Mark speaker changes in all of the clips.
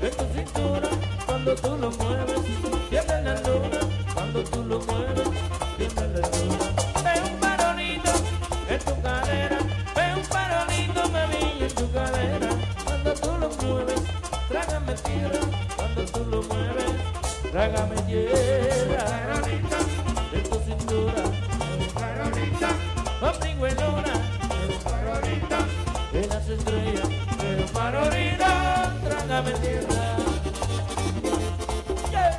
Speaker 1: de tu cintura cuando tú lo mueves, pierde la luna, cuando tú lo mueves, pierde la luna. Ve un farolito en tu cadera, ve un farolito, mami, en tu cadera, cuando tú lo mueves, trágame tierra, cuando tú lo mueves, trágame tierra. Farolito de tu cintura, farolito, ombligo en luna, farolito en las estrellas, pero farolito, trágame tierra. Yeah.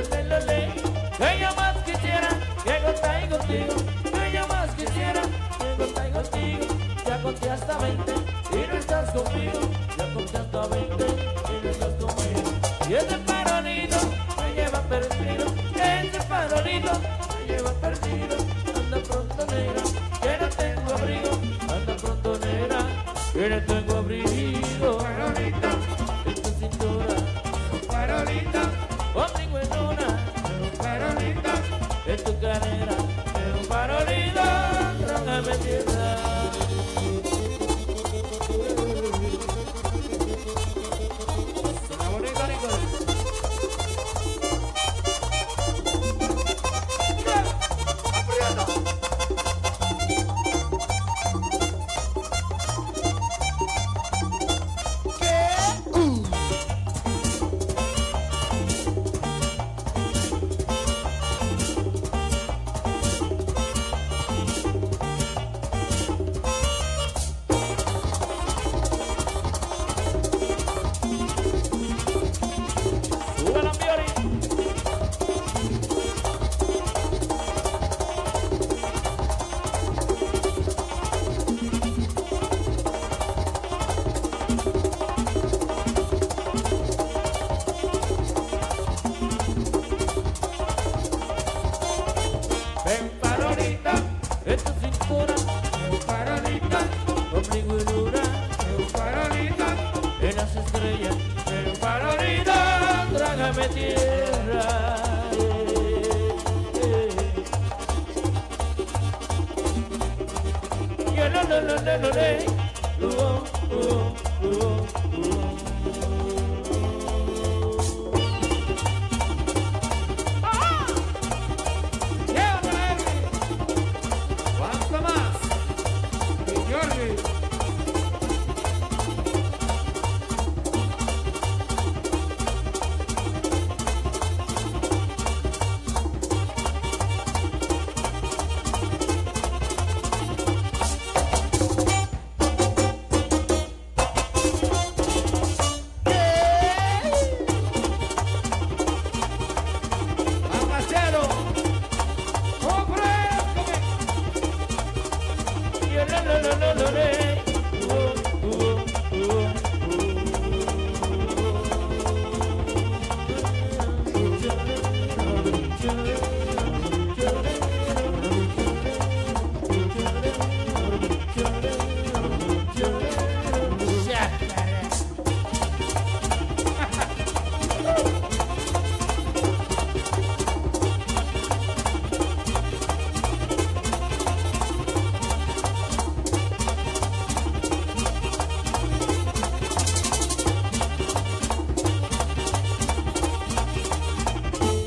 Speaker 1: Que yo más quisiera que contáis contigo, que yo más quisiera que contáis contigo. Ya conté hasta 20 y no estás conmigo, ya conté hasta 20 y no estás conmigo. Y ese farolito me lleva perdido, ese farolito me lleva perdido. Anda pronto negra, que no tengo abrigo, anda pronto negra, que no tengo abrigo. Farolito, en tu cintura. Farolito, ombligo en luna, farolito, en tu cadera, un farolito, trágame tierra. Suena bonito, Nicolás. Súbelo, Fiori. Ven farolita, en tu cintura, ven farolita, ombligo y luna, ven farolita, en las estrellas, ven farolita, trágame tierra. eh, eh. Yeah, lo, lo, lo, lo, lo, le. Uh-oh, uh-oh, uh-oh, uh-oh. Yeah, baby. ¿Cuánto más? Jordi.
Speaker 2: Amachero. ¡Ofrézcome!
Speaker 1: Yeah, lo, lo, lo, lo, lo, le. Uh-oh, uh-oh, uh-oh.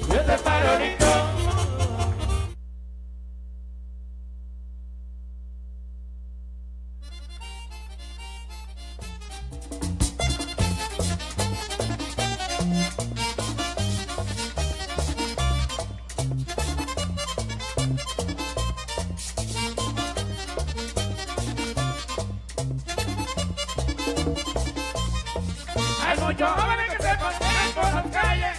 Speaker 1: Yo te paro,
Speaker 2: Hay muchos jóvenes que se pasean por las calles,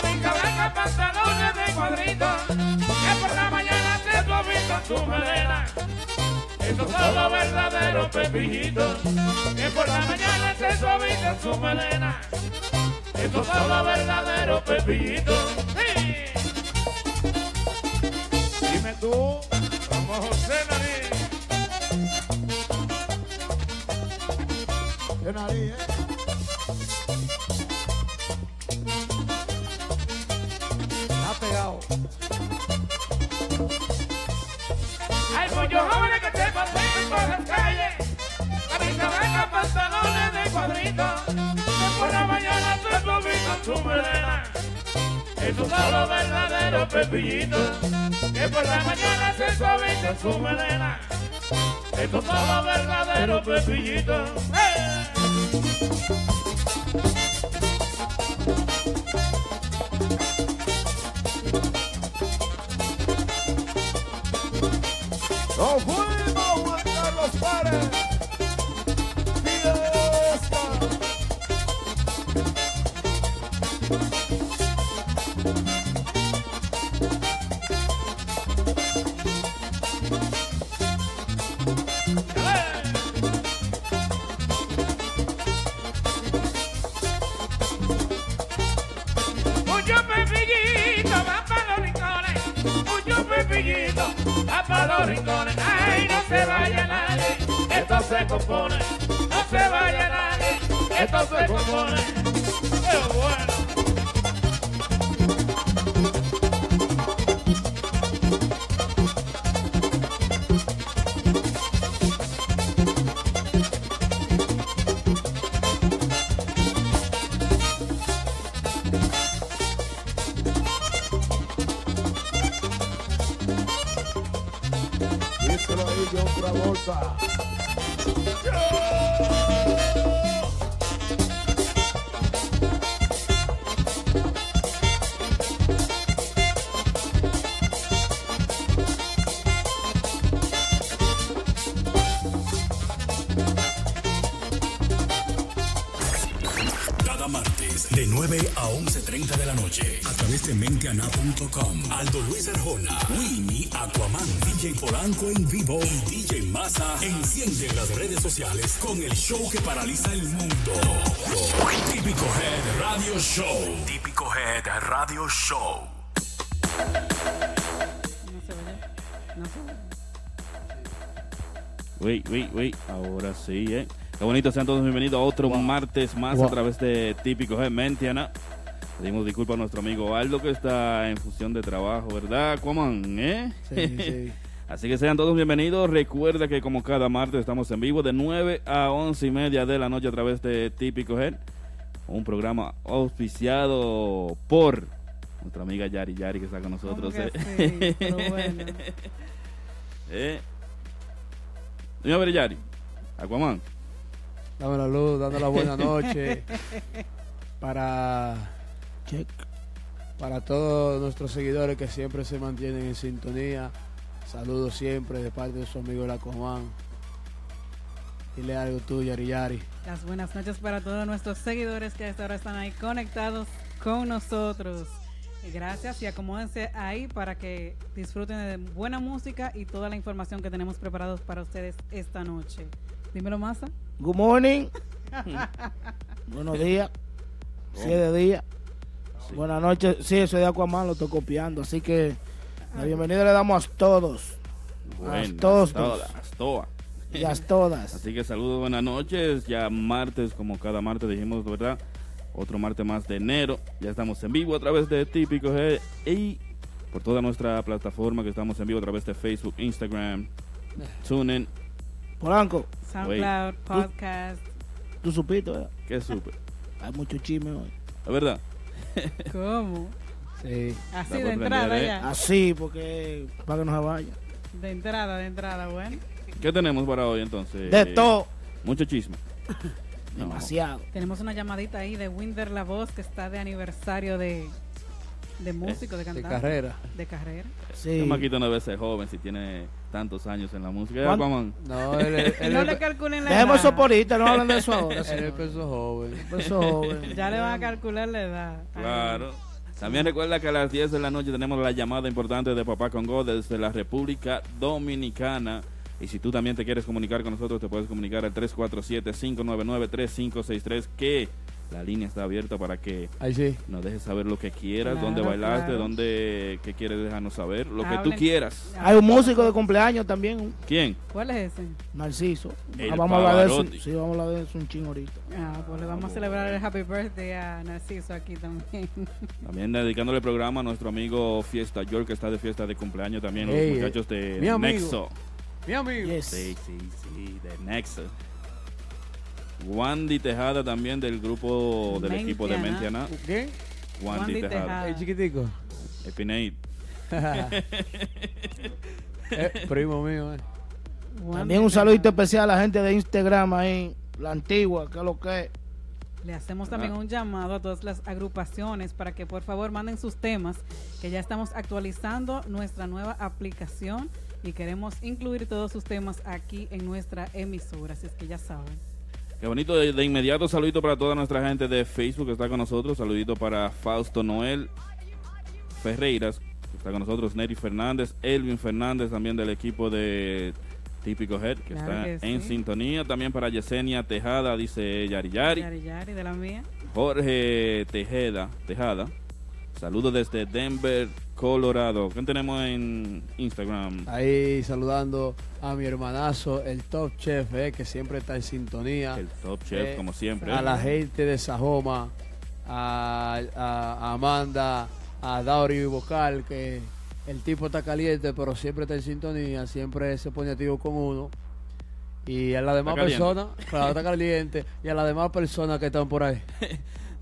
Speaker 2: camisa blanca, pantalones de cuadritos, que por la mañana se suavizan su melena. Esos son los verdaderos pepillitos, que por la mañana se suavizan su melena. Esos son los verdaderos pepillitos. ¡Sí! Dime tú, como José Nariz.
Speaker 3: Yo nariz, eh. Ha pegado.
Speaker 1: Hay muchos jóvenes pues que se pasean por las calles, camisa blanca, pantalones de cuadrito, que por la mañana se con su melena. Esos son los verdaderos pepillitos, que por la mañana se suavizan su melena. Estos son los verdaderos pepillitos. ¡eh!
Speaker 4: Nos fuimos, Juan Carlos Párez. Fiesta.
Speaker 1: Muchos pepillitos van para los rincones, muchos pepillitos van para los rincones. Ay, no se vaya nadie, esto se compone, no se vaya nadie, esto se compone. Qué bueno.
Speaker 4: Díselo ahí, John Travolta.
Speaker 5: Cada martes de 9 a 11.30 de la noche a través de menteana.com. Aldo Luis Arjona, Winnie, Aquaman, DJ Polanco en vivo y DJ Massa encienden las redes sociales con el show que paraliza el mundo. Típico Head Radio Show. Típico Head Radio Show.
Speaker 6: No se oye. No se oye.
Speaker 2: Uy, uy, uy, ahora sí, ¿eh? Qué bonito, sean todos bienvenidos a otro martes más a través de Típicos de Mentiana. Pedimos disculpas a nuestro amigo Aldo que está en función de trabajo, ¿verdad, Aquaman? ¿Eh?
Speaker 7: Sí, sí.
Speaker 2: Así que sean todos bienvenidos. Recuerda que como cada martes estamos en vivo de 9 a 11 y media de la noche a través de Típico Head. Un programa auspiciado por nuestra amiga Yari Yari que está con
Speaker 6: ¿Cómo
Speaker 2: nosotros.
Speaker 6: que
Speaker 2: ¿eh?
Speaker 6: sí? Pero bueno.
Speaker 2: ¿Eh? Dime a ver, Yari. Aquaman.
Speaker 7: Dame la luz, dando la buena noche. Para. Para todos nuestros seguidores que siempre se mantienen en sintonía. Saludos siempre de parte de su amigo La Comán. Dile algo tú, Yari Yari.
Speaker 6: Las buenas noches para todos nuestros seguidores que hasta ahora están ahí conectados con nosotros. Gracias y acomódense ahí para que disfruten de buena música y toda la información que tenemos preparados para ustedes esta noche. Dímelo, Masa.
Speaker 8: Good morning. Buenos días.
Speaker 2: Oh.
Speaker 8: Si es de día. Buenas noches. Sí, eso de Aquaman lo estoy copiando. Así que la bienvenida le damos a todos
Speaker 2: Buenas,
Speaker 8: todos,
Speaker 2: todas,
Speaker 8: todos.
Speaker 2: todas.
Speaker 8: y a todas.
Speaker 2: Así que saludos, buenas noches. Ya martes, como cada martes dijimos, ¿verdad? Otro martes más de enero. Ya estamos en vivo a través de Típico G y por toda nuestra plataforma que estamos en vivo a través de Facebook,
Speaker 7: Eh.
Speaker 2: Instagram, TuneIn.
Speaker 8: Polanco,
Speaker 6: SoundCloud, podcast,
Speaker 8: tú supito, eh?
Speaker 2: Qué súper.
Speaker 8: Hay mucho chisme hoy.
Speaker 2: La verdad.
Speaker 6: ¿cómo?
Speaker 7: Sí.
Speaker 6: Así
Speaker 2: Da
Speaker 6: de
Speaker 2: por
Speaker 6: entrada
Speaker 2: prender, ¿eh?
Speaker 6: ya.
Speaker 8: Así, porque para que no se vaya.
Speaker 6: De entrada, de entrada, bueno.
Speaker 2: ¿Qué tenemos para hoy entonces?
Speaker 8: De todo.
Speaker 2: Mucho chisme. No.
Speaker 8: Demasiado.
Speaker 6: Tenemos una llamadita ahí de Winder La Voz que está de aniversario de, de músico, de
Speaker 7: De
Speaker 6: cantante.
Speaker 7: carrera.
Speaker 6: De carrera.
Speaker 8: Sí.
Speaker 2: Maquito no debe ser joven si tiene tantos años en la música.
Speaker 8: ¿Cuán-
Speaker 2: Aquaman.
Speaker 7: No, él, él, él-
Speaker 6: No le calculen la
Speaker 8: Dejemos eso
Speaker 6: edad.
Speaker 8: por ahorita, no hablen de eso ahora.
Speaker 7: él
Speaker 8: señor.
Speaker 7: empezó joven.
Speaker 8: Eso, joven.
Speaker 6: Ya le van a calcular la edad. Ay,
Speaker 2: Claro. También recuerda que a las 10 de la noche tenemos la llamada importante de Papá Congo desde la República Dominicana. Y si tú también te quieres comunicar con nosotros, te puedes comunicar al 347-599-3563, que La línea está abierta para que
Speaker 7: Ahí sí.
Speaker 2: nos dejes saber lo que quieras,
Speaker 6: Claro,
Speaker 2: dónde bailaste,
Speaker 6: claro. Ah,
Speaker 2: dónde qué quieres dejarnos saber, lo que tú
Speaker 6: Hablen.
Speaker 2: quieras.
Speaker 8: Hay un músico de cumpleaños también, un
Speaker 2: ¿Quién?
Speaker 6: ¿Cuál es ese?
Speaker 8: Narciso.
Speaker 2: El
Speaker 8: Ah, vamos a hablar de eso.
Speaker 2: Pavarotti.
Speaker 8: Sí, vamos a hablar de eso un ching ahorita.
Speaker 6: Ah, pues le vamos a celebrar el happy birthday a Narciso aquí también.
Speaker 2: También dedicándole el programa a nuestro amigo Fiesta York, que está de fiesta de cumpleaños también,
Speaker 7: Ey,
Speaker 2: los muchachos
Speaker 7: mi
Speaker 2: de
Speaker 7: amigo.
Speaker 2: Nexo.
Speaker 7: Mi amigo.
Speaker 8: Yes.
Speaker 2: Sí, sí, sí, de Nexo. Wandy Tejada también del grupo del equipo de
Speaker 6: Mentiana.
Speaker 2: Mentiana.
Speaker 7: ¿Qué?
Speaker 2: Wandy
Speaker 6: Wandy
Speaker 2: Tejada.
Speaker 6: Tejada.
Speaker 7: El chiquitico.
Speaker 2: Epinate.
Speaker 7: Eh, primo mío, eh.
Speaker 8: También un saludito especial a la gente de Instagram ahí, la antigua, que es lo que es.
Speaker 6: Le hacemos
Speaker 2: Ah.
Speaker 6: también un llamado a todas las agrupaciones para que por favor manden sus temas, que ya estamos actualizando nuestra nueva aplicación y queremos incluir todos sus temas aquí en nuestra emisora, así es que ya saben.
Speaker 2: Qué bonito, de, de inmediato saludito para toda nuestra gente de Facebook que está con nosotros, saludito para Fausto Noel Ferreiras, que está con nosotros, Neri Fernández, Elvin Fernández también del equipo de Típico Head, que
Speaker 6: Claro
Speaker 2: está
Speaker 6: que
Speaker 2: en
Speaker 6: sí.
Speaker 2: sintonía, también para Yesenia Tejada, dice Yari Yari,
Speaker 6: Yari Yari de la mía.
Speaker 2: Jorge Tejeda, Tejada, saludos desde Denver, Colorado. ¿Qué tenemos en Instagram?
Speaker 7: Ahí saludando a mi hermanazo, el top chef, eh, que siempre está en sintonía.
Speaker 2: El Top Chef,
Speaker 7: Eh,
Speaker 2: como siempre.
Speaker 7: a la gente de Sajoma, a, a- a Amanda, a Dauri Vocal, que el tipo está caliente, pero siempre está en sintonía, siempre se pone activo con uno. Y a las demás
Speaker 2: caliente.
Speaker 7: personas, claro, está caliente, y a las demás personas que están por ahí.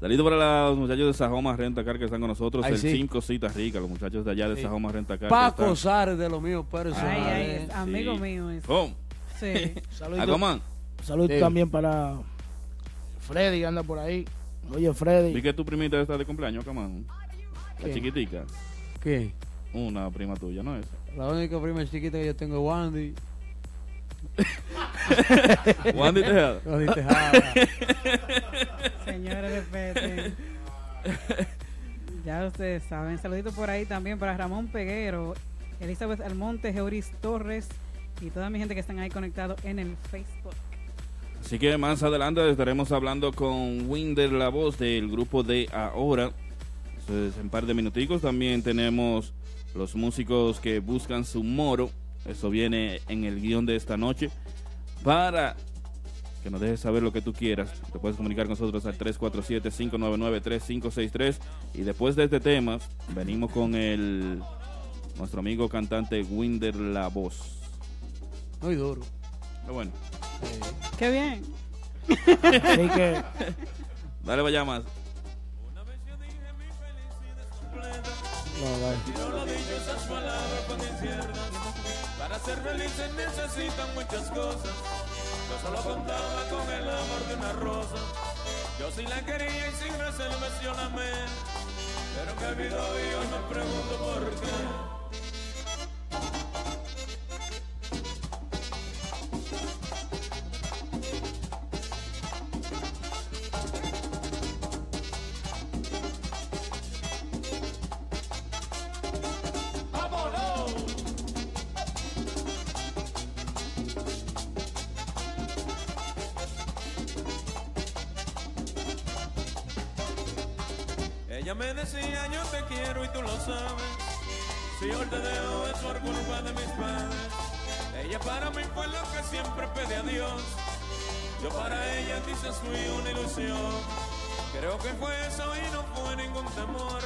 Speaker 2: Saludos para la- los muchachos de Sajoma Rentacar que están con nosotros.
Speaker 7: Ay,
Speaker 2: el
Speaker 7: sí.
Speaker 2: 5 Citas Ricas, los muchachos de allá de
Speaker 7: Sí.
Speaker 2: Sajoma Rentacar.
Speaker 7: Paco Sar de lo mío personal.
Speaker 6: Ay, ay,
Speaker 7: eh.
Speaker 6: es amigo mío es.
Speaker 2: ¡Pum!
Speaker 6: Sí.
Speaker 8: Saludito,
Speaker 2: Aquaman,
Speaker 8: saludito
Speaker 7: Sí.
Speaker 8: también para Freddy, que anda por ahí. Oye, Freddy.
Speaker 2: vi que tu primita está de cumpleaños, Aquaman. La
Speaker 7: ¿Quién?
Speaker 2: chiquitica.
Speaker 7: ¿Quién?
Speaker 2: Una prima tuya, ¿no es?
Speaker 7: La única prima chiquita que yo tengo es Wandy.
Speaker 2: Wandy Tejada.
Speaker 7: Wandy Tejada.
Speaker 6: Señores, respeten. Ya ustedes saben. Saludito por ahí también para Ramón Peguero, Elizabeth Almonte, Euris Torres y toda mi gente que están ahí conectados en el Facebook.
Speaker 2: Así que más adelante estaremos hablando con Winder, la voz del grupo de Ahora. Entonces, en par de minuticos también tenemos los músicos que buscan su moro. Eso viene en el guión de esta noche. Para que nos dejes saber lo que tú quieras, te puedes comunicar con nosotros al 347-599-3563. Y después de este tema, venimos con el nuestro amigo cantante Winder, la voz.
Speaker 7: Muy duro.
Speaker 2: Pero bueno,
Speaker 6: ¡Qué bien!
Speaker 8: Así que
Speaker 2: dale, vaya más.
Speaker 7: No, vale.
Speaker 9: Para ser feliz se necesitan muchas cosas. Yo solo contaba con el amor de una rosa. Yo sí la quería y sin reservación amé. Pero que olvidó y hoy me pregunto por qué. Ella me decía yo te quiero y tú lo sabes. Si hoy te dejo es por culpa de mis padres. Ella para mí fue lo que siempre pedí a Dios. Yo para ella quizás fui una ilusión. Creo que fue eso y no fue ningún temor.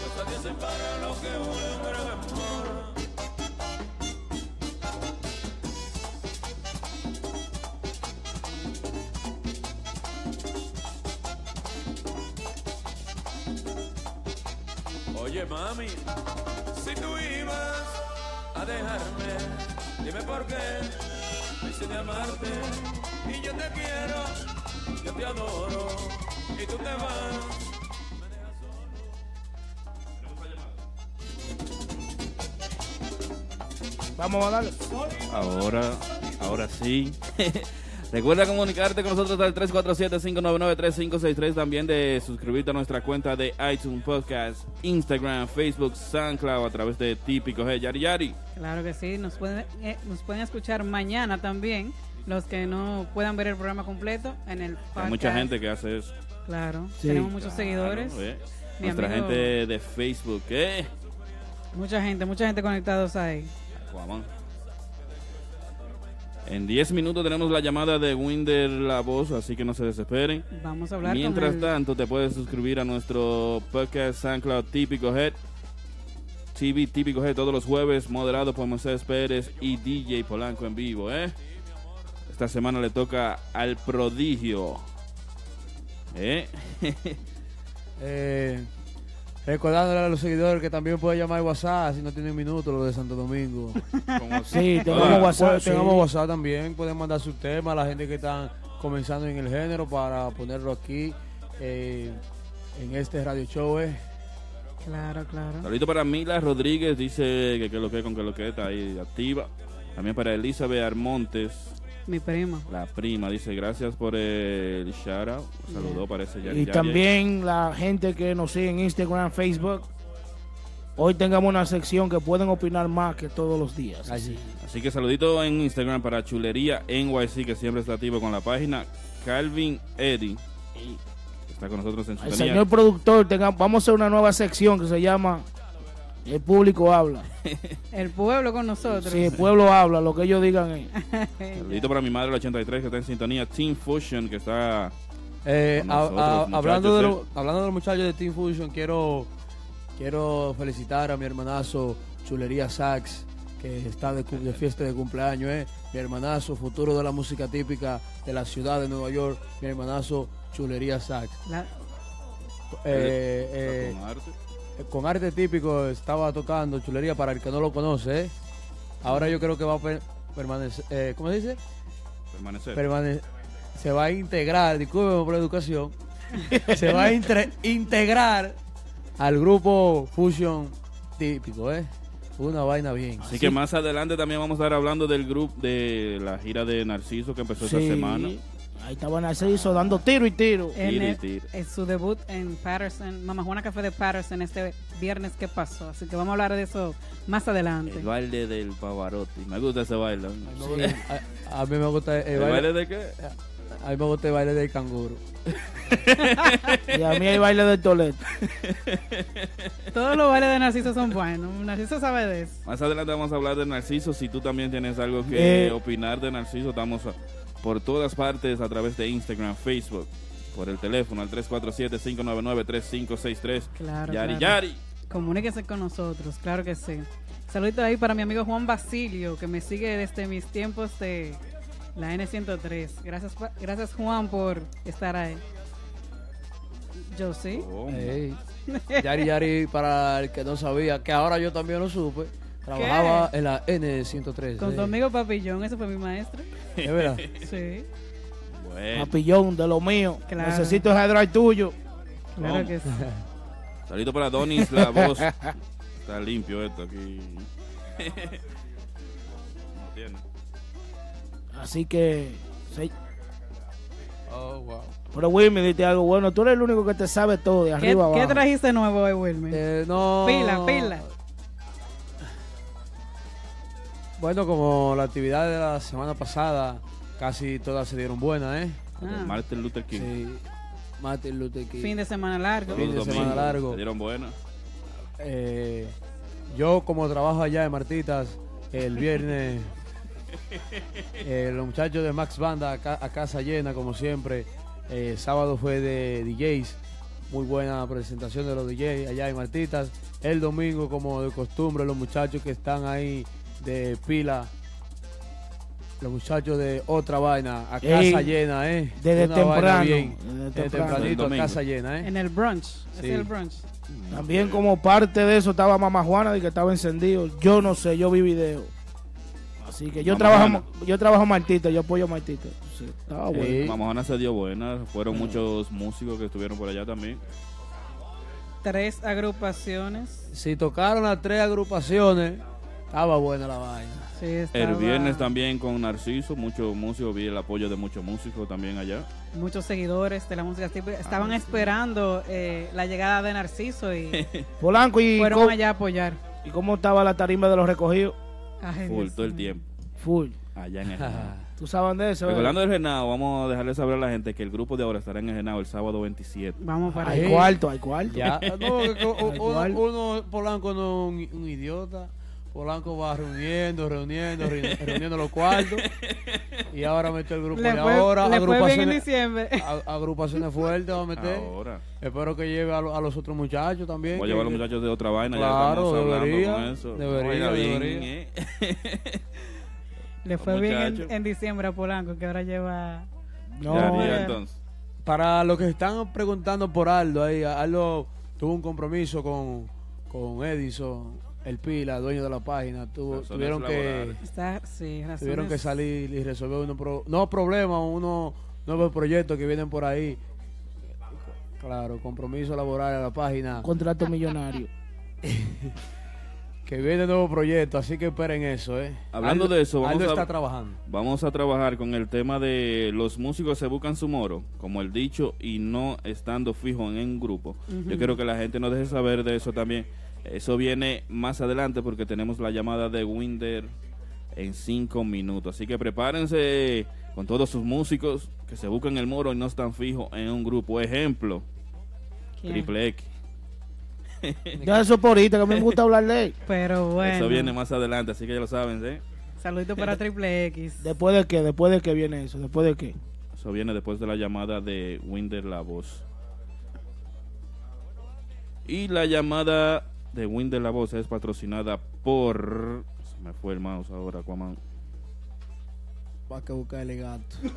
Speaker 9: Pues a Dios separa lo que une un gran amor. Oye mami, si tú ibas a dejarme, dime por qué me hice de amarte y yo te quiero, yo te adoro y tú te vas.
Speaker 8: vamos a darle.
Speaker 2: Ahora, ahora sí. Recuerda comunicarte con nosotros al 347-599-3563. También de suscribirte a nuestra cuenta de iTunes Podcast, Instagram, Facebook, SoundCloud a través de Típico G. Yari Yari.
Speaker 6: Claro que sí, nos pueden, eh, nos pueden escuchar mañana también, los que no puedan ver el programa completo en el podcast.
Speaker 2: Hay mucha gente que hace eso.
Speaker 6: Claro,
Speaker 8: Sí.
Speaker 6: tenemos muchos
Speaker 2: Claro,
Speaker 6: seguidores.
Speaker 2: eh.
Speaker 6: Mi
Speaker 2: Nuestra
Speaker 6: amigo-
Speaker 2: gente de Facebook, ¿eh? ¿qué?
Speaker 6: Mucha gente, mucha gente conectados ahí.
Speaker 2: Guamán. En 10 minutos tenemos la llamada de Winder La Voz, así que no se desesperen.
Speaker 6: Vamos a hablar
Speaker 2: Mientras
Speaker 6: con el-
Speaker 2: tanto, te puedes suscribir a nuestro podcast SoundCloud Típico Head. TV Típico Head todos los jueves, moderado por Moisés Pérez y DJ Polanco en vivo, ¿eh? Esta semana le toca al prodigio. ¿Eh?
Speaker 7: Eh, recordándole a los seguidores que también puede llamar al WhatsApp si no tienen minutos, lo de Santo Domingo.
Speaker 2: Como-
Speaker 8: Sí, tenemos
Speaker 2: Hola.
Speaker 8: WhatsApp.
Speaker 7: Pues,
Speaker 8: sí.
Speaker 7: Tengamos WhatsApp también, pueden mandar sus temas a la gente que están comenzando en el género para ponerlo aquí eh, en este radio show. eh.
Speaker 6: Claro, claro.
Speaker 2: Saludito para Mila Rodríguez, dice que, que lo que con que lo que está ahí activa. También para Elizabeth Armontes,
Speaker 6: Mi prima.
Speaker 2: la prima, dice gracias por el shout out. Saludó, parece ya.
Speaker 8: Y
Speaker 2: ya-
Speaker 8: también la gente que nos sigue en Instagram, Facebook. Hoy tengamos una sección que pueden opinar más que todos los días.
Speaker 7: Así.
Speaker 2: Así que saludito en Instagram para Chulería NYC, que siempre está activo con la página. Calvin Eddy, que está con nosotros en
Speaker 8: El
Speaker 2: sintonía.
Speaker 8: señor productor, tenga- vamos a hacer una nueva sección que se llama El público habla.
Speaker 6: El pueblo con nosotros.
Speaker 8: Si el pueblo habla, lo que ellos digan es.
Speaker 2: Saludito para mi madre, la 83, que está en sintonía. Team Fusion, que está...
Speaker 7: Eh,
Speaker 2: Con
Speaker 7: a- a-
Speaker 2: nosotros,
Speaker 7: hablando, de
Speaker 2: muchachos,
Speaker 7: lo- hablando de los muchachos de Team Fusion, quiero, quiero felicitar a mi hermanazo Chulería Sax, que está de, cu- de fiesta de cumpleaños. eh. Mi hermanazo, futuro de la música típica de la ciudad de Nueva York, mi hermanazo Chulería Sax.
Speaker 6: La-
Speaker 7: Eh, eh,
Speaker 2: con arte.
Speaker 7: con arte típico estaba tocando Chulería para el que no lo conoce. eh. Ahora yo creo que va a per- permanecer. eh, ¿Cómo se dice?
Speaker 2: Permanecer.
Speaker 7: permane- se va a integrar, discúlpeme por la educación, se va a intre- integrar al grupo Fusion típico, ¿eh? Una vaina bien.
Speaker 2: Así que más adelante también vamos a estar hablando del grupo de la gira de Narciso que empezó
Speaker 8: Sí.
Speaker 2: esta semana.
Speaker 8: Ahí estaban así, so, dando tiro y tiro.
Speaker 6: en
Speaker 2: Tire y
Speaker 6: el-
Speaker 2: tire.
Speaker 6: en su debut en Patterson, Mamá Juana Café de Patterson este viernes que pasó. Así que vamos a hablar de eso más adelante.
Speaker 2: El baile del Pavarotti. Me gusta ese baile. ¿no?
Speaker 7: A, a mí me gusta el,
Speaker 2: ¿El baile
Speaker 7: baile,
Speaker 2: de qué?
Speaker 7: a mí me gusta el baile del canguro.
Speaker 8: Y a mí el baile del Toledo.
Speaker 6: Todos los bailes de Narciso son buenos. Narciso sabe de eso.
Speaker 2: Más adelante vamos a hablar de Narciso. Si tú también tienes algo que
Speaker 8: Eh.
Speaker 2: opinar de Narciso, estamos a- por todas partes a través de Instagram, Facebook, por el teléfono al 347-599-3563.
Speaker 6: Claro,
Speaker 2: Yari,
Speaker 6: claro.
Speaker 2: Yari.
Speaker 6: Comuníquese con nosotros, claro que sí. Saludito ahí para mi amigo Juan Basilio, que me sigue desde mis tiempos de la N103. Gracias, pa- gracias Juan por estar ahí. Yo sí.
Speaker 2: Oh,
Speaker 7: Ey. Yari Yari, para el que no sabía, que ahora yo también lo supe, trabajaba en la N103.
Speaker 6: Con
Speaker 7: ¿eh?
Speaker 6: tu amigo Papillón, ese fue mi maestro.
Speaker 7: Es verdad.
Speaker 6: Sí,
Speaker 2: bueno.
Speaker 8: Papillón, de lo mío.
Speaker 6: Claro.
Speaker 8: Necesito ese drive tuyo.
Speaker 6: claro
Speaker 2: Vamos.
Speaker 6: que sí.
Speaker 2: Saludito para Donis, la voz. Está limpio esto aquí. No tiene.
Speaker 8: Así que. sí.
Speaker 7: Oh, wow.
Speaker 8: Pero Wilmy, diste algo bueno. Tú eres el único que te sabe todo de
Speaker 6: ¿Qué,
Speaker 8: arriba
Speaker 6: qué
Speaker 8: abajo.
Speaker 6: trajiste nuevo hoy, Wilmer?
Speaker 7: Eh, no.
Speaker 6: Pila, pila.
Speaker 7: Bueno, como la actividad de la semana pasada, casi todas se dieron buenas, ¿eh?
Speaker 6: Ah,
Speaker 2: Martin Luther King.
Speaker 7: Sí. Martin Luther King.
Speaker 6: fin de semana largo.
Speaker 2: Todos
Speaker 7: fin de
Speaker 2: los
Speaker 7: semana
Speaker 2: domingos.
Speaker 7: largo.
Speaker 2: Se dieron buenas.
Speaker 7: Eh, yo, como trabajo allá en Martitas, el viernes, eh, los muchachos de Max Banda a, ca- a casa llena, como siempre. Eh, sábado fue de DJs, muy buena presentación de los DJs allá en Martitas. El domingo, como de costumbre, los muchachos que están ahí de pila. Los muchachos de otra vaina, a casa
Speaker 8: Ey,
Speaker 7: llena, ¿eh?
Speaker 8: desde
Speaker 7: Una vaina
Speaker 8: temprano,
Speaker 7: bien,
Speaker 8: desde
Speaker 7: desde
Speaker 8: temprano.
Speaker 7: tempranito, a
Speaker 2: Domingo.
Speaker 7: casa llena, ¿eh?
Speaker 6: En el brunch. Ese
Speaker 7: Sí.
Speaker 6: es el brunch.
Speaker 8: También, como parte de eso, estaba Mamá Juana y que estaba encendido. Yo no sé, yo vi video. Así que yo
Speaker 2: Mamá
Speaker 8: trabajo, yo trabajo Martita, yo apoyo a Martita. Sí, estaba Ah, bueno.
Speaker 7: Sí.
Speaker 2: Mamajona se dio buenas. Fueron muchos músicos que estuvieron por allá también.
Speaker 6: Tres agrupaciones.
Speaker 7: Si tocaron las tres agrupaciones, estaba buena la vaina.
Speaker 6: Sí,
Speaker 2: El
Speaker 6: estaba-
Speaker 2: viernes también con Narciso, muchos músicos, vi el apoyo de muchos músicos también allá.
Speaker 6: muchos seguidores de la música
Speaker 7: Ah,
Speaker 6: típica estaban
Speaker 2: sí.
Speaker 6: esperando eh, la llegada de Narciso y
Speaker 8: Polanco, ¿y,
Speaker 6: fueron
Speaker 8: cómo,
Speaker 6: allá a apoyar.
Speaker 8: y cómo estaba la tarima de los recogidos?
Speaker 6: Ay,
Speaker 2: Full
Speaker 6: Dios
Speaker 2: todo el
Speaker 6: mío.
Speaker 2: tiempo.
Speaker 8: Full.
Speaker 2: allá en el Genao.
Speaker 8: Tú sabes dónde es eso. ¿verdad?
Speaker 2: Recordando el Genao, vamos a dejarle saber a la gente que el grupo de ahora estará en el Genao el sábado 27.
Speaker 6: Vamos para
Speaker 8: Hay
Speaker 6: ahí.
Speaker 8: cuarto, hay cuarto.
Speaker 7: Ya. No, que co-
Speaker 8: Tal
Speaker 7: uno,
Speaker 8: cual.
Speaker 7: uno- Polanco no es un, un idiota. Polanco va reuniendo, reuniendo, re- reuniendo los cuartos. Y ahora mete el grupo
Speaker 6: Le
Speaker 7: de
Speaker 6: fue, le fue
Speaker 7: ahora.
Speaker 6: bien en
Speaker 7: agrupaciones,
Speaker 6: diciembre.
Speaker 7: a- agrupaciones fuertes va a meter.
Speaker 2: Ahora.
Speaker 7: Espero que lleve a, lo- a los otros muchachos también.
Speaker 2: Voy a
Speaker 7: que-
Speaker 2: llevar a los muchachos de otra vaina, ya
Speaker 7: Claro,
Speaker 2: estamos hablando
Speaker 7: debería,
Speaker 2: con eso.
Speaker 7: debería,
Speaker 2: Oiga, bien,
Speaker 7: debería.
Speaker 2: ¿eh?
Speaker 6: Le fue
Speaker 2: Los
Speaker 6: bien en,
Speaker 2: muchachos.
Speaker 6: en diciembre a Polanco, que ahora lleva.
Speaker 8: No,
Speaker 2: Ya, ya,
Speaker 6: eh.
Speaker 2: entonces.
Speaker 7: Para los que están preguntando por Aldo, ahí, Aldo tuvo un compromiso con, con Edison, el Pila, dueño de la página. Tuvo-
Speaker 2: Razones
Speaker 7: tuvieron que,
Speaker 2: laborales.
Speaker 6: Está, sí, razones.
Speaker 7: tuvieron que salir y resolver unos pro- no problemas, unos nuevos proyectos que vienen por ahí. Claro, compromiso laboral a la página.
Speaker 8: contrato millonario.
Speaker 7: Que viene nuevo proyecto, así que esperen eso, ¿eh?
Speaker 2: Hablando
Speaker 7: Aldo-
Speaker 2: de eso, vamos
Speaker 7: Aldo
Speaker 2: a-
Speaker 7: está trabajando.
Speaker 2: Vamos a trabajar con el tema de los músicos se buscan su moro, como el dicho, y no estando fijo en un grupo. Yo quiero que la gente nos deje saber de eso también. Eso viene más adelante porque tenemos la llamada de Winder en cinco minutos. Así que prepárense con todos sus músicos que se buscan el moro y no están fijos en un grupo. Ejemplo,
Speaker 6: ¿Quién?
Speaker 2: Triple X.
Speaker 8: Ya eso por ahorita, que a mí me gusta hablar de él.
Speaker 6: Pero bueno.
Speaker 2: Eso viene más adelante, así que ya lo saben, ¿eh?
Speaker 6: Saludito para Triple X.
Speaker 8: ¿Después de qué? ¿Después de qué viene eso? ¿Después de qué?
Speaker 2: Eso viene después de la llamada de Winder La Voz. Y la llamada de Winder La Voz es patrocinada por. Se me fue el mouse ahora, Aquaman.
Speaker 7: Hay que buscar el gato.
Speaker 2: Se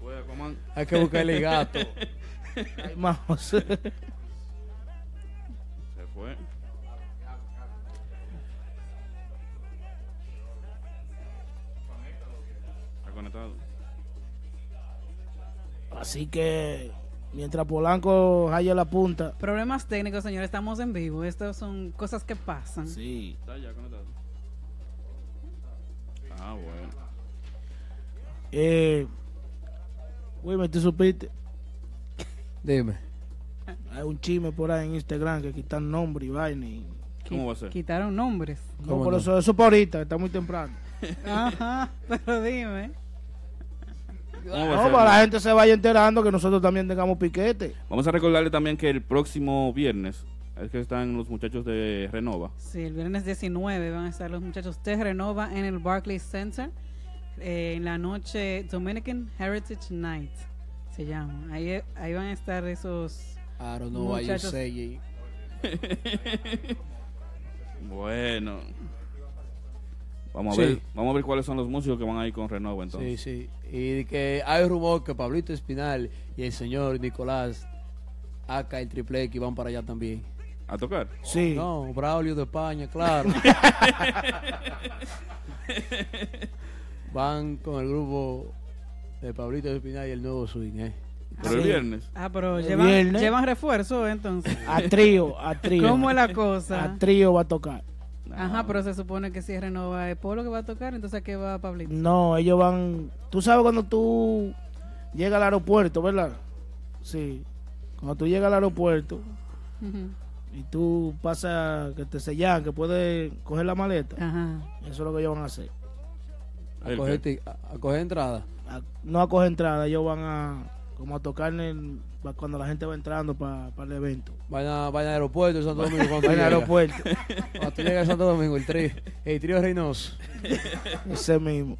Speaker 2: fue Aquaman.
Speaker 7: Hay que buscar el gato.
Speaker 8: Ay, vamos.
Speaker 2: Se fue. Está conectado.
Speaker 8: Así que mientras Polanco haya la punta.
Speaker 6: Problemas técnicos, señores. Estamos en vivo. Estas son cosas que pasan.
Speaker 8: Sí.
Speaker 2: Está ya conectado. Ah, bueno.
Speaker 8: Eh, Wilmer, ¿tú supiste?
Speaker 7: Dime.
Speaker 8: Hay un chisme por ahí en Instagram que quitan nombre y vaina. y-
Speaker 2: ¿Cómo va a ser?
Speaker 6: Quitaron nombres.
Speaker 8: No,
Speaker 7: ¿Cómo
Speaker 8: por
Speaker 7: no?
Speaker 8: eso, eso por ahorita, que está muy temprano.
Speaker 6: Ajá, pero dime.
Speaker 2: ¿Cómo va a
Speaker 8: No,
Speaker 2: ser?
Speaker 8: para la gente se vaya enterando que nosotros también tengamos piquete.
Speaker 2: Vamos a recordarle también que el próximo viernes es que están los muchachos de Renova.
Speaker 6: Sí, el viernes 19 van a estar los muchachos de Renova en el Barclays Center eh, en la noche Dominican Heritage Night. Se llama. Ahí, ahí van a estar esos.
Speaker 7: I don't know why you
Speaker 6: Muchachos.
Speaker 7: say it.
Speaker 2: Bueno. Vamos a
Speaker 7: Sí.
Speaker 2: ver, vamos a ver cuáles son los músicos que van a ir con Renova entonces.
Speaker 7: Sí, sí. Y que hay rumor que Pablito Espinal y el señor Nicolás acá el Triple X van para allá también.
Speaker 2: A tocar.
Speaker 8: Sí.
Speaker 7: No, Braulio de España, claro. van con el grupo de Pablito Espinal y el nuevo swing, ¿eh?
Speaker 2: Pero el viernes.
Speaker 6: Ah, pero
Speaker 8: El
Speaker 6: llevan,
Speaker 8: viernes.
Speaker 6: llevan refuerzo entonces.
Speaker 8: A trío, a trío.
Speaker 6: ¿Cómo es la
Speaker 8: A
Speaker 6: cosa?
Speaker 8: trío va a tocar.
Speaker 6: Ajá, pero se supone que si es Renova es Polo que va a tocar, entonces ¿a qué va Pablito?
Speaker 8: No, ellos van. Tú sabes cuando tú llegas al aeropuerto, ¿verdad? Sí. Cuando tú llegas al aeropuerto
Speaker 6: Ujú.
Speaker 8: y tú pasas que te sellan, que puedes coger la maleta,
Speaker 6: Ajá.
Speaker 8: eso es lo que ellos van a hacer.
Speaker 7: A
Speaker 2: ¿El
Speaker 7: coger,
Speaker 2: qué?
Speaker 7: ti- a- a coger entrada.
Speaker 8: A- no a coger entrada, ellos van a como a tocar en el- pa- cuando la gente va entrando para el evento.
Speaker 7: Vayan, vayan al aeropuerto de Santo Domingo. Cuando, tú
Speaker 8: En el
Speaker 7: llegas.
Speaker 8: aeropuerto,
Speaker 7: Cuando tú llegas a Santo Domingo, el trío, el trío Reynoso.
Speaker 8: ese mismo.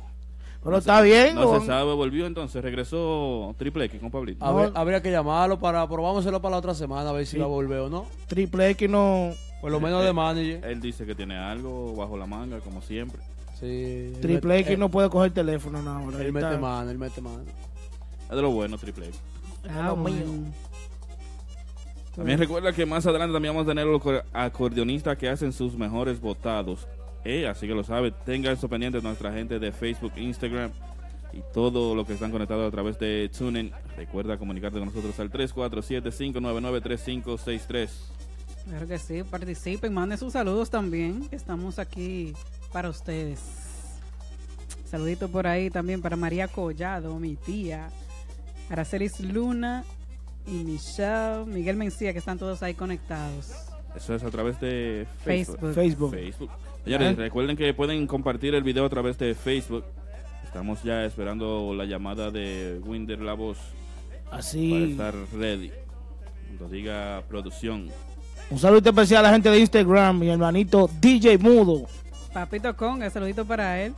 Speaker 8: Pero está bien,
Speaker 2: No
Speaker 8: van-
Speaker 2: se sabe, volvió entonces, regresó Triple X con Pablito.
Speaker 7: A ver,
Speaker 8: No.
Speaker 7: Habría que llamarlo para probámoselo para la otra semana, a ver si va a volver o no.
Speaker 8: triple X no.
Speaker 7: Por lo menos de manager.
Speaker 2: eh, Él dice que tiene algo bajo la manga, como siempre.
Speaker 7: Sí. eh, él
Speaker 8: Triple
Speaker 7: mete-
Speaker 8: X no puede coger teléfono, no. ahora
Speaker 7: Él, él
Speaker 8: está-
Speaker 7: mete mano, él mete mano.
Speaker 2: Es de lo bueno, Triple X.
Speaker 6: Ah, bueno.
Speaker 2: También recuerda que más adelante también vamos a tener los acor- acordeonistas que hacen sus mejores votados. Eh, así que lo sabe, tenga eso pendiente nuestra gente de Facebook, Instagram y todo lo que están conectados a través de TuneIn. Recuerda comunicarte con nosotros al 347-599-3563.
Speaker 6: Claro que sí, participen, manden sus saludos también, que estamos aquí para ustedes. Saludito por ahí también para María Collado, mi tía, Aracelis Luna y Michelle, Miguel Mencía, que están todos ahí conectados.
Speaker 2: Eso es a través de
Speaker 6: Facebook.
Speaker 2: Facebook.
Speaker 8: Facebook.
Speaker 2: Facebook. Señores,
Speaker 8: ¿Eh?
Speaker 2: recuerden que pueden compartir el video a través de Facebook. Estamos ya esperando la llamada de Winder La Voz para
Speaker 8: Así.
Speaker 2: estar ready. Cuando diga producción.
Speaker 8: Un saludo especial a la gente de Instagram, mi hermanito DJ Mudo,
Speaker 6: Papito Conga, saludito para él.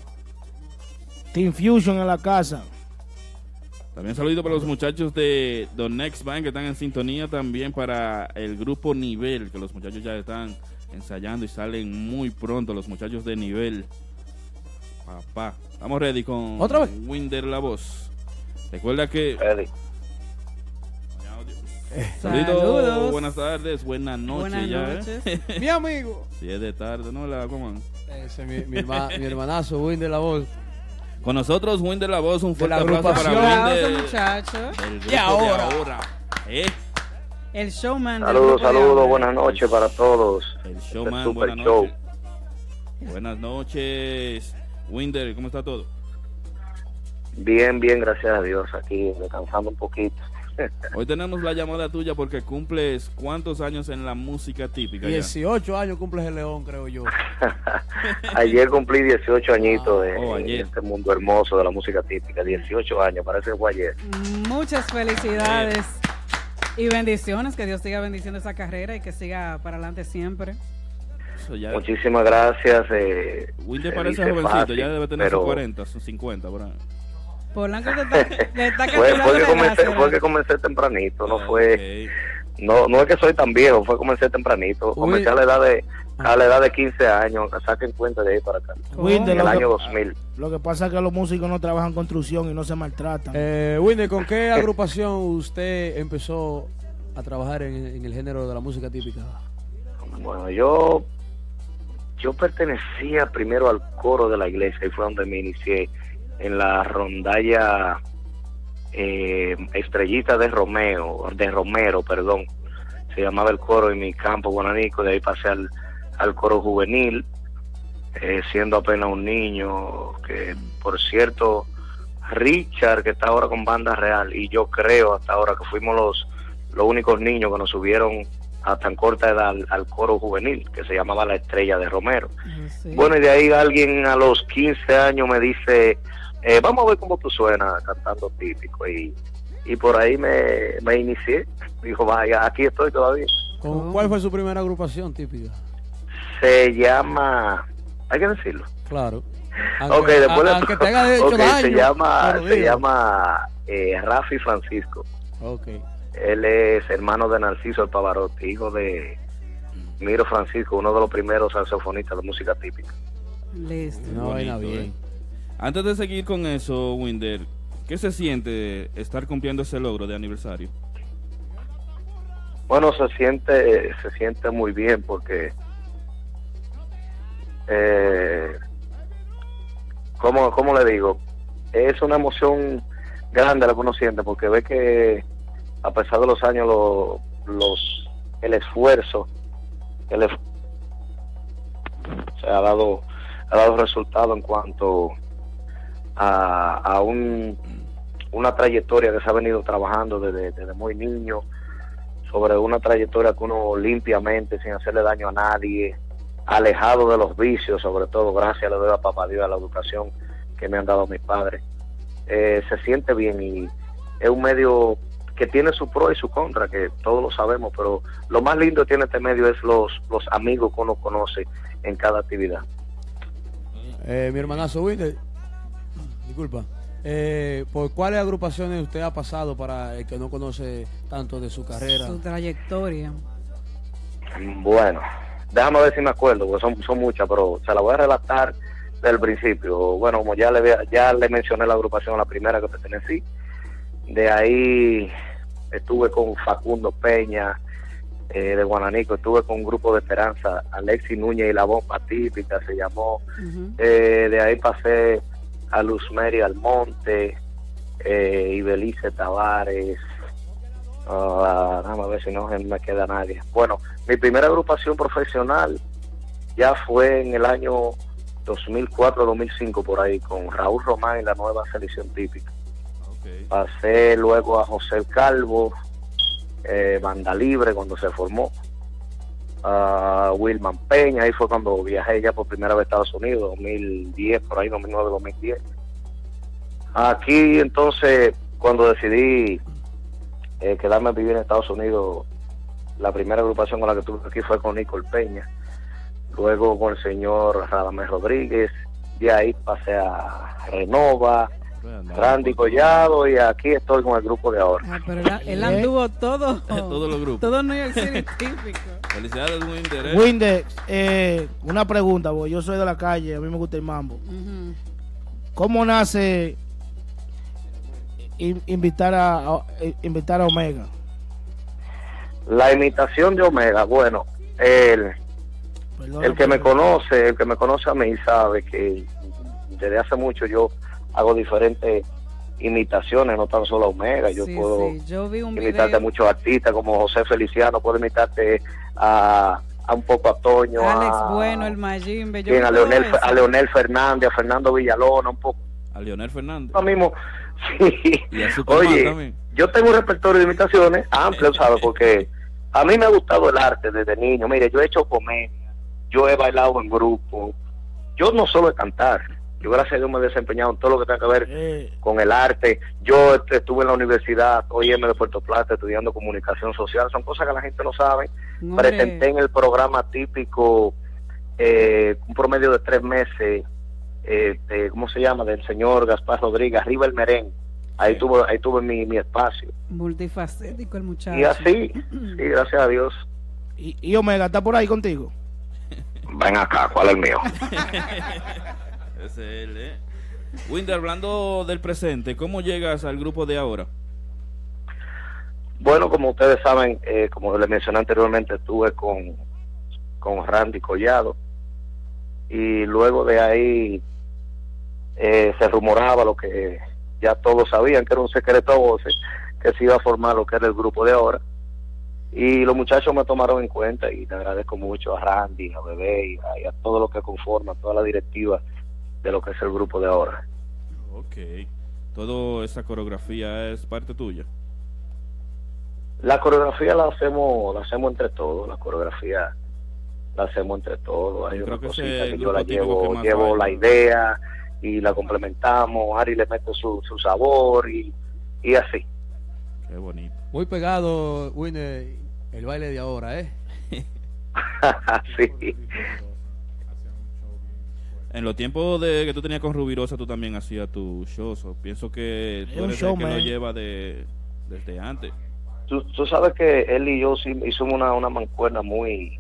Speaker 8: Team Fusion en la casa.
Speaker 2: También saludo para los muchachos de The Next Band que están en sintonía. También para el grupo Nivel, que los muchachos ya están ensayando y salen muy pronto. Los muchachos de Nivel. Papá. Estamos ready con
Speaker 8: ¿Otra vez?
Speaker 2: Winder La Voz. Recuerda que.
Speaker 10: Ready.
Speaker 2: Saludos.
Speaker 6: Saludos.
Speaker 2: Buenas tardes, buenas noches
Speaker 6: Buenas
Speaker 2: ya. ¿eh?
Speaker 6: noches.
Speaker 7: Mi amigo.
Speaker 2: Si es de tarde, ¿no? La coman.
Speaker 7: Ese es mi, mi, herma- mi hermanazo, Win de la voz.
Speaker 2: Con nosotros, Winder La Voz, un fuerte
Speaker 7: la
Speaker 2: abrazo para
Speaker 7: agrupación.
Speaker 6: Aplausos,
Speaker 2: Winder.
Speaker 6: muchachos.
Speaker 2: El grupo
Speaker 7: Y ahora.
Speaker 2: de ahora. ¿eh?
Speaker 6: El showman. del
Speaker 10: Saludos,
Speaker 6: grupo de
Speaker 10: saludos,
Speaker 6: ahora.
Speaker 10: buenas noches para todos.
Speaker 2: El
Speaker 10: Este
Speaker 2: showman,
Speaker 10: super
Speaker 2: buenas
Speaker 10: show.
Speaker 2: noches. Buenas noches, Winder, ¿cómo está todo?
Speaker 10: Bien, bien, gracias a Dios. Aquí descansando un poquito.
Speaker 2: Hoy tenemos la llamada tuya porque cumples cuántos años en la música típica. ya?
Speaker 7: 18 años cumples el león, creo yo.
Speaker 10: Ayer cumplí 18 añitos de
Speaker 2: Oh, ayer.
Speaker 10: este mundo hermoso de la música típica. 18 años, parece que fue ayer.
Speaker 6: Muchas felicidades. Y bendiciones, que Dios siga bendiciendo esa carrera y que siga para adelante siempre.
Speaker 2: Eso ya-
Speaker 10: Muchísimas gracias. Eh,
Speaker 2: Winder
Speaker 10: se
Speaker 2: parece
Speaker 10: dice
Speaker 2: jovencito,
Speaker 10: fácil,
Speaker 2: ya debe tener
Speaker 10: pero
Speaker 2: sus 40, sus 50, por ahí.
Speaker 6: Polanco le está, le está
Speaker 10: Fue,
Speaker 6: calculando
Speaker 10: fue que
Speaker 6: la
Speaker 10: comencé,
Speaker 6: gracia.
Speaker 10: fue que comencé tempranito, no fue,
Speaker 2: Ah, Ok.
Speaker 10: no, no es que soy tan viejo, fue que comencé tempranito, comencé a la edad de, a la edad de 15 años, saquen cuenta de ahí para acá,
Speaker 6: Oh.
Speaker 10: en
Speaker 8: Winder,
Speaker 10: el
Speaker 8: lo,
Speaker 10: año
Speaker 8: que,
Speaker 10: 2000.
Speaker 8: lo que pasa es que los músicos no trabajan construcción y no se maltratan.
Speaker 7: Eh, Winder, ¿con qué agrupación usted empezó a trabajar en, en el género de la música típica?
Speaker 10: Bueno, yo yo pertenecía primero al coro de la iglesia y fue donde me inicié en la rondalla eh, Estrellita de Romeo, de Romero, perdón. Se llamaba el coro en mi campo guananico, de ahí pasé al, al coro juvenil, eh, siendo apenas un niño, que por cierto, Richard, que está ahora con Banda Real, y yo creo hasta ahora que fuimos los, los únicos niños que nos subieron a tan corta edad al, al coro juvenil que se llamaba La Estrella de Romero.
Speaker 6: Sí.
Speaker 10: Bueno, y de ahí alguien a los 15 años me dice, eh, vamos a ver cómo tú suenas cantando típico. Y, y por ahí me, me inicié. Dijo, vaya, aquí estoy todavía.
Speaker 7: ¿Con
Speaker 6: Oh.
Speaker 7: ¿Cuál fue su primera agrupación típica?
Speaker 10: Se llama, hay que decirlo.
Speaker 7: Claro.
Speaker 10: ok, después
Speaker 7: a-
Speaker 10: le-
Speaker 7: aunque te haga hecho
Speaker 10: Ok,
Speaker 7: daño,
Speaker 10: se llama,
Speaker 7: pero
Speaker 10: se
Speaker 7: digo.
Speaker 10: llama eh, Rafi Francisco.
Speaker 7: Ok.
Speaker 10: Él es hermano de Narciso el Pavarotti, hijo de Miro Francisco, uno de los primeros saxofonistas de música típica.
Speaker 6: Listo.
Speaker 7: Una
Speaker 2: Bonito,
Speaker 7: vaina
Speaker 2: ¿eh?
Speaker 7: bien.
Speaker 2: Antes de seguir con eso, Winder, ¿qué se siente estar cumpliendo ese logro de aniversario?
Speaker 10: Bueno, se siente, se siente muy bien porque, eh, ¿cómo, cómo le digo? Es una emoción grande la que uno siente porque ve que a pesar de los años, lo- los, el esfuerzo, el esf- se ha dado, ha dado resultado en cuanto a, a un, una trayectoria que se ha venido trabajando desde, desde muy niño sobre una trayectoria que uno limpiamente, sin hacerle daño a nadie, alejado de los vicios, sobre todo, gracias le doy a papá Dios, a la educación que me han dado mis padres. Eh, se siente bien y es un medio que tiene su pro y su contra, que todos lo sabemos, pero lo más lindo que tiene este medio es los, los amigos que uno conoce en cada actividad.
Speaker 7: Eh, mi hermanazo Winder, disculpa. eh, ¿Por cuáles agrupaciones usted ha pasado para el que no conoce tanto de su carrera?
Speaker 6: Su trayectoria.
Speaker 10: Bueno, déjame ver si me acuerdo, porque son, son muchas, pero se la voy a relatar del principio. Bueno, como ya le, había- ya le mencioné la agrupación, a la primera que pertenecí, de ahí estuve con Facundo Peña eh, de Guananico, estuve con un grupo de esperanza, Alexi Núñez y la bomba típica se llamó.
Speaker 6: Ujú.
Speaker 10: Eh, de ahí pasé a Luz Mary Almonte, eh, Ibelice Tavares. ah, déjame ver si no se me queda nadie. Bueno, mi primera agrupación profesional ya fue en el año 2004-2005 por ahí, con Raúl Román y la nueva selección típica. Pasé luego a José Calvo, eh, Banda Libre cuando se formó. a Wilman Peña, ahí fue cuando viajé ya por primera vez a Estados Unidos, 2010, por ahí 2009, 2010. Aquí entonces, cuando decidí eh, quedarme a vivir en Estados Unidos, la primera agrupación con la que estuve aquí fue con Nicole Peña, luego con el señor Radamés Rodríguez, de ahí pasé a Renova, Randy Collado y aquí estoy con el grupo de ahora.
Speaker 6: Ah, pero él, él anduvo todo.
Speaker 2: Todos los grupos.
Speaker 6: Todo New York City típico.
Speaker 2: Felicidades, Winder. ¿eh?
Speaker 8: Windex, eh, una pregunta, porque yo soy de la calle, a mí me gusta el mambo.
Speaker 6: Ujú.
Speaker 8: ¿Cómo nace in- invitar a, a- eh, invitar a Omega?
Speaker 10: La imitación de Omega, bueno, el,
Speaker 6: Pues
Speaker 8: Perdón,
Speaker 10: el que me
Speaker 8: perdón.
Speaker 10: conoce, el que me conoce a mí sabe que desde hace mucho yo hago diferentes imitaciones, no tan solo a Omega, yo
Speaker 6: Sí,
Speaker 10: puedo
Speaker 6: sí, Yo vi un
Speaker 10: imitarte
Speaker 6: video.
Speaker 10: a muchos artistas como José Feliciano, puedo imitarte a, a un poco a Toño,
Speaker 6: Alex
Speaker 10: a,
Speaker 6: Bueno, el Majimbe. Yo
Speaker 10: bien,
Speaker 6: vi
Speaker 10: a,
Speaker 6: todo
Speaker 10: Leonel,
Speaker 6: eso.
Speaker 10: a Leonel Fernández, a Fernando Villalona, un poco
Speaker 2: A Leonel Fernández.
Speaker 10: ahora mismo. Sí.
Speaker 2: Y a Superman
Speaker 10: Oye,
Speaker 2: también.
Speaker 10: yo tengo un repertorio de imitaciones amplio, ¿sabes? Porque a mí me ha gustado el arte desde niño. Mire, yo he hecho comedia, yo he bailado en grupo. Yo no solo he cantar. Yo, gracias a Dios, me he desempeñado en todo lo que tenga que ver
Speaker 8: Eh,
Speaker 10: con el arte. Yo est- estuve en la universidad OIM de Puerto Plata estudiando comunicación social. Son cosas que la gente no sabe.
Speaker 6: Un hombre-
Speaker 10: Presenté en el programa típico eh, un promedio de tres meses, eh, de- ¿cómo se llama? Del señor Gaspar Rodríguez, arriba el merengue. Ahí tuve, ahí tuve mi, mi espacio.
Speaker 6: Multifacético el muchacho.
Speaker 10: Y así, sí, gracias a Dios.
Speaker 8: y, y Omega, ¿está por ahí contigo?
Speaker 10: Ven acá, ¿cuál es el mío?
Speaker 2: Ese es él, ¿eh? Winder, hablando del presente, ¿cómo llegas al grupo de ahora?
Speaker 10: Bueno, como ustedes saben, eh, como les mencioné anteriormente, estuve con, con Randy Collado y luego de ahí eh, se rumoraba lo que ya todos sabían, que era un secreto a voces, que se iba a formar lo que era el grupo de ahora. Y los muchachos me tomaron en cuenta y te agradezco mucho a Randy, a Bebé y a, y a todo lo que conforma, toda la directiva de lo que es el grupo de ahora.
Speaker 2: Ok. Toda esa coreografía es parte tuya.
Speaker 10: La coreografía la hacemos, la hacemos entre todos, la coreografía la hacemos entre todos. Hay
Speaker 2: Yo
Speaker 10: una
Speaker 2: creo que ese
Speaker 10: cosita
Speaker 2: es
Speaker 10: que
Speaker 2: el
Speaker 10: yo la
Speaker 2: grupo típico que
Speaker 10: llevo,
Speaker 2: más
Speaker 10: llevo
Speaker 2: baila.
Speaker 10: la idea y la complementamos, Ari le mete su, su sabor y, y así.
Speaker 2: Qué bonito.
Speaker 7: Muy pegado, Winner, el baile de ahora, ¿eh?
Speaker 10: así.
Speaker 2: En los tiempos de que tú tenías con Rubirosa, tú también hacías tus shows. o Pienso que
Speaker 8: Es
Speaker 2: tú
Speaker 8: un
Speaker 2: eres el que
Speaker 8: showman.
Speaker 2: lo lleva de, desde antes.
Speaker 10: Tú, tú sabes que él y yo sí hicimos una, una mancuerna muy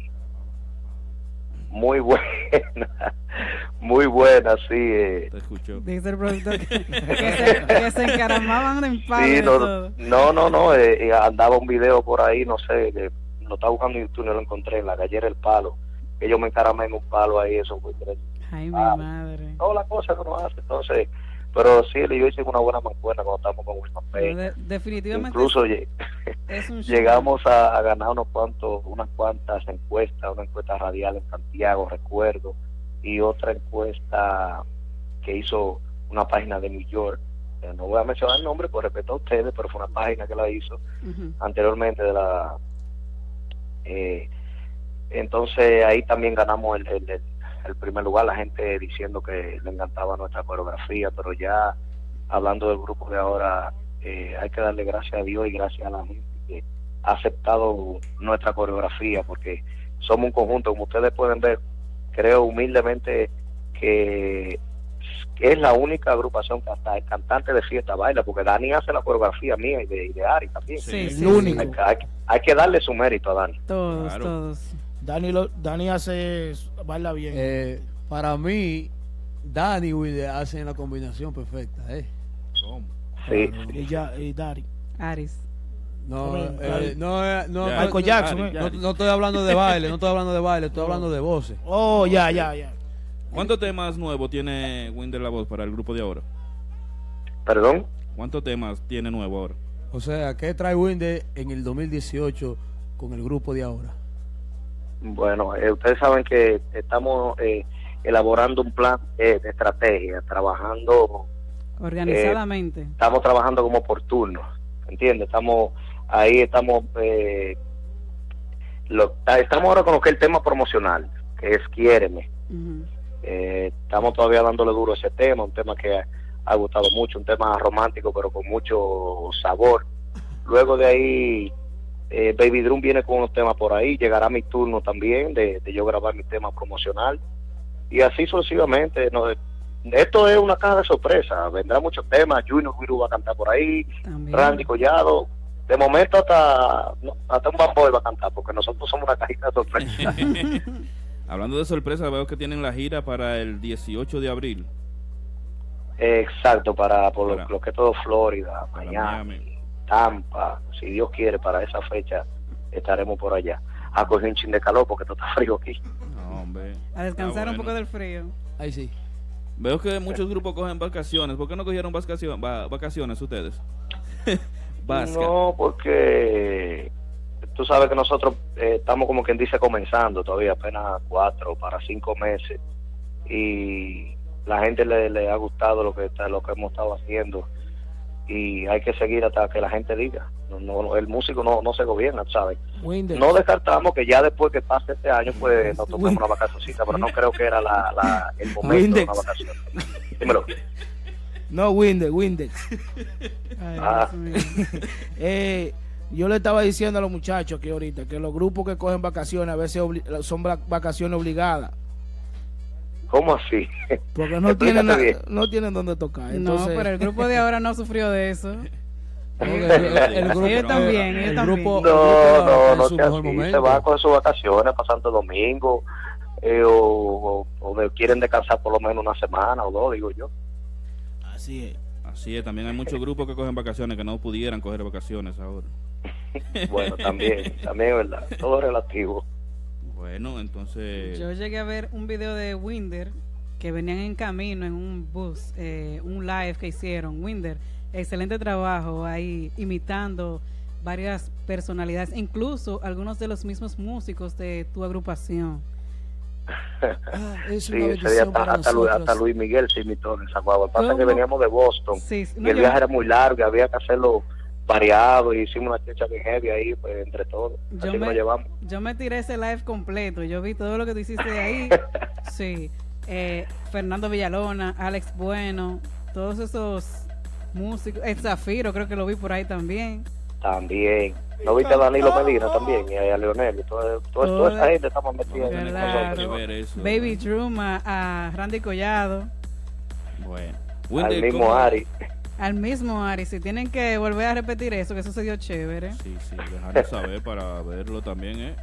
Speaker 10: muy buena, muy buena, sí. eh.
Speaker 2: Te escucho.
Speaker 6: Dice el productor que, que se, que se encaramaban en palo
Speaker 10: Sí,
Speaker 6: y
Speaker 10: no,
Speaker 6: todo.
Speaker 10: no, no, no, eh, eh, andaba un video por ahí, no sé, de- lo estaba buscando en YouTube, no lo encontré, en la gallera El Palo, que yo me encaramé en un palo ahí, eso fue interesante.
Speaker 6: Ay, mi
Speaker 10: Ah.
Speaker 6: madre.
Speaker 10: Todas las cosas que uno hace, entonces, pero sí, él y yo hicimos una buena mancuerna cuando estábamos con Wilma
Speaker 6: Pero
Speaker 10: Peña.
Speaker 6: de- definitivamente
Speaker 10: Incluso lle-
Speaker 6: es un show.
Speaker 10: llegamos a, a ganar unos cuantos, unas cuantas encuestas, una encuesta radial en Santiago, recuerdo, y otra encuesta que hizo una página de New York. Eh, No voy a mencionar el nombre por respeto a ustedes, pero fue una página que la hizo
Speaker 6: Ujú.
Speaker 10: anteriormente de la eh, entonces ahí también ganamos el, el- el- el primer lugar la gente diciendo que le encantaba nuestra coreografía pero ya hablando del grupo de ahora eh, hay que darle gracias a Dios y gracias a la gente que ha aceptado nuestra coreografía porque somos un conjunto como ustedes pueden ver creo humildemente que es la única agrupación que hasta el cantante de fiesta baila porque Dani hace la coreografía mía y de, y de Ari también
Speaker 6: Sí, sí,
Speaker 8: El
Speaker 6: sí.
Speaker 8: único.
Speaker 10: hay, hay- hay que darle su mérito a Dani.
Speaker 6: Todos,
Speaker 2: Claro.
Speaker 6: todos.
Speaker 8: Dani, lo- Dani hace, baila bien.
Speaker 7: Eh, para mí, Dani y Winner hacen la combinación perfecta, ¿eh?
Speaker 2: ¿Cómo?
Speaker 10: Sí.
Speaker 8: Y ya, y Dari.
Speaker 6: Aris.
Speaker 7: No,
Speaker 8: Hombre,
Speaker 7: eh, no, eh, no,
Speaker 2: Ya.
Speaker 7: no,
Speaker 8: Michael Jackson,
Speaker 2: Ari,
Speaker 8: ¿eh?
Speaker 2: ya,
Speaker 7: no-
Speaker 2: Ari.
Speaker 7: no estoy hablando de baile, no estoy hablando de baile, estoy hablando de voces.
Speaker 8: Oh, ya, ya, ya.
Speaker 2: ¿Cuántos temas nuevos tiene Winder La Voz para el grupo de ahora?
Speaker 10: Perdón.
Speaker 2: ¿Cuántos temas tiene nuevo ahora?
Speaker 7: O sea, ¿qué trae Winner en el 2018 con el grupo de ahora?
Speaker 10: Bueno, eh, ustedes saben que estamos eh, elaborando un plan eh, de estrategia, trabajando,
Speaker 6: Organizadamente.
Speaker 10: estamos trabajando como por turno, ¿entiendes? Estamos ahí, estamos eh, lo- ah, estamos ahora con lo que es el tema promocional, que es Quiéreme. Eh, estamos todavía dándole duro a ese tema, un tema que ha, ha gustado mucho, un tema romántico, pero con mucho sabor. Luego de ahí, eh, Baby Drum viene con unos temas por ahí, llegará mi turno también de, de yo grabar mi tema promocional. Y así sucesivamente. no, esto es una caja de sorpresa, vendrán muchos temas, Junior Guiru va a cantar por ahí, Randy Collado. De momento hasta, no, hasta un bamboy va a cantar, porque nosotros somos una cajita de sorpresa.
Speaker 2: Hablando de sorpresa, veo que tienen la gira para el 18 de abril.
Speaker 10: Exacto, para por
Speaker 2: Para-
Speaker 10: lo, lo que es todo Florida,
Speaker 2: para
Speaker 10: Miami,
Speaker 2: Miami.
Speaker 10: Tampa, si Dios quiere, para esa fecha estaremos por allá. Ha cogido un chin de calor porque no está frío aquí.
Speaker 2: No, hombre.
Speaker 6: A descansar
Speaker 2: Ah,
Speaker 6: un
Speaker 2: bueno.
Speaker 6: poco del frío.
Speaker 7: Ahí sí.
Speaker 2: Veo que muchos grupos cogen vacaciones. ¿Por qué no cogieron vacaciones, vacaciones ustedes? Vasca.
Speaker 10: No, porque tú sabes que nosotros eh, estamos como quien dice comenzando todavía, apenas cuatro para cinco meses. Y la gente le, le ha gustado lo que está, lo que hemos estado haciendo. Y hay que seguir hasta que la gente diga. No, no, el músico no, no se gobierna, tú ¿sabes?
Speaker 8: Winder.
Speaker 10: No descartamos que ya después que pase este año, pues nos tomemos una vacacioncita, pero no creo que era la, la- el momento de una
Speaker 8: Windex.
Speaker 10: vacación. Dímelo.
Speaker 8: No, Windex, Windex.
Speaker 6: Ay,
Speaker 10: Ah.
Speaker 6: Dios mío.
Speaker 8: Eh, yo le estaba diciendo a los muchachos aquí ahorita que los grupos que cogen vacaciones a veces obli- son va- vacaciones obligadas.
Speaker 10: ¿Cómo así?
Speaker 8: Porque no
Speaker 10: Explícate
Speaker 8: tienen, na-
Speaker 10: bien.
Speaker 8: no tienen dónde tocar.
Speaker 6: no,
Speaker 8: Entonces,
Speaker 6: pero el grupo de ahora no sufrió de eso.
Speaker 10: Eh.
Speaker 2: Ellos
Speaker 6: también, ellos
Speaker 7: el
Speaker 6: también.
Speaker 7: grupo,
Speaker 10: No,
Speaker 7: el grupo
Speaker 10: no,
Speaker 7: en
Speaker 10: no
Speaker 7: su
Speaker 10: sea
Speaker 7: mejor
Speaker 10: así. Se
Speaker 7: momento.
Speaker 10: va con sus vacaciones, pasando domingo, eh, o, o- o de- quieren descansar por lo menos una semana o dos, digo yo.
Speaker 8: Así es.
Speaker 2: Así es, también hay muchos grupos que cogen vacaciones que no pudieran coger vacaciones ahora.
Speaker 10: Bueno, también, también, es ¿verdad? Todo es relativo.
Speaker 2: Bueno, entonces.
Speaker 6: Yo llegué a ver un video de Winder que venían en camino en un bus, eh, un live que hicieron. Winder, excelente trabajo ahí imitando varias personalidades, incluso algunos de los mismos músicos de tu agrupación.
Speaker 7: Ah, es
Speaker 10: Sí, ese
Speaker 7: una
Speaker 10: día
Speaker 7: bendición
Speaker 10: hasta,
Speaker 7: para
Speaker 10: hasta Luis, hasta
Speaker 7: nosotros.
Speaker 10: Luis Miguel se imitó en esa guagua. Pasa que
Speaker 6: ¿Cómo?
Speaker 10: veníamos de Boston.
Speaker 6: Sí, sí,
Speaker 10: Y
Speaker 6: no,
Speaker 10: el
Speaker 6: yo-
Speaker 10: viaje era muy largo, y había que hacerlo variado y hicimos una checha bien heavy ahí, pues entre todos.
Speaker 6: Yo
Speaker 10: Así que
Speaker 6: me-
Speaker 10: nos llevamos.
Speaker 6: Yo me tiré ese live completo, yo vi todo lo que tú hiciste ahí. Sí, eh, Fernando Villalona, Alex Bueno, todos esos músicos, el Zafiro creo que lo vi por ahí también.
Speaker 10: También. ¿No viste a Danilo Medina también? Y a Leonel. Y todo, todo- toda esa
Speaker 6: Todo-
Speaker 10: gente estamos metidos en
Speaker 2: Tiene
Speaker 10: el
Speaker 6: Claro.
Speaker 2: cosas que ver eso.
Speaker 6: Baby Drum a, a Randy Collado,
Speaker 2: Bueno.
Speaker 10: Al
Speaker 2: Wilder,
Speaker 10: mismo
Speaker 2: ¿cómo-
Speaker 10: Ari.
Speaker 6: al mismo Ari. Si tienen que volver a repetir eso, que eso se dio chévere.
Speaker 2: Sí, sí, dejarnos saber para verlo también, ¿eh?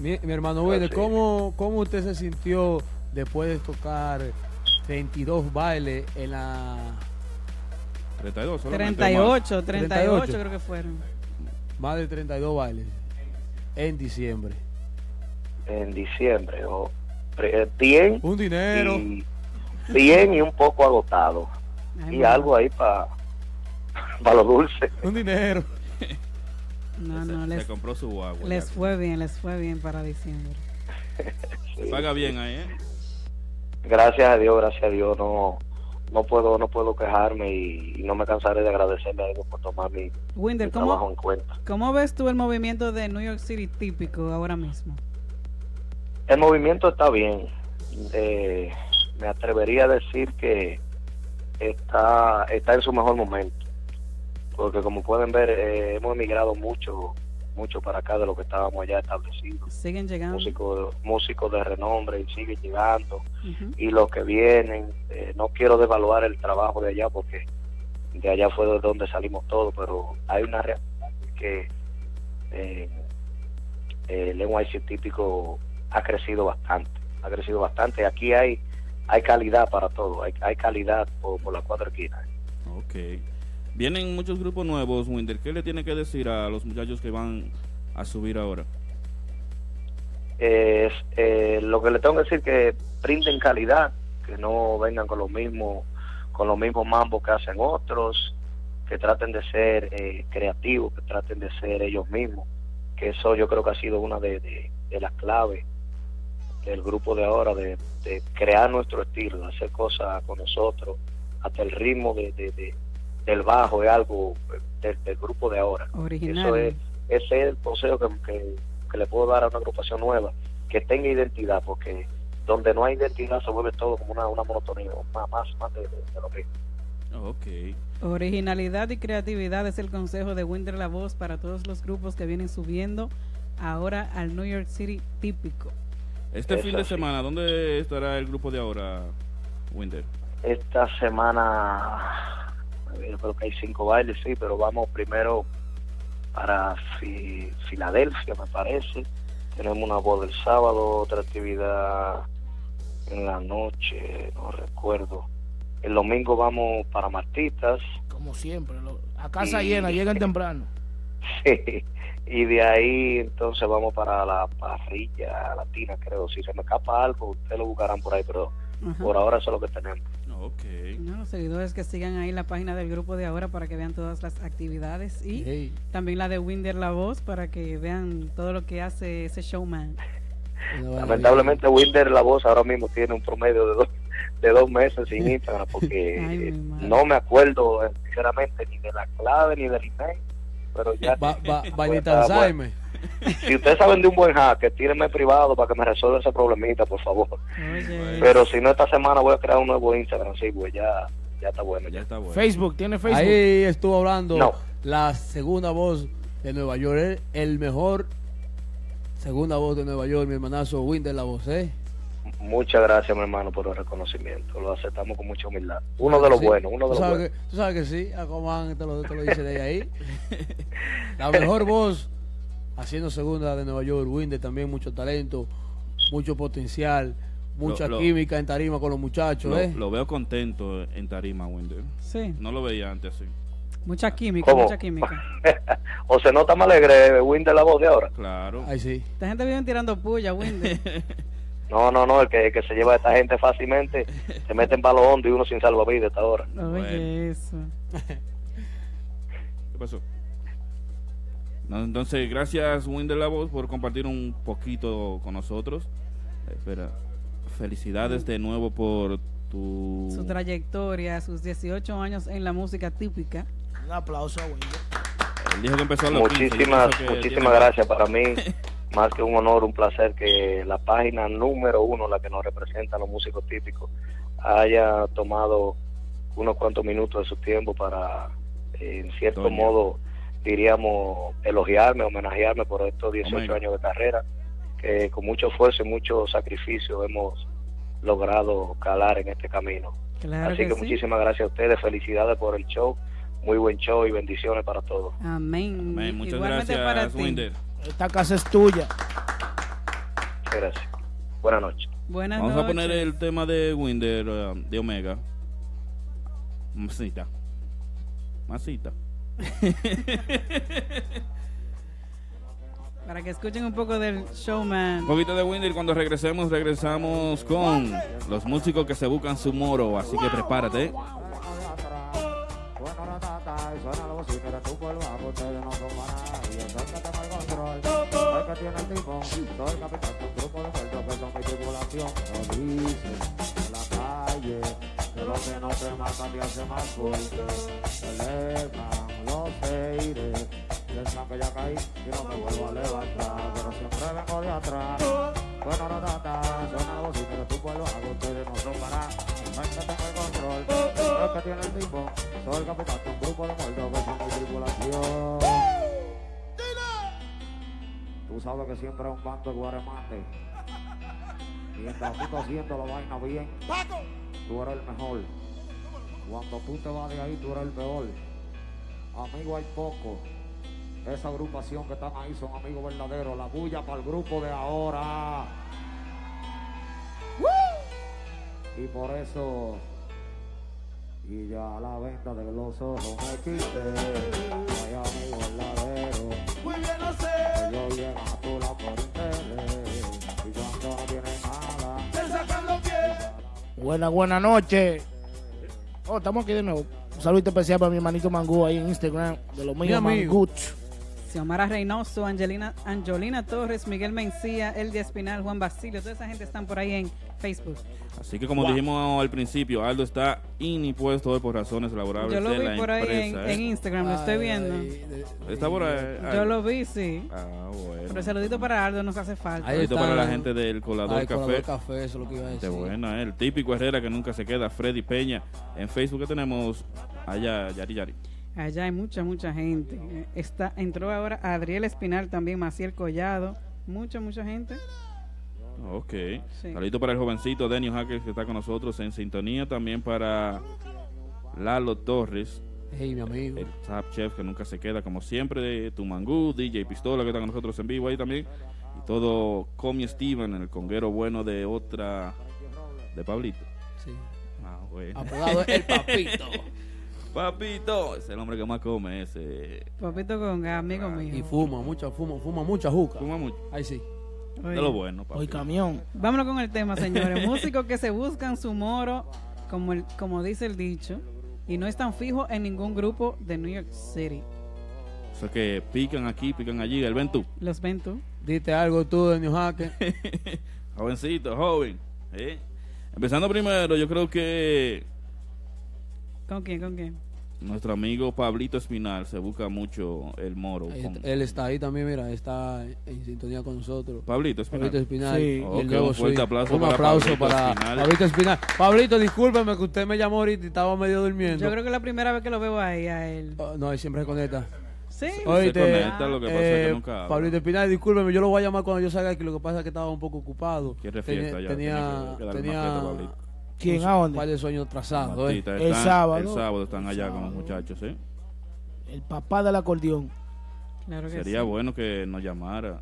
Speaker 7: Mi, mi hermano
Speaker 10: Pero
Speaker 7: Wilde,
Speaker 10: sí.
Speaker 7: ¿cómo, ¿cómo usted se sintió después de tocar 32 bailes en la
Speaker 2: 32 solamente.
Speaker 6: 38, 38,
Speaker 7: 38.
Speaker 6: creo que fueron.
Speaker 7: más de 32 bailes en diciembre?
Speaker 10: en diciembre. O, pre- eh, bien,
Speaker 7: Un dinero.
Speaker 10: y, bien y un poco agotado.
Speaker 6: Ay,
Speaker 10: Y
Speaker 6: no.
Speaker 10: algo ahí para para lo dulce.
Speaker 7: Un dinero.
Speaker 6: No,
Speaker 2: Se-
Speaker 6: no,
Speaker 2: se,
Speaker 6: les,
Speaker 2: compró su agua.
Speaker 6: les fue bien, les fue bien para diciembre.
Speaker 10: Sí.
Speaker 2: Paga bien ahí, ¿eh?
Speaker 10: Gracias a Dios, gracias a Dios. No no puedo no puedo quejarme y, y no me cansaré de agradecerle a Dios por tomar mi, mi
Speaker 6: Winder,
Speaker 10: trabajo
Speaker 6: ¿cómo,
Speaker 10: en cuenta.
Speaker 6: ¿cómo ves tú el movimiento de New York City típico ahora mismo?
Speaker 10: El movimiento está bien. Eh, me atrevería a decir que está, está en su mejor momento. Porque como pueden ver, eh, hemos emigrado mucho, mucho para acá de lo que estábamos ya establecidos.
Speaker 6: Siguen llegando.
Speaker 10: músicos músicos de renombre y siguen llegando
Speaker 6: Ujú.
Speaker 10: y los que vienen eh, no quiero devaluar el trabajo de allá porque de allá fue de donde salimos todos pero hay una realidad que eh, el NYC típico ha crecido bastante ha crecido bastante aquí hay hay calidad para todo hay, hay calidad por, por las cuatro esquinas
Speaker 2: Ok. Vienen muchos grupos nuevos, Winder. ¿Qué le tiene que decir a los muchachos que van a subir ahora?
Speaker 10: es eh, lo que le tengo que decir que brinden calidad, que no vengan con los mismos con los mismos mambos que hacen otros, que traten de ser eh, creativos, que traten de ser ellos mismos, que eso yo creo que ha sido una de, de- de las claves del grupo de ahora, de, de crear nuestro estilo, de hacer cosas con nosotros, hasta el ritmo de, de- de- del bajo es algo eh, del, del grupo de ahora.
Speaker 6: Original.
Speaker 10: Eso es, ese es el consejo que, que- que que le puedo dar a una agrupación nueva, que tenga identidad, porque donde no hay identidad se vuelve todo como una, una monotonía, más, más, más de, de- de lo mismo.
Speaker 2: Ok.
Speaker 6: Originalidad y creatividad es el consejo de Winter La Voz para todos los grupos que vienen subiendo ahora al New York City típico.
Speaker 2: Este
Speaker 10: Es
Speaker 2: fin de
Speaker 10: así.
Speaker 2: semana, ¿dónde estará el grupo de ahora, Winder?
Speaker 10: Esta semana, eh, yo creo que hay cinco bailes, sí, pero vamos primero para Fi- Filadelfia, me parece. Tenemos una voz del sábado, otra actividad en la noche, no recuerdo. El domingo vamos para Martitas.
Speaker 8: Como siempre, lo- a casa
Speaker 10: Y-
Speaker 8: llena, llegan temprano.
Speaker 10: Sí. Y de ahí entonces vamos para la parrilla latina, creo. Si se me escapa algo, ustedes lo buscarán por ahí, pero
Speaker 6: Ajá.
Speaker 10: por ahora eso es lo que tenemos.
Speaker 2: Ok.
Speaker 6: No, los seguidores que sigan ahí la página del grupo de ahora para que vean todas las actividades y
Speaker 7: Ey,
Speaker 6: también la de Winder La Voz para que vean todo lo que hace ese showman.
Speaker 7: una vaina
Speaker 10: Lamentablemente, Wilder La Voz ahora mismo tiene un promedio de dos, de dos meses sin Instagram, porque
Speaker 6: Ay, mi madre.
Speaker 10: no me acuerdo, eh, sinceramente, ni de la clave ni del email. Pero ya,
Speaker 7: bien. Ba- ba-
Speaker 10: Ah,
Speaker 7: Vainita
Speaker 10: bueno.
Speaker 7: Alzheimer.
Speaker 10: si ustedes saben de un buen hacker, tírenme privado para que me resuelva ese problemita, por favor.
Speaker 6: Oye,
Speaker 10: Pero si no, esta semana voy a crear un nuevo Instagram, sí, pues ya, ya está bueno.
Speaker 2: Ya
Speaker 10: Ya.
Speaker 2: está bueno.
Speaker 8: Facebook, tiene Facebook.
Speaker 7: Ahí estuvo hablando
Speaker 10: No.
Speaker 7: la segunda voz de Nueva York, el- el mejor segunda voz de Nueva York, mi hermanazo Winder la voz, ¿eh?
Speaker 10: Muchas gracias, mi hermano, por el reconocimiento. Lo aceptamos con mucha humildad. Uno de los
Speaker 7: Sí.
Speaker 10: buenos, uno de
Speaker 7: ¿Tú
Speaker 10: los
Speaker 7: sabes
Speaker 10: buenos.
Speaker 7: Que, tú sabes que sí, Ah, a Comán te lo, te lo dice de ahí. La mejor voz, haciendo segunda de Nueva York, Winder también, mucho talento, mucho potencial, mucha
Speaker 2: lo-
Speaker 7: química en tarima con los muchachos,
Speaker 2: Lo,
Speaker 7: ¿eh?
Speaker 2: lo veo contento en tarima, Winder.
Speaker 6: sí,
Speaker 2: No lo veía antes así.
Speaker 6: mucha química,
Speaker 10: ¿Cómo?
Speaker 6: mucha química.
Speaker 10: o se nota más alegre, Winder La Voz de ahora.
Speaker 2: Claro.
Speaker 7: Ahí sí.
Speaker 6: Esta gente vive tirando puya, Winder.
Speaker 10: No, no, no, el que, el que se lleva a esta gente fácilmente se meten para lo hondo y uno sin salvavidas hasta ahora.
Speaker 6: Oye,
Speaker 2: Bueno.
Speaker 6: eso.
Speaker 2: ¿Qué pasó? No, entonces, gracias, Winder La Voz, por compartir un poquito con nosotros. Espera. Felicidades de nuevo por tu.
Speaker 6: Su trayectoria, sus 18 años en la música típica.
Speaker 8: Un aplauso a Wilder.
Speaker 2: Él dijo que empezó a los 15, yo
Speaker 10: Muchísimas,
Speaker 2: pienso que tiene-
Speaker 10: muchísimas gracias para mí. Más que un honor, un placer que la página número uno, la que nos representa a los músicos típicos, haya tomado unos cuantos minutos de su tiempo para, eh, en cierto
Speaker 2: Toño.
Speaker 10: modo, diríamos, elogiarme, homenajearme por estos 18
Speaker 2: Omega.
Speaker 10: años de carrera, que con mucho esfuerzo y mucho sacrificio hemos logrado calar en este camino.
Speaker 6: Claro
Speaker 10: Así que,
Speaker 6: que sí.
Speaker 10: muchísimas gracias a ustedes, felicidades por el show, muy buen show y bendiciones para todos.
Speaker 6: Amén.
Speaker 2: Amén, Muchas
Speaker 6: Igualmente
Speaker 2: gracias,
Speaker 6: para ti.
Speaker 2: Winder.
Speaker 8: Esta casa es tuya.
Speaker 10: Gracias. Buenas noches.
Speaker 6: Buenas
Speaker 2: Vamos a
Speaker 6: noches.
Speaker 2: poner el tema de Winder, eh, de Omega. Masita. Masita.
Speaker 6: Para que escuchen un poco del showman.
Speaker 2: Un poquito de Winder. Cuando regresemos, regresamos con los músicos que se buscan su moro. Así que prepárate.
Speaker 3: Tú sabes que siempre es un bando de guaremate. Mientras tú estás haciendo la vaina bien, tú eres el mejor. Cuando tú te vas de ahí, tú eres el peor. Amigo hay poco. Esa agrupación que están ahí son amigos verdaderos. La bulla para el grupo de ahora. Y por eso. Y ya la venta de los ojos me quité. No hay amigo verdadero. Yo llego a tu lado por interés Y cuando no tienes nada
Speaker 8: Buena, buena noche. Oh, estamos aquí de nuevo. Un saludo especial para mi hermanito Mangú ahí en Instagram, de lo mío,
Speaker 7: amigo.
Speaker 8: Manguch.
Speaker 6: Xiomara Reynoso, Angelina, Angelina Torres, Miguel Mencía, Eldia Espinal, Juan Basilio, toda esa gente están por ahí en Facebook.
Speaker 2: Así que como
Speaker 6: Wow.
Speaker 2: dijimos al principio, Aldo está inimpuesto hoy por razones laborables
Speaker 6: Yo lo
Speaker 2: de
Speaker 6: vi
Speaker 2: la
Speaker 6: por ahí en-
Speaker 2: empresa.
Speaker 6: en
Speaker 2: ¿eh?
Speaker 6: Instagram, lo estoy viendo.
Speaker 2: Está por ahí.
Speaker 6: Yo lo vi, sí.
Speaker 2: Ah, bueno.
Speaker 6: Pero el saludito para Aldo nos hace falta.
Speaker 2: Ahí para la gente del Colador
Speaker 7: Ay,
Speaker 2: Café.
Speaker 7: Ah, Colador Café, eso es lo que iba a
Speaker 2: Gente
Speaker 7: decir.
Speaker 2: buena, ¿eh? el típico Herrera que nunca se queda, Freddy Peña. En Facebook que tenemos allá, Yari Yari.
Speaker 6: Allá hay mucha, mucha gente. Eh, Está, entró ahora Adriel Espinal también, Maciel Collado. Mucha, mucha gente.
Speaker 2: Ok.
Speaker 6: Sí.
Speaker 2: Saludito para el jovencito Denio Hackers que está con nosotros en sintonía. También para Lalo Torres.
Speaker 7: Hey, mi amigo.
Speaker 2: El Top Chef que nunca se queda, como siempre. Tumangú, DJ Pistola que está con nosotros en vivo ahí también. Y todo Comi Steven, el conguero bueno de otra. de Pablito.
Speaker 7: Sí.
Speaker 2: Ah, bueno.
Speaker 7: Apodado el Papito.
Speaker 2: Papito, es el hombre que más come ese.
Speaker 6: Papito con amigo mío.
Speaker 7: Y fuma, mucha fuma, fuma mucha juca.
Speaker 2: Ah, Fuma mucho.
Speaker 7: Ahí sí.
Speaker 6: Oye. lo
Speaker 2: bueno,
Speaker 8: Hoy camión.
Speaker 6: Vámonos con el tema, señores. Músicos que se buscan su moro, como, el, como dice el dicho, y no están fijos en ningún grupo de New York City.
Speaker 2: O sea que pican aquí, pican allí. El Ventú.
Speaker 6: ¿Los ven tú?
Speaker 7: Dite algo tú de New Hacker.
Speaker 2: Jovencito, joven. ¿eh? Empezando primero, yo creo que
Speaker 6: ¿Con quién? ¿Con quién?
Speaker 2: nuestro amigo Pablito Espinal se busca mucho el moro.
Speaker 7: Ahí
Speaker 2: con-
Speaker 7: está- Él está ahí también, mira, está en sintonía con nosotros.
Speaker 2: Pablito Espinal.
Speaker 7: Pablito Espinal.
Speaker 2: Sí.
Speaker 7: y el
Speaker 2: Ok, un
Speaker 7: nuevo
Speaker 2: fuerte
Speaker 7: swing.
Speaker 2: aplauso
Speaker 7: Un
Speaker 2: para
Speaker 7: aplauso
Speaker 2: Pablito
Speaker 7: para
Speaker 2: Espinal.
Speaker 7: Pablito Espinal. Pablito, discúlpeme que usted me llamó ahorita y estaba medio durmiendo.
Speaker 6: Yo creo que es la primera vez que lo veo ahí a él.
Speaker 7: Ah, No, él siempre se conecta.
Speaker 6: Sí.
Speaker 7: Oíste,
Speaker 2: conecta, lo que pasa es que
Speaker 7: eh,
Speaker 2: nunca habla.
Speaker 7: Pablito Espinal, discúlpeme, yo lo voy a llamar cuando yo salga aquí. Lo que pasa es que estaba un poco ocupado.
Speaker 2: Quiere
Speaker 7: Tenía-
Speaker 2: fiesta ya, tiene
Speaker 7: Tenía.
Speaker 2: que- que darle
Speaker 7: tenía
Speaker 2: una fiesta a Pablito.
Speaker 8: ¿Quién?
Speaker 7: un
Speaker 8: ¿A dónde?
Speaker 7: par de sueños trazados. eh.
Speaker 2: Matita,
Speaker 8: El
Speaker 2: están-
Speaker 8: sábado.
Speaker 2: El sábado están allá con los muchachos, ¿eh?
Speaker 8: El papá del acordeón.
Speaker 6: Claro
Speaker 2: Sería bueno que nos llamara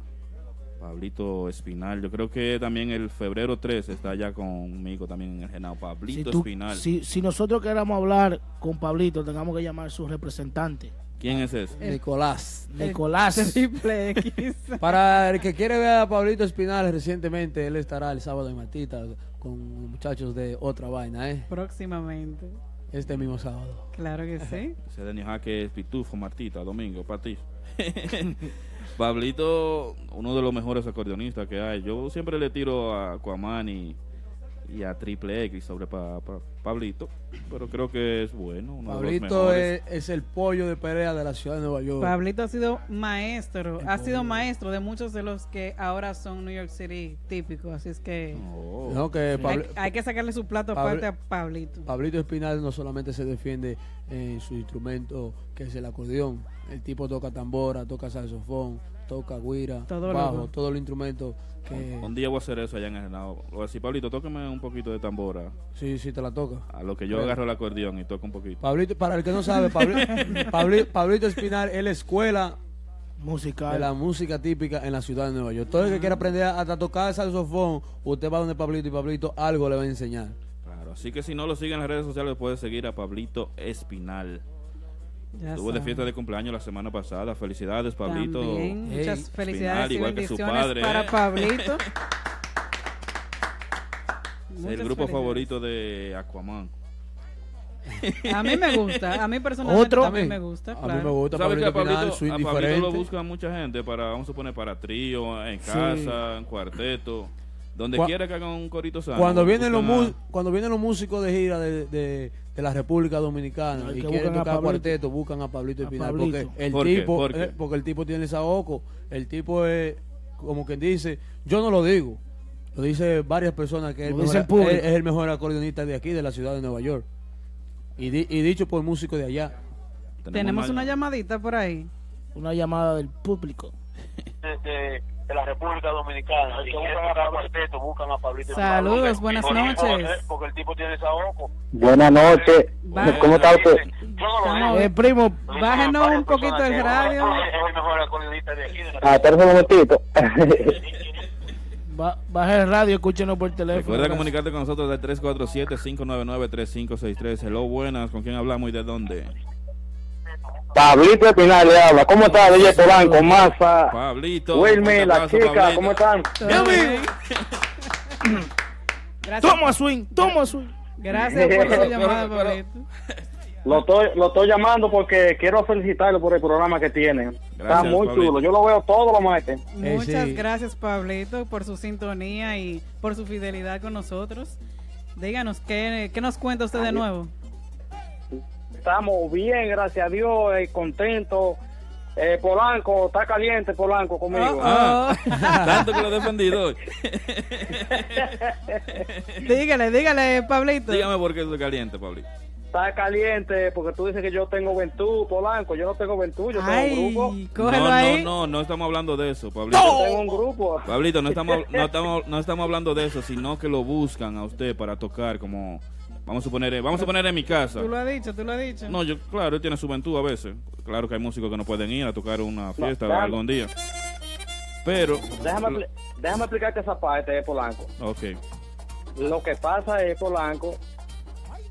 Speaker 2: Pablito Espinal. Yo creo que también el febrero 3 está allá conmigo también en el Genao. Pablito
Speaker 8: Tú-
Speaker 2: Espinal.
Speaker 8: si, si nosotros queramos hablar con Pablito, tengamos que llamar a su representante,
Speaker 2: ¿Quién es ese?
Speaker 7: Nicolás.
Speaker 8: Nicolás.
Speaker 6: Triple E X.
Speaker 7: Para el que quiere ver a Pablito Espinal recientemente, él estará el sábado en Matita con los muchachos de otra vaina, ¿eh?
Speaker 6: Próximamente.
Speaker 7: Este mismo sábado.
Speaker 6: Claro que sí.
Speaker 2: Ese Denis Jaque ah, es Pitufo, Martita, Domingo, Patiz. Pablito, uno de los mejores acordeonistas que hay. Yo siempre le tiro a Aquaman y, y a Triple X sobre pa- pa- Pablito, pero creo que es bueno. uno de los
Speaker 7: Pablito
Speaker 2: mejores.
Speaker 7: es, es el pollo de pelea de la ciudad de Nueva York.
Speaker 6: Pablito ha sido maestro, ha sido maestro de muchos de los que ahora son New York City típicos, así es que
Speaker 7: No, que
Speaker 6: hay-
Speaker 7: Pablo-
Speaker 6: hay, que sacarle su plato
Speaker 7: Pablo-
Speaker 6: aparte a Pablito.
Speaker 7: Pablito Espinal no solamente se defiende en su instrumento, que es el acordeón. El tipo toca tambora, toca saxofón, toca guira,
Speaker 6: Todo lo-
Speaker 7: bajo, todos los instrumentos que...
Speaker 2: Un día voy a hacer eso allá en el Genao. Voy a decir, Pablito, tócame un poquito de tambora.
Speaker 7: Sí, sí, te la toca.
Speaker 2: A lo que yo
Speaker 7: Pero-
Speaker 2: agarro el acordeón y toco un poquito.
Speaker 7: Pablito, para el que no sabe, Pablo- Pabli- Pablito Espinal es la escuela de
Speaker 8: musical.
Speaker 7: la música típica en la ciudad de Nueva York. Todo el que quiera aprender a, a tocar saxofón, usted va donde Pablito y Pablito algo le va a enseñar.
Speaker 2: Claro, así que si no lo siguen en las redes sociales, puedes seguir a Pablito Espinal.
Speaker 6: Ya
Speaker 2: Estuvo de
Speaker 6: saben.
Speaker 2: fiesta de cumpleaños la semana pasada. Felicidades, Pablito.
Speaker 6: También, muchas
Speaker 2: Espinal,
Speaker 6: felicidades y
Speaker 2: igual que su
Speaker 6: bendiciones
Speaker 2: padre.
Speaker 6: para
Speaker 2: ¿eh?
Speaker 6: Pablito.
Speaker 2: El
Speaker 6: Muchas
Speaker 2: grupo
Speaker 6: felicidades.
Speaker 2: favorito de Aquaman.
Speaker 6: A mí me gusta, a mí personalmente
Speaker 8: Otro.
Speaker 6: también me gusta,
Speaker 7: A mí me
Speaker 6: claro.
Speaker 7: gusta
Speaker 2: ¿Sabes que
Speaker 7: Pablito
Speaker 2: a Pablito,
Speaker 7: Espinal, swing
Speaker 2: a Pablito lo
Speaker 7: diferente.
Speaker 2: busca mucha gente para, vamos a suponer, para trío, en
Speaker 8: Sí.
Speaker 2: casa, en cuarteto, donde
Speaker 7: Cua-
Speaker 2: quiera que hagan un corito sano.
Speaker 7: Cuando vienen, los
Speaker 2: buscan a-
Speaker 7: mu- cuando vienen los músicos de gira de, de- de la República Dominicana
Speaker 8: Ay,
Speaker 7: y
Speaker 8: que
Speaker 7: quieren
Speaker 8: buscan a
Speaker 7: tocar
Speaker 8: Pablito.
Speaker 7: cuarteto, buscan a Pablito
Speaker 8: A
Speaker 7: Espinal.
Speaker 8: Pablito.
Speaker 7: Porque, el
Speaker 2: ¿Por qué?
Speaker 7: tipo,
Speaker 2: ¿Por qué?
Speaker 7: eh, porque el tipo tiene el saoco. El tipo es, como quien dice, yo no lo digo. Lo dice varias personas que es el,
Speaker 8: Lo dice
Speaker 7: mejor,
Speaker 8: el público.
Speaker 7: es- es el mejor acordeonista de aquí, de la ciudad de Nueva York. Y, di- y dicho por músicos de allá.
Speaker 6: Tenemos una
Speaker 2: mal-
Speaker 6: llamadita por ahí.
Speaker 8: Una llamada del público.
Speaker 11: de, de- de la República Dominicana. Si quieren tocar cuarteto, buscan a Pablito.
Speaker 6: Saludos, buenas
Speaker 11: Porque-
Speaker 6: noches.
Speaker 11: Porque el tipo tiene saoco.
Speaker 10: Buenas noches.
Speaker 6: Ba-
Speaker 10: ¿Cómo está usted?
Speaker 11: Yo no lo
Speaker 6: Estamos-
Speaker 11: digo.
Speaker 8: Eh, primo,
Speaker 6: Bájenos un poquito el
Speaker 11: el
Speaker 6: radio.
Speaker 11: Es el mejor acordeonista de aquí. de la
Speaker 10: Ah, espera un momentito.
Speaker 8: ba- baja el radio, escúchenos por teléfono.
Speaker 2: Recuerda
Speaker 8: Gracias.
Speaker 2: comunicarte con nosotros al 347-599-3563. Hello, buenas. ¿Con quién hablamos y de dónde?
Speaker 10: Pablito Espinal le habla. ¿Cómo está? Oye, Polanco, Maza,
Speaker 2: Pablito.
Speaker 10: Wilmer,
Speaker 2: un
Speaker 10: la
Speaker 2: aplauso,
Speaker 10: chica,
Speaker 2: Pablito.
Speaker 10: ¿cómo están?
Speaker 6: Todo bien. Gracias,
Speaker 8: Toma swing, toma swing.
Speaker 6: gracias por su
Speaker 2: Pero,
Speaker 6: llamada,
Speaker 2: pero, pero-
Speaker 6: Pablito.
Speaker 12: Lo estoy, lo estoy llamando porque quiero felicitarlo por el programa que tiene. Está
Speaker 2: Gracias,
Speaker 12: muy
Speaker 2: Pablito.
Speaker 12: chulo. Yo lo veo todo lo martes.
Speaker 7: Eh,
Speaker 6: Muchas gracias, Pablito, por su sintonía y por su fidelidad con nosotros. Díganos, ¿qué, qué nos cuenta usted de nuevo?
Speaker 12: Estamos bien, gracias a Dios, eh, contento. Eh, Polanco, está caliente Polanco conmigo.
Speaker 2: Ah,
Speaker 6: Oh.
Speaker 2: Tanto que lo he defendido hoy.
Speaker 6: dígale, dígale, Pablito.
Speaker 2: Dígame por qué estoy caliente, Pablito.
Speaker 12: Está caliente porque tú dices que yo tengo juventud, Polanco. Yo no tengo juventud, yo tengo un grupo.
Speaker 2: no, no, no, no estamos hablando de eso, Pablito.
Speaker 12: Yo tengo un grupo.
Speaker 2: Pablito, no estamos, no, estamos, no estamos hablando de eso, sino que lo buscan a usted para tocar como... Vamos a poner, vamos a poner en mi casa.
Speaker 6: Tú lo has dicho, tú lo has dicho.
Speaker 2: No, yo, claro, él tiene su juventud a veces. Claro que hay músicos que no pueden ir a tocar una fiesta
Speaker 12: claro.
Speaker 2: algún día. Pero...
Speaker 12: Déjame, apli- déjame explicarte esa parte de Polanco.
Speaker 2: Ok.
Speaker 12: Lo que pasa es, Polanco,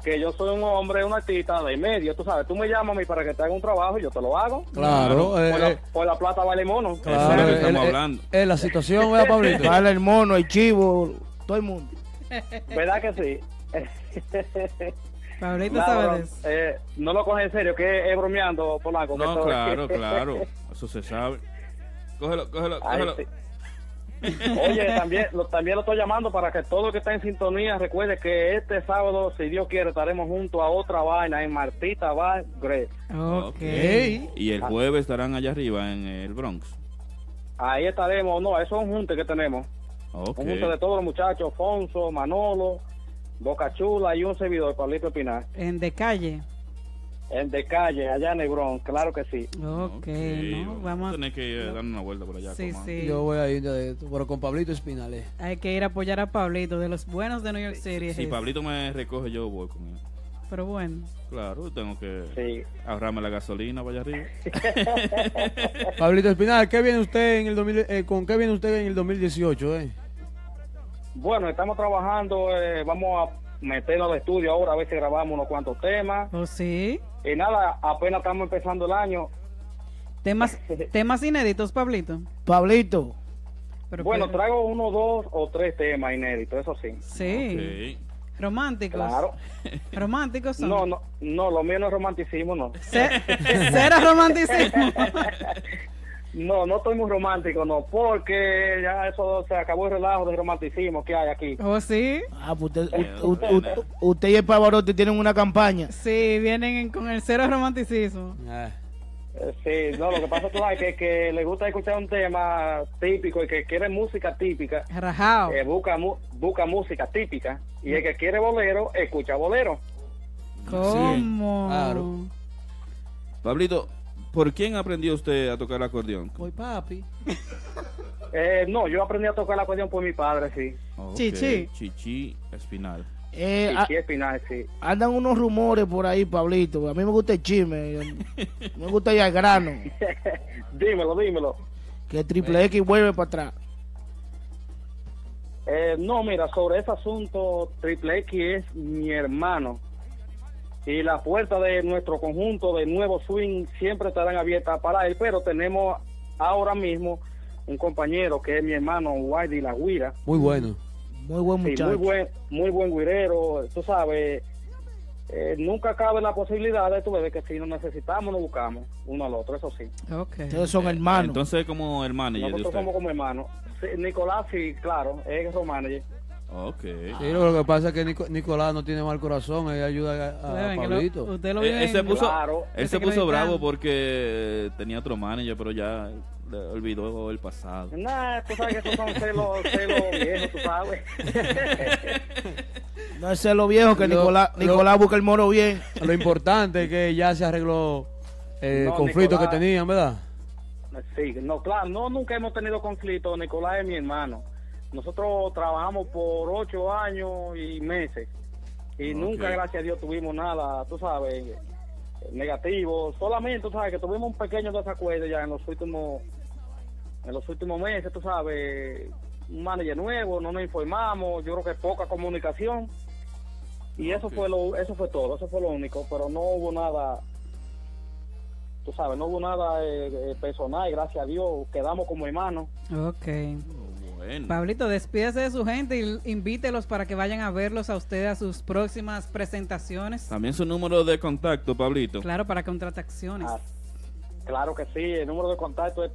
Speaker 12: que yo soy un hombre, un artista de medio. Tú sabes, tú me llamas a mí para que te haga un trabajo y yo te lo hago.
Speaker 7: Claro,
Speaker 12: Por, la,
Speaker 7: eh,
Speaker 12: por la plata vale mono.
Speaker 7: Claro, el- el- Es eh, la situación, ¿verdad, Pablito?
Speaker 8: Eh, Vale el mono, el chivo, todo el mundo.
Speaker 12: ¿Verdad que sí?
Speaker 6: Pablito
Speaker 12: Nada,
Speaker 6: sabe
Speaker 12: bro,
Speaker 6: de eso.
Speaker 12: eh, no lo coges en serio, que es bromeando, Polanco. que
Speaker 2: No,
Speaker 12: estoy-
Speaker 2: claro, claro. Eso se sabe. Cógelo, cógelo,
Speaker 12: Ay,
Speaker 2: cógelo.
Speaker 12: sí. Oye, también lo, también lo estoy llamando para que todo el que está en sintonía recuerde que este sábado, si Dios quiere, estaremos junto a otra vaina en Martita Bar Gres.
Speaker 6: Ok.
Speaker 2: Y
Speaker 12: Ah.
Speaker 2: el jueves estarán allá arriba en el Bronx.
Speaker 12: Ahí estaremos, no, eso es un junte que tenemos.
Speaker 2: Ok.
Speaker 12: Un junte de todos los muchachos, Fonso, Manolo, Boca Chula y un servidor, Pablito Espinar.
Speaker 6: En de calle.
Speaker 12: En de calle, allá en el Bronx, claro que sí.
Speaker 6: Ok,
Speaker 2: Sí,
Speaker 6: ¿no?
Speaker 2: vamos
Speaker 6: Vamos
Speaker 2: a
Speaker 6: a-
Speaker 2: tener que eh, dar una vuelta por allá.
Speaker 6: Sí,
Speaker 2: Comando.
Speaker 6: sí.
Speaker 7: Yo voy a ir de, pero con Pablito eh. Espinales.
Speaker 6: Hay que ir a apoyar a Pablito, de los buenos de New York City. es
Speaker 2: Si
Speaker 6: ese.
Speaker 2: Pablito me recoge, yo voy con él.
Speaker 6: Pero bueno.
Speaker 2: Claro, tengo que ahorrarme la gasolina para allá arriba.
Speaker 7: Pablito Espinal, ¿qué viene usted en el 2000, eh, ¿con qué viene usted en el 2018? Eh?
Speaker 12: Bueno, estamos trabajando, eh, vamos a meternos al estudio ahora, a ver si grabamos unos cuantos temas.
Speaker 6: ¿O sí?
Speaker 12: Y nada, apenas estamos empezando el año.
Speaker 6: Temas, temas inéditos, Pablito.
Speaker 8: Pablito.
Speaker 12: bueno, traigo uno, dos o tres temas inéditos, eso sí.
Speaker 6: Sí. Románticos.
Speaker 12: Claro.
Speaker 6: Románticos son.
Speaker 12: No, no, no, lo mío no es romanticismo, no.
Speaker 6: Cero romanticismo.
Speaker 12: No, no estoy muy romántico, no, porque ya eso se acabó el relajo de romanticismo que hay aquí.
Speaker 6: ¿O Oh, sí?
Speaker 8: Ah, pues usted, u- u- u- usted y el Pavarotti tienen una campaña.
Speaker 6: Sí, vienen en- con el cero romanticismo.
Speaker 12: Eh, Sí, no, lo que pasa tú sabes, que que le gusta escuchar un tema típico y que quiere música típica,
Speaker 6: Rajao.
Speaker 12: eh, busca, mu- busca música típica. Y el que quiere bolero, escucha bolero.
Speaker 6: ¿Cómo?
Speaker 2: Claro. Pablito, ¿por quién aprendió usted a tocar el acordeón?
Speaker 7: Voy papi.
Speaker 12: Eh, no, yo aprendí a tocar la acordeón por mi padre, sí.
Speaker 2: Ok,
Speaker 8: Chichi.
Speaker 2: Chichi Espinal.
Speaker 8: Eh,
Speaker 12: y
Speaker 8: a-
Speaker 12: sí, Espinal, sí.
Speaker 8: Andan unos rumores por ahí, Pablito. A mí me gusta el chisme. me gusta ir al grano.
Speaker 12: dímelo, dímelo.
Speaker 8: Que Triple X vuelve para atrás.
Speaker 12: Eh, no, mira, sobre ese asunto, Triple X es mi hermano. Y las puertas de nuestro conjunto de Nuevo Swing siempre estarán abiertas para él, pero tenemos ahora mismo un compañero que es mi hermano, Wildy La Guira.
Speaker 7: Muy bueno.
Speaker 8: Muy buen
Speaker 12: Sí,
Speaker 8: muchacho.
Speaker 12: muy buen, muy buen guirero, tú sabes. eh, nunca cabe la posibilidad de, tú ves, de que si nos necesitamos, nos buscamos uno al otro, eso sí.
Speaker 8: Ustedes son
Speaker 2: Eh,
Speaker 8: hermanos.
Speaker 2: Entonces, como el manager de
Speaker 12: Nosotros
Speaker 2: usted.
Speaker 12: somos como hermanos. Sí, Nicolás, sí, claro, es romano.
Speaker 2: Ok.
Speaker 7: Sí, lo lo que pasa es que Nico- Nicolás no tiene mal corazón, él ayuda a- a,
Speaker 12: Claro, que lo-
Speaker 7: Pablito.
Speaker 6: usted
Speaker 2: Eh, él se puso, él se puso bravo
Speaker 12: por...
Speaker 2: porque tenía otro manager, pero ya le olvidó el pasado.
Speaker 12: Nah, tú sabes que esos son celos, celos viejos, tú sabes.
Speaker 8: No es lo viejo que
Speaker 7: Lo-
Speaker 8: Nicolás,
Speaker 7: lo-
Speaker 8: Nicolás busca el moro bien.
Speaker 7: Lo importante es que ya se arregló el
Speaker 12: No,
Speaker 7: conflicto
Speaker 12: Nicolás.
Speaker 7: que tenían, ¿verdad?
Speaker 12: Sí, no, claro, no, nunca hemos tenido conflicto. Nicolás es mi hermano. Nosotros trabajamos por ocho años y meses. Y
Speaker 13: Ok.
Speaker 12: nunca, gracias a Dios, tuvimos nada, tú sabes, negativo. Solamente, tú sabes, que tuvimos un pequeño desacuerdo ya en los últimos en los últimos meses, tú sabes, un manager nuevo, no nos informamos, yo creo que poca comunicación. Y eso fue lo eso fue todo, eso fue lo único, pero no hubo nada tú sabes, no hubo nada eh, eh, personal, gracias a Dios, quedamos como hermanos.
Speaker 6: Ok.
Speaker 2: Bueno.
Speaker 6: Pablito, despídase de su gente y invítelos para que vayan a verlos a ustedes a sus próximas presentaciones.
Speaker 2: También su número de contacto, Pablito.
Speaker 6: Claro, para contrataciones.
Speaker 12: Ah. Claro que sí, el número de contacto es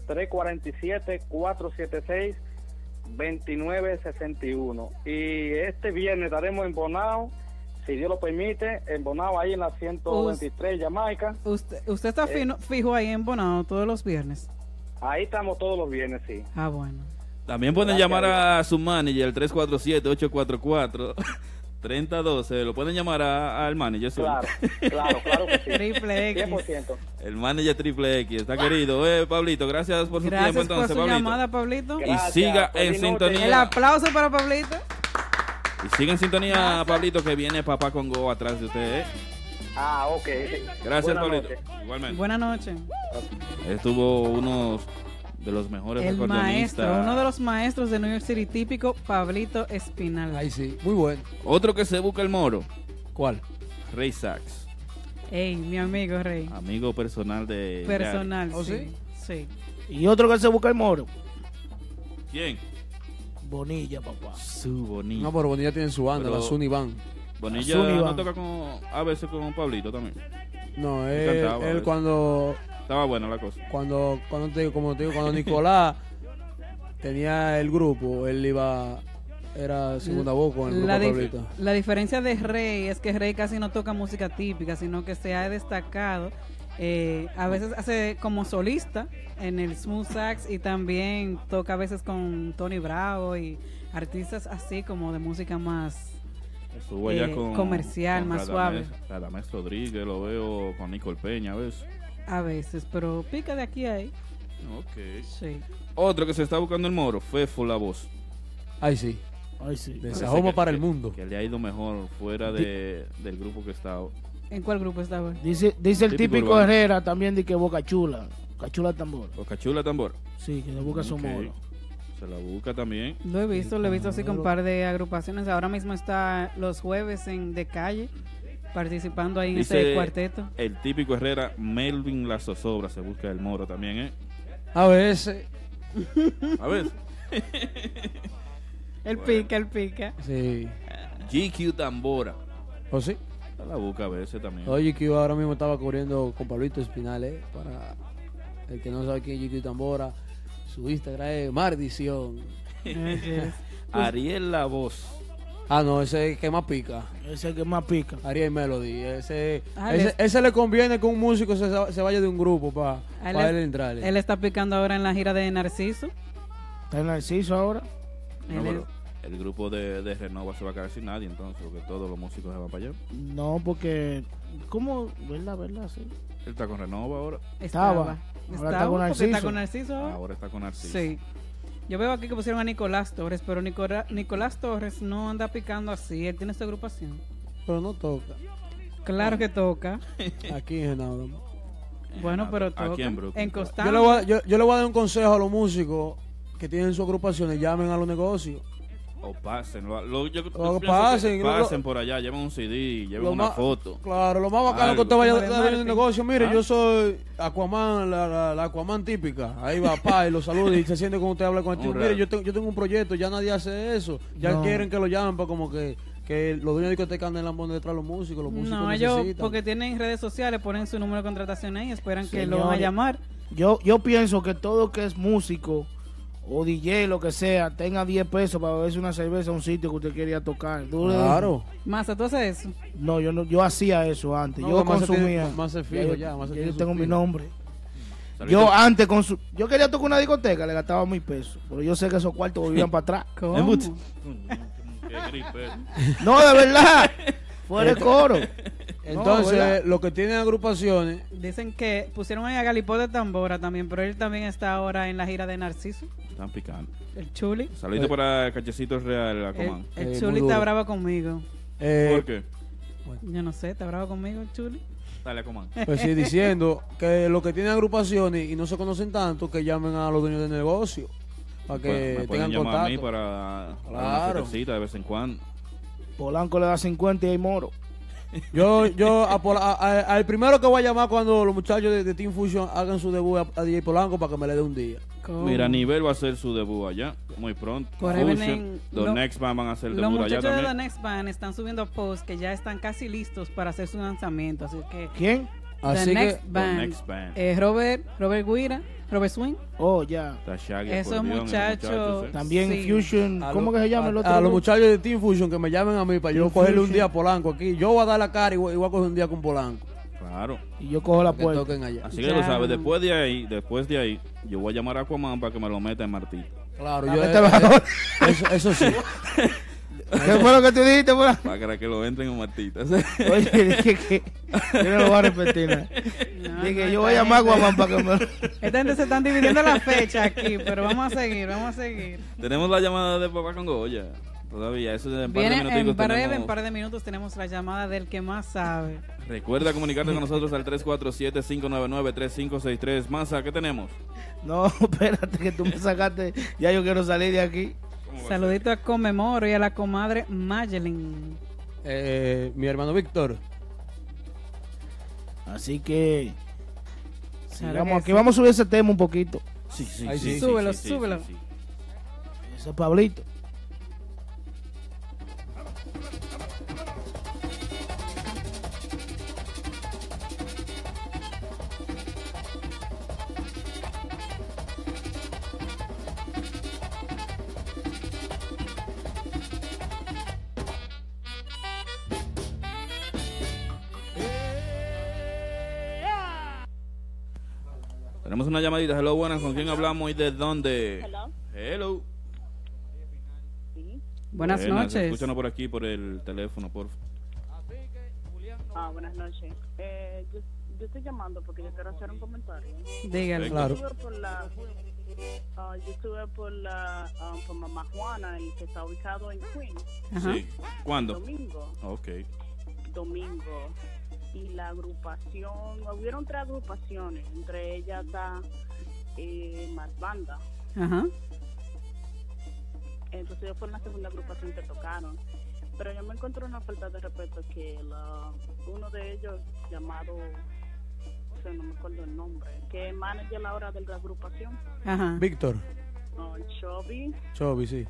Speaker 12: 347-476-2961. Y este viernes estaremos en Bonao, si Dios lo permite, en Bonao ahí en la 123 Jamaica.
Speaker 6: Usted, usted está
Speaker 12: Eh.
Speaker 6: fino- fijo ahí en Bonao todos los viernes.
Speaker 12: Ahí estamos todos los viernes, sí.
Speaker 6: Ah, bueno.
Speaker 2: También pueden
Speaker 12: Gracias,
Speaker 2: llamar a su manager, el 347-844-3012. Lo pueden llamar a- al manager. sí.
Speaker 12: Claro, claro, claro que sí.
Speaker 6: Triple X.
Speaker 12: 100%.
Speaker 2: El manager triple X. Está querido. Eh, Pablito, gracias por su
Speaker 6: Gracias
Speaker 2: tiempo entonces,
Speaker 6: por su
Speaker 2: Pablito.
Speaker 6: llamada, Pablito.
Speaker 2: Y Gracias, siga feliz
Speaker 12: Pues,
Speaker 2: en noche. sintonía.
Speaker 6: El aplauso para Pablito.
Speaker 2: Y sigue en sintonía, Pablito, que viene Papá Congo atrás de usted. eh.
Speaker 12: Ah, ok.
Speaker 2: Gracias,
Speaker 12: Buenas
Speaker 2: Pablito.
Speaker 12: noches.
Speaker 2: Igualmente.
Speaker 6: Buenas noches.
Speaker 2: Estuvo uno de los mejores
Speaker 6: El
Speaker 2: acordeonistas.
Speaker 6: maestro, uno de los maestros de New York City típico, Pablito Espinal.
Speaker 7: Ahí sí, muy bueno.
Speaker 2: Otro que se busca el moro.
Speaker 7: ¿Cuál?
Speaker 2: Ray Sax,
Speaker 6: Ey, mi amigo Rey.
Speaker 2: amigo personal de...
Speaker 6: Personal,
Speaker 8: ¿Oh,
Speaker 6: sí. Sí.
Speaker 8: Y otro que se busca el moro.
Speaker 2: ¿Quién?
Speaker 8: Bonilla, papá.
Speaker 2: Su Bonilla.
Speaker 7: No, pero Bonilla tiene su banda, la Sunivan.
Speaker 2: Bonilla
Speaker 7: Azul y
Speaker 2: no
Speaker 7: Van.
Speaker 2: toca con, a veces con Pablito también.
Speaker 7: No,
Speaker 2: Me
Speaker 7: él,
Speaker 2: encantaba,
Speaker 7: él
Speaker 2: ¿ves?
Speaker 7: cuando,
Speaker 2: Estaba buena la cosa.
Speaker 7: cuando, cuando te digo, como te digo, cuando Nicolás tenía el grupo, él iba, era segunda voz con el grupo
Speaker 6: La,
Speaker 7: de
Speaker 6: dif-
Speaker 7: Pablito.
Speaker 6: la diferencia de Rey es que Rey casi no toca música típica, sino que se ha destacado. eh, a veces hace como solista en el smooth sax y también toca a veces con Tony Bravo y artistas así como de música más
Speaker 2: Estuvo
Speaker 6: eh,
Speaker 2: allá con...
Speaker 6: comercial,
Speaker 2: con
Speaker 6: más
Speaker 2: Radamés-
Speaker 6: suave
Speaker 2: Radamés Rodríguez, lo veo con Nicole Peña, ¿ves?
Speaker 6: a veces, pero pica de aquí a ahí.
Speaker 2: Ok.
Speaker 6: Sí.
Speaker 2: Otro que se está buscando el moro, Fefo la voz.
Speaker 7: Ahí sí.
Speaker 8: Ahí sí.
Speaker 7: De Sajoma para el mundo.
Speaker 2: Que le ha ido mejor fuera de, del grupo que está.
Speaker 6: ¿En cuál grupo estaba?
Speaker 8: Dice, dice el
Speaker 2: Típico
Speaker 8: típico,
Speaker 2: urbano.
Speaker 8: Herrera también de que Boca Chula. Boca Chula tambor.
Speaker 2: Bocachula Tambor.
Speaker 8: Sí, que le busca su
Speaker 2: Ok.
Speaker 8: moro.
Speaker 2: Se la busca también.
Speaker 6: Lo he visto, lo he visto así con un par de agrupaciones. Ahora mismo está los jueves en de calle participando ahí en ese
Speaker 2: Dice
Speaker 6: cuarteto.
Speaker 2: El típico Herrera, Melvin La Zozobra, se busca el moro también, ¿eh?
Speaker 7: A veces.
Speaker 2: A ver.
Speaker 6: El
Speaker 2: Bueno.
Speaker 6: pica, el pica.
Speaker 7: Sí.
Speaker 2: GQ Tambora.
Speaker 7: ¿O Pues sí?
Speaker 2: Se la busca a veces también.
Speaker 7: Oye, que yo ahora mismo estaba cubriendo con Pablito Espinal, ¿eh? Para el que no sabe quién es Yuki Tambora, su Instagram es Maldición.
Speaker 2: Ariel La Voz.
Speaker 7: Ah, no, ese es el que más pica.
Speaker 8: Ese es el que más pica.
Speaker 7: Ariel Melody. Ese,
Speaker 6: Ah,
Speaker 7: ese,
Speaker 6: les-
Speaker 7: ese le conviene que un músico se, sa- se vaya de un grupo para
Speaker 6: Ah,
Speaker 7: pa
Speaker 6: él,
Speaker 7: él
Speaker 6: es-
Speaker 7: entrarle.
Speaker 6: él está picando ahora en la gira de Narciso.
Speaker 8: Está en Narciso ahora.
Speaker 2: No,
Speaker 6: Él
Speaker 2: pero el grupo de, de Renova se va a quedar sin nadie, entonces, porque todos los músicos se van para allá.
Speaker 8: No, porque. ¿Cómo? ¿Verdad, verdad? Sí.
Speaker 2: Él está con Renova ahora.
Speaker 8: Estaba. Ahora está
Speaker 6: Estaba,
Speaker 8: con
Speaker 6: porque está
Speaker 8: Narciso.
Speaker 6: con Narciso ahora.
Speaker 2: Ah, Ahora está con Narciso.
Speaker 6: Sí. Yo veo aquí que pusieron a Nicolás Torres, pero Nicora- Nicolás Torres no anda picando así. Él tiene su agrupación.
Speaker 7: Pero no toca.
Speaker 6: Claro que toca.
Speaker 7: Aquí en Genado.
Speaker 2: Eh,
Speaker 6: Bueno, pero
Speaker 2: Aquí
Speaker 6: toca.
Speaker 2: en ah, Brooklyn,
Speaker 6: En
Speaker 2: claro.
Speaker 6: Constanza.
Speaker 7: Yo le, voy a, yo, yo le voy a dar un consejo a los músicos que tienen sus agrupaciones, llamen a los negocios.
Speaker 2: O pasen. Lo, lo- yo- yo
Speaker 7: O
Speaker 2: pienso que
Speaker 7: pasen, lo-
Speaker 2: pasen por allá, lleven un CD, lleven
Speaker 7: Lo
Speaker 2: una
Speaker 7: más-
Speaker 2: foto.
Speaker 7: Claro, lo más bacano
Speaker 2: Algo.
Speaker 7: que usted vaya
Speaker 6: Como de
Speaker 7: a abrir un
Speaker 6: Martin.
Speaker 7: negocio. Mire,
Speaker 2: Ah.
Speaker 7: yo soy Aquaman, la, la- la Aquaman típica. Ahí va, pa, y lo saluda y se siente con usted, habla con el
Speaker 2: Un
Speaker 7: tipo.
Speaker 2: rato.
Speaker 7: Mire, yo tengo, yo tengo un proyecto, ya nadie hace eso. Ya
Speaker 8: No.
Speaker 7: quieren que lo llamen para como que, que los dueños de discoteca anden lambón detrás de los músicos. Los músicos
Speaker 6: No, ellos,
Speaker 7: necesitan.
Speaker 6: porque tienen redes sociales, ponen su número de contratación ahí, esperan que lo van a
Speaker 8: Señores.
Speaker 6: llamar.
Speaker 8: Yo, yo pienso que todo que es músico o DJ, lo que sea, tenga 10 pesos para beberse una cerveza a un sitio que usted quería tocar. ¿Tú le-
Speaker 7: Claro.
Speaker 6: Masa, tú haces eso.
Speaker 8: No, yo no, yo hacía eso antes.
Speaker 7: No,
Speaker 8: yo
Speaker 7: más se tiene-
Speaker 8: consumía.
Speaker 7: más se fijo
Speaker 8: yo-
Speaker 7: ya, más se
Speaker 8: yo
Speaker 7: tiene su
Speaker 8: tengo mi
Speaker 7: fijo.
Speaker 8: nombre.
Speaker 2: Saliste-
Speaker 8: Yo antes consu- yo quería tocar una discoteca, le gastaba mil pesos, pero yo sé que esos cuartos volvían para atrás.
Speaker 6: ¿Cómo?
Speaker 2: Embuste. Coño, qué gripe.
Speaker 8: No, de verdad. Fuera el coro.
Speaker 6: pues,
Speaker 7: Entonces,
Speaker 8: ¿verdad?
Speaker 7: los que tienen agrupaciones,
Speaker 6: Dicen que pusieron ahí a Galipote Tambora también, pero él también está ahora en la gira de Narciso,
Speaker 2: Están picando.
Speaker 6: el Chuli.
Speaker 2: Saliste
Speaker 7: Eh.
Speaker 2: para Cachecito Real, la
Speaker 6: El,
Speaker 2: comanda.
Speaker 6: el
Speaker 7: Eh, muy
Speaker 6: Chuli
Speaker 7: duro.
Speaker 6: está bravo conmigo.
Speaker 7: eh,
Speaker 2: ¿Por qué?
Speaker 6: Yo no sé, ¿está bravo conmigo el Chuli?
Speaker 2: Dale, comando.
Speaker 7: Pues sí, diciendo que los que tienen agrupaciones y no se conocen tanto, que llamen a los dueños de negocio para que
Speaker 2: Pues, me pueden
Speaker 7: tengan
Speaker 2: llamar a mí pues.
Speaker 7: contacto.
Speaker 2: para para una
Speaker 7: Claro.
Speaker 2: fotocita de vez en cuando.
Speaker 8: Polanco le da 50 y hay moro.
Speaker 7: Yo, yo, a Pola- a- a- al primero que voy a llamar cuando los muchachos de, de Team Fusion hagan su debut a, a DJ Polanco para que me le dé un día.
Speaker 6: ¿Cómo?
Speaker 2: Mira, Nivel va a hacer su debut allá muy pronto.
Speaker 6: Por ahí
Speaker 2: Fusion,
Speaker 6: vienen
Speaker 2: The
Speaker 6: lo-
Speaker 2: Next Band van a hacer
Speaker 6: Los
Speaker 2: debut allá
Speaker 6: muchachos de
Speaker 2: también.
Speaker 6: The Next Band están subiendo posts que ya están casi listos para hacer su lanzamiento. Así que.
Speaker 8: ¿Quién?
Speaker 6: The
Speaker 8: Así que-
Speaker 6: Next
Speaker 8: The
Speaker 6: Band.
Speaker 8: Next Band.
Speaker 6: Eh, Robert, Robert Guira, Robert Swing.
Speaker 8: Oh, ya.
Speaker 2: Está Shaggy,
Speaker 6: Esos
Speaker 2: acordeón,
Speaker 6: muchachos.
Speaker 2: ¿eh?
Speaker 8: También
Speaker 6: sí.
Speaker 8: Fusion.
Speaker 7: A
Speaker 8: ¿Cómo
Speaker 7: lo-
Speaker 8: que se llama el
Speaker 7: a-
Speaker 8: otro?
Speaker 7: A los
Speaker 8: grupo?
Speaker 7: muchachos de Team Fusion que me llamen a mí para yo
Speaker 8: Team
Speaker 7: cogerle un
Speaker 8: Fusion.
Speaker 7: día a Polanco aquí. Yo voy a dar la cara y voy, y voy a coger un día con Polanco.
Speaker 2: Claro.
Speaker 8: Y yo cojo la
Speaker 7: Que
Speaker 8: puerta.
Speaker 7: toquen allá.
Speaker 2: Así que lo sabes, después de ahí, después de ahí, yo voy a llamar a Aquaman para que me lo meta en Martí.
Speaker 7: Claro,
Speaker 8: La
Speaker 7: yo.
Speaker 8: mete bajo.
Speaker 7: eso, eso sí.
Speaker 8: ¿Qué fue lo que tú dijiste, Polanco?
Speaker 2: Para que lo entren en Martí.
Speaker 8: Oye, dije que. Yo no lo voy a repetir. nada. dije, yo voy a llamar a Guamán para que me.
Speaker 6: Esta gente se están dividiendo la fecha aquí, pero vamos a seguir, vamos a seguir.
Speaker 2: Tenemos la llamada de papá con Goya. Todavía, eso es en par de
Speaker 6: Viene en
Speaker 2: minuticos
Speaker 6: breve, en
Speaker 2: tenemos-
Speaker 6: par de minutos, tenemos la llamada del que más sabe.
Speaker 2: Recuerda comunicarte con nosotros al 347-599-3563. Masa, ¿qué tenemos?
Speaker 8: No, espérate, que tú me sacaste. Ya yo quiero salir de aquí.
Speaker 6: Saludito a Comemoro y a la comadre Mayelin.
Speaker 7: Eh, mi hermano Víctor.
Speaker 8: Así que.
Speaker 6: Claro
Speaker 8: sigamos
Speaker 6: que
Speaker 8: aquí.
Speaker 6: sí.
Speaker 8: Vamos a subir ese tema un poquito.
Speaker 2: Sí, sí,
Speaker 8: Ahí sí.
Speaker 6: súbelo, súbelo.
Speaker 8: Ese es Pablito.
Speaker 2: Tenemos una llamadita. Hello, buenas. ¿Con quién hablamos y de dónde? Hello.
Speaker 6: Buenas noches.
Speaker 2: Escúchanos por aquí, por el teléfono, por favor.
Speaker 13: Ah, buenas noches. Eh, yo, yo estoy llamando porque yo quiero hacer un comentario.
Speaker 6: Dígale.
Speaker 13: Yo
Speaker 6: Claro.
Speaker 13: estuve por la, ah, yo estuve por la, ah, por Mamá Juana, el que está ubicado en Queens.
Speaker 2: Sí. ¿Cuándo?
Speaker 13: Domingo.
Speaker 2: Ok.
Speaker 13: Domingo. Y la agrupación, hubieron tres agrupaciones, entre ellas está eh, más banda.
Speaker 6: Ajá.
Speaker 13: Entonces yo fue en la segunda agrupación que tocaron. Pero yo me encontré una falta de respeto que la- uno de ellos llamado, o sea, no me acuerdo el nombre, que es manager ahora de la agrupación,
Speaker 6: Ajá.
Speaker 7: Víctor.
Speaker 13: no, Chovy,
Speaker 7: Chobi, sí.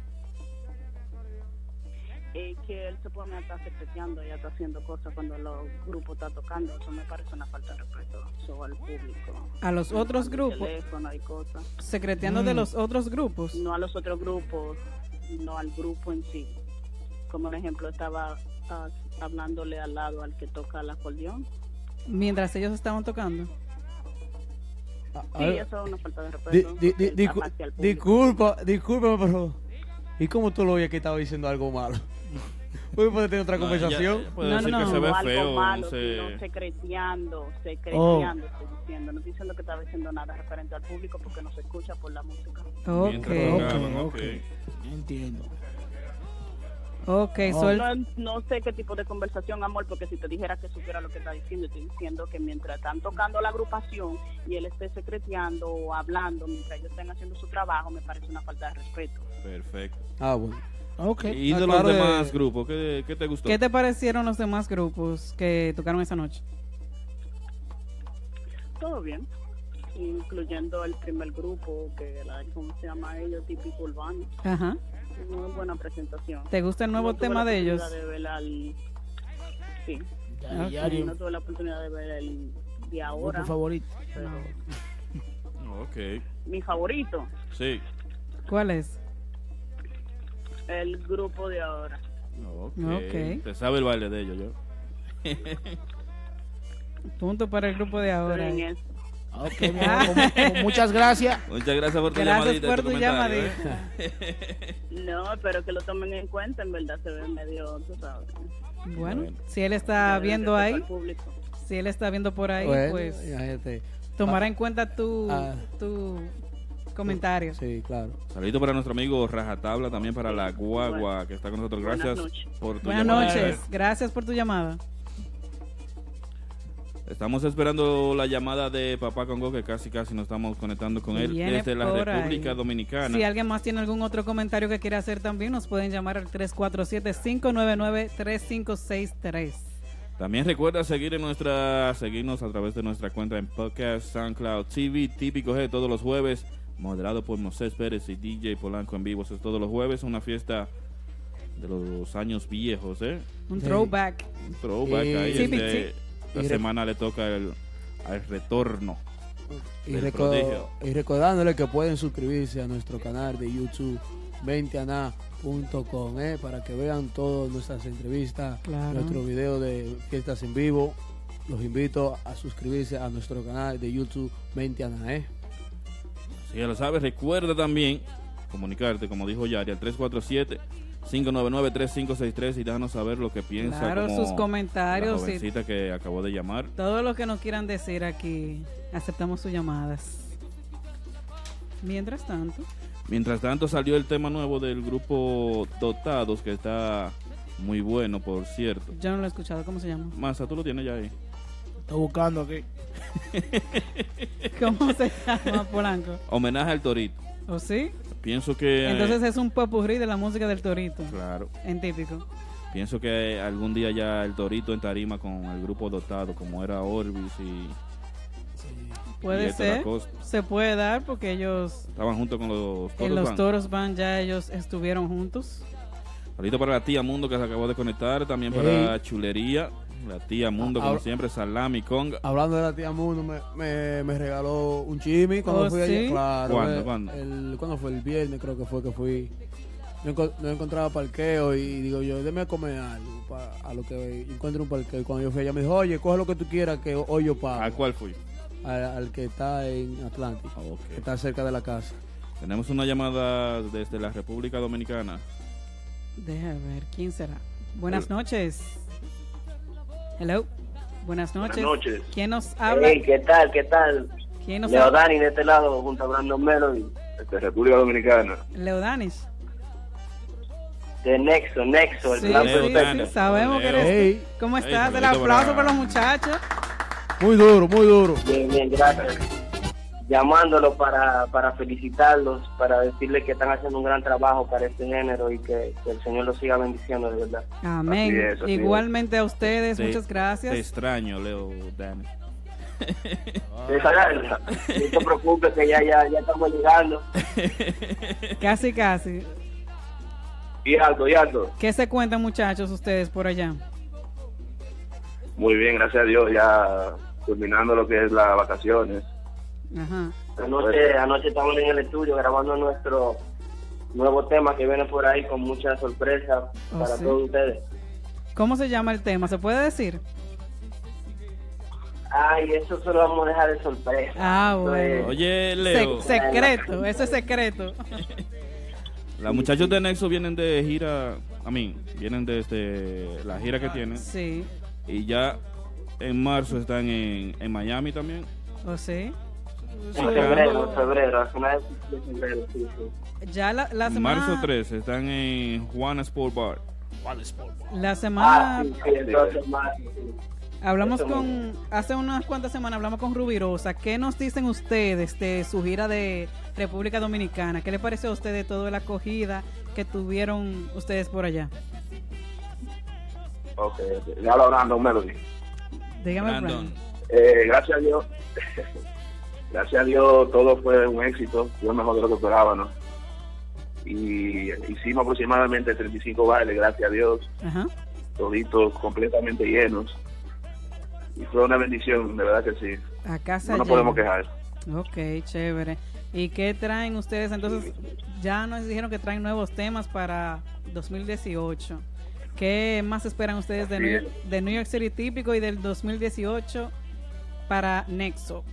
Speaker 13: eh, que él se pone a estar secreteando y a estar haciendo cosas cuando los grupos están tocando. Eso me parece una falta de respeto so, al público.
Speaker 6: A los otros
Speaker 13: Al
Speaker 6: grupos.
Speaker 13: teléfono y cosas.
Speaker 6: Secreteando
Speaker 13: Mm.
Speaker 6: de los otros grupos.
Speaker 13: No a los otros grupos, no al grupo en sí. Como por ejemplo estaba ah, hablándole al lado al que toca el acordeón.
Speaker 6: Mientras ellos estaban tocando.
Speaker 13: Sí, eso es una falta de
Speaker 7: Di-
Speaker 13: respeto.
Speaker 7: di- di-
Speaker 13: eh,
Speaker 7: discu-
Speaker 13: hacia el público.
Speaker 7: disculpa, discúlpame, pero. ¿Y cómo tú lo oyes que estaba diciendo algo malo? Voy a poder tener otra
Speaker 2: No,
Speaker 7: conversación.
Speaker 2: ya, puede No, decir no, que no. se ve
Speaker 13: O algo
Speaker 2: feo,
Speaker 13: malo,
Speaker 2: no sé.
Speaker 13: sino secreteando,
Speaker 7: Oh.
Speaker 13: secreteando, estoy diciendo. No estoy diciendo que estaba diciendo nada referente al público porque no se escucha por la música.
Speaker 6: Ok.
Speaker 2: tocaban, ok.
Speaker 8: Entiendo.
Speaker 6: Ok,
Speaker 13: No,
Speaker 6: Sol.
Speaker 13: no, no sé qué tipo de conversación, amor, porque si te dijera que supiera lo que está diciendo, estoy diciendo que mientras están tocando la agrupación y él esté secreteando o hablando, mientras ellos estén haciendo su trabajo, me parece una falta de respeto.
Speaker 2: Perfecto.
Speaker 7: Ah, bueno.
Speaker 2: ¿Y de los demás grupos? ¿Qué, qué te gustó?
Speaker 6: ¿Qué te parecieron los demás grupos que tocaron esa noche?
Speaker 13: Todo bien, incluyendo el primer grupo, que la, ¿cómo se llama ellos? Típico Urbano.
Speaker 6: Ajá.
Speaker 13: Muy buena presentación.
Speaker 6: Ah. ¿Te gusta el nuevo
Speaker 13: No tuve
Speaker 6: tema
Speaker 13: la
Speaker 6: de ellos?
Speaker 13: oportunidad de ver al- Sí.
Speaker 6: Ya, ya, ya.
Speaker 13: No tuve la oportunidad de ver el de ahora.
Speaker 8: Grupo favorito.
Speaker 13: pero
Speaker 2: Ok.
Speaker 13: Mi favorito,
Speaker 2: Sí.
Speaker 6: ¿Cuál es?
Speaker 13: el grupo de ahora.
Speaker 2: Ok.
Speaker 6: Ok.
Speaker 2: Te sabe el baile de ellos, yo.
Speaker 6: Punto para el grupo de ahora.
Speaker 13: Estoy en eso.
Speaker 6: Ah,
Speaker 8: Ok, mi amor, con- con muchas gracias.
Speaker 2: Muchas gracias por tu
Speaker 6: Gracias
Speaker 2: llamadita. y
Speaker 6: por tu
Speaker 2: comentario, ¿eh?
Speaker 13: No, pero que lo tomen en cuenta, en verdad se ve medio, tú sabes.
Speaker 6: Bueno, si él está
Speaker 13: Debe
Speaker 6: viendo
Speaker 13: respetar
Speaker 6: ahí,
Speaker 13: al público.
Speaker 6: si él está viendo por ahí,
Speaker 7: Bueno,
Speaker 6: pues
Speaker 7: imagínate.
Speaker 6: tomará en cuenta tu,
Speaker 7: Ah.
Speaker 6: tu comentario.
Speaker 7: Sí, claro.
Speaker 2: Saludito para nuestro amigo Rajatabla, también para la guagua que está con nosotros.
Speaker 6: Buenas
Speaker 2: Gracias
Speaker 6: noches.
Speaker 2: por tu
Speaker 6: Buenas
Speaker 2: llamada.
Speaker 6: noches, gracias por tu llamada.
Speaker 2: Estamos esperando la llamada de Papá Congo, que casi casi nos estamos conectando con él
Speaker 6: Viene
Speaker 2: desde la
Speaker 6: por ahí.
Speaker 2: República Dominicana.
Speaker 6: Si alguien más tiene algún otro comentario que quiera hacer también, nos pueden llamar al 347-599-3563.
Speaker 2: También recuerda seguir en nuestra, seguirnos a través de nuestra cuenta en podcast, SoundCloud, TV, típico G, todos los jueves moderado por Moisés Pérez y DJ Polanco en vivo. Eso es todos los jueves, una fiesta de los años viejos, ¿eh?
Speaker 6: Un throwback.
Speaker 2: Un throwback
Speaker 6: Y-
Speaker 2: ahí.
Speaker 6: Sí,
Speaker 2: este,
Speaker 6: sí.
Speaker 2: la
Speaker 7: Y re-
Speaker 2: semana le toca el, al retorno
Speaker 7: Y,
Speaker 2: del
Speaker 7: reco-
Speaker 2: prodigio.
Speaker 7: y recordándole que pueden suscribirse a nuestro canal de YouTube 20ana.com eh, para que vean todas nuestras entrevistas,
Speaker 6: Claro.
Speaker 7: nuestro video de fiestas en vivo. Los invito a suscribirse a nuestro canal de YouTube 20ana. Eh.
Speaker 2: Si ya lo sabes, recuerda también comunicarte, como dijo Yari, al 347-599-3563 y déjanos saber lo que piensa.
Speaker 6: Claro,
Speaker 2: como
Speaker 6: sus comentarios,
Speaker 2: La
Speaker 6: sí.
Speaker 2: jovencita que acabó de llamar.
Speaker 6: Todo lo que nos quieran decir aquí, aceptamos sus llamadas. Mientras tanto,
Speaker 2: Mientras tanto salió el tema nuevo del grupo Dotados, que está muy bueno, por cierto.
Speaker 6: yo no lo he escuchado, ¿cómo se llama?
Speaker 2: Masa, tú lo tienes ya ahí.
Speaker 8: Estoy buscando aquí.
Speaker 6: ¿Cómo se llama Polanco?
Speaker 2: Homenaje al Torito.
Speaker 6: ¿O sí?
Speaker 2: Pienso que... eh,
Speaker 6: Entonces es un popurrí de la música del Torito.
Speaker 2: Claro.
Speaker 6: En típico.
Speaker 2: Pienso que algún día ya el Torito en tarima con el grupo Dotado, como era Orbis y...
Speaker 6: Puede
Speaker 2: Héctor
Speaker 6: ser.
Speaker 2: Acosta.
Speaker 6: Se puede dar porque ellos
Speaker 2: Estaban junto con los
Speaker 6: en los
Speaker 2: Band.
Speaker 6: Toros Van ya ellos estuvieron juntos.
Speaker 2: Saludito para la tía Mundo que se acabó de conectar, también para Chulería, la tía Mundo
Speaker 7: Ah,
Speaker 2: como
Speaker 7: ahora-
Speaker 2: siempre, Salami Conga.
Speaker 7: Hablando de la tía Mundo, me, me- me regaló un chimi cuando
Speaker 2: Oh,
Speaker 7: fui
Speaker 2: ¿sí?
Speaker 7: allá. Claro,
Speaker 2: ¿Cuándo,
Speaker 7: eh,
Speaker 2: cuándo?
Speaker 7: El, ¿cuándo fue? El viernes creo que fue que fui. No, enco- no encontraba parqueo y digo yo, déme comer algo pa- a lo que encuentro un parqueo. Y cuando yo fui allá me dijo, oye, coge lo que tú quieras que hoy yo pago.
Speaker 2: ¿A cuál fui? Ah,
Speaker 7: Al, al que está en Atlántico, que está cerca de la casa.
Speaker 2: Tenemos una llamada desde la República Dominicana.
Speaker 6: Deja ver quién será. Buenas noches. Hello. Buenas noches.
Speaker 14: noches.
Speaker 6: ¿Quién nos habla?
Speaker 14: Hey, ¿Qué tal? ¿Qué tal?
Speaker 6: ¿Quién nos
Speaker 14: Leo
Speaker 6: habla?
Speaker 14: Dani de este lado, junto a Brandon Melody,
Speaker 10: De República Dominicana.
Speaker 6: Leodanis.
Speaker 14: de Nexo, Nexo, el
Speaker 6: Sí,
Speaker 14: plan
Speaker 6: sí,
Speaker 14: perfecto.
Speaker 6: sí, sabemos que
Speaker 14: Leo.
Speaker 6: eres.
Speaker 14: Hey.
Speaker 6: ¿Cómo
Speaker 14: Hey,
Speaker 6: estás? El
Speaker 14: saludito
Speaker 6: aplauso
Speaker 14: para-
Speaker 6: para los muchachos.
Speaker 7: Muy duro, muy duro.
Speaker 14: Bien, bien, gracias. Llamándolo para, para felicitarlos, para decirles que están haciendo un gran trabajo para este género y que, que el Señor los siga bendiciendo, de verdad.
Speaker 6: Amén.
Speaker 14: Así es, así es.
Speaker 6: Igualmente a ustedes,
Speaker 2: Te-
Speaker 6: muchas
Speaker 2: Te
Speaker 6: gracias.
Speaker 2: extraño, Leo Dani.
Speaker 14: Esa- No te preocupes que ya, ya, ya estamos llegando.
Speaker 6: Casi, casi.
Speaker 10: Y alto, y alto.
Speaker 6: ¿Qué se cuentan, muchachos, ustedes por allá?
Speaker 10: Muy bien, gracias a Dios, ya terminando lo que es las vacaciones.
Speaker 6: Ajá.
Speaker 14: Anoche, anoche estamos en el estudio grabando nuestro nuevo tema que viene por ahí con mucha sorpresa
Speaker 6: Oh,
Speaker 14: para
Speaker 6: sí.
Speaker 14: todos ustedes.
Speaker 6: ¿Cómo se llama el tema? ¿Se puede decir?
Speaker 14: Ay, eso se lo vamos a dejar de sorpresa.
Speaker 6: Ah,
Speaker 10: eh,
Speaker 6: bueno.
Speaker 2: Oye, Leo.
Speaker 6: Se- secreto, eso es secreto.
Speaker 2: Los muchachos de Nexo vienen de gira, a mí, vienen de este, la gira que tienen.
Speaker 6: Sí.
Speaker 2: Y ya en marzo están en, en Miami también.
Speaker 6: ¿O sí?
Speaker 14: En febrero, en febrero, al final de febrero, sí, sí.
Speaker 6: Ya la, la
Speaker 2: En
Speaker 6: semana,
Speaker 2: marzo 3 están en Juan Sport Bar.
Speaker 6: la
Speaker 10: Ah,
Speaker 6: semana
Speaker 14: Sí, entonces, más, sí.
Speaker 6: hablamos
Speaker 14: eso
Speaker 6: con, hace unas cuantas semanas hablamos con Rubirosa. ¿Qué nos dicen ustedes de su gira de República Dominicana? ¿Qué les pareció a ustedes toda la acogida que tuvieron ustedes por allá?
Speaker 10: Ok, ok. le habla Brandon Melody.
Speaker 6: Dígame,
Speaker 2: Brandon.
Speaker 10: Eh, gracias a Dios. gracias a Dios todo fue un éxito. Fue mejor de lo que esperaba, ¿no? Y hicimos aproximadamente 35 bailes, gracias a Dios.
Speaker 6: Ajá.
Speaker 10: Toditos completamente llenos. Y fue una bendición, de verdad que sí.
Speaker 6: A casa
Speaker 10: No nos
Speaker 6: llena.
Speaker 10: podemos quejar.
Speaker 6: Ok, chévere. ¿Y qué traen ustedes? Entonces, ya nos dijeron que traen nuevos temas para 2018. ¿Qué más esperan ustedes de
Speaker 10: Así
Speaker 6: New, de New York City típico y del 2018 para Nexo?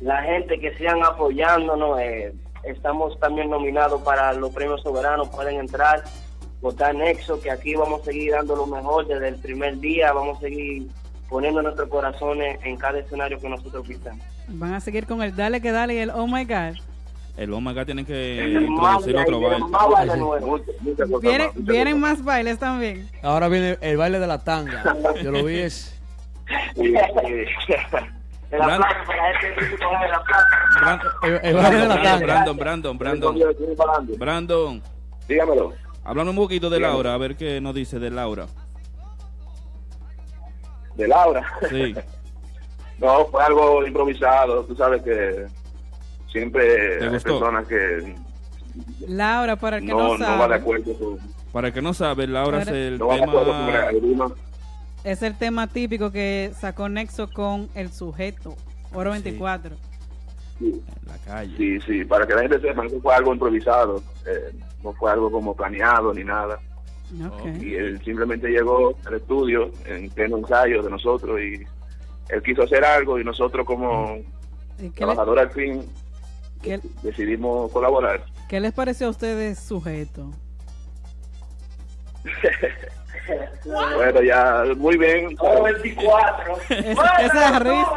Speaker 14: La gente que sigan apoyándonos, eh, estamos también nominados para los premios soberanos, pueden entrar, votar Nexo, que aquí vamos a seguir dando lo mejor desde el primer día, vamos a seguir poniendo nuestros corazones en cada escenario que nosotros pisamos.
Speaker 6: Van a seguir con el dale que dale y el oh my god.
Speaker 2: El Omega tienen que
Speaker 10: El Omega,
Speaker 2: introducir otro
Speaker 10: y el
Speaker 2: baile.
Speaker 10: Omega de
Speaker 15: Pues,
Speaker 6: Vienen, vienen más bailes también.
Speaker 7: Ahora viene el baile de la tanga. Yo lo vi es...
Speaker 14: Este, El aplauso para este grupo de la plaza.
Speaker 2: Brandon, Brandon, Brandon, Brandon, Brandon. Brandon.
Speaker 10: Dígamelo.
Speaker 2: Hablando un poquito de
Speaker 10: Dígame.
Speaker 2: Laura, a ver qué nos dice de Laura.
Speaker 10: De Laura.
Speaker 2: Sí.
Speaker 10: No, fue algo improvisado. Tú sabes que
Speaker 15: siempre
Speaker 2: ¿Te
Speaker 15: hay
Speaker 2: gustó?
Speaker 15: personas que
Speaker 6: Laura, para el que
Speaker 15: no,
Speaker 6: no,
Speaker 15: no,
Speaker 6: sabe,
Speaker 15: va de acuerdo con...
Speaker 2: Para el que no sabe, Laura es
Speaker 6: Para-
Speaker 2: el
Speaker 15: No va de acuerdo con
Speaker 2: tema...
Speaker 15: algunos.
Speaker 6: es el tema típico que sacó Nexo con el sujeto, Oro 24.
Speaker 15: Sí.
Speaker 2: La calle.
Speaker 15: Sí, sí, para que la gente sepa, eso fue algo improvisado, eh, no fue algo como planeado ni nada. Y él simplemente llegó al estudio en pleno ensayo de nosotros y él quiso hacer algo y nosotros como
Speaker 6: ¿Y qué, le-
Speaker 15: trabajador al fin
Speaker 6: qué-
Speaker 15: decidimos colaborar.
Speaker 6: qué les pareció a ustedes sujeto?
Speaker 15: Bueno, ya, muy bien.
Speaker 14: Oro 24.
Speaker 6: Esa, esa risa.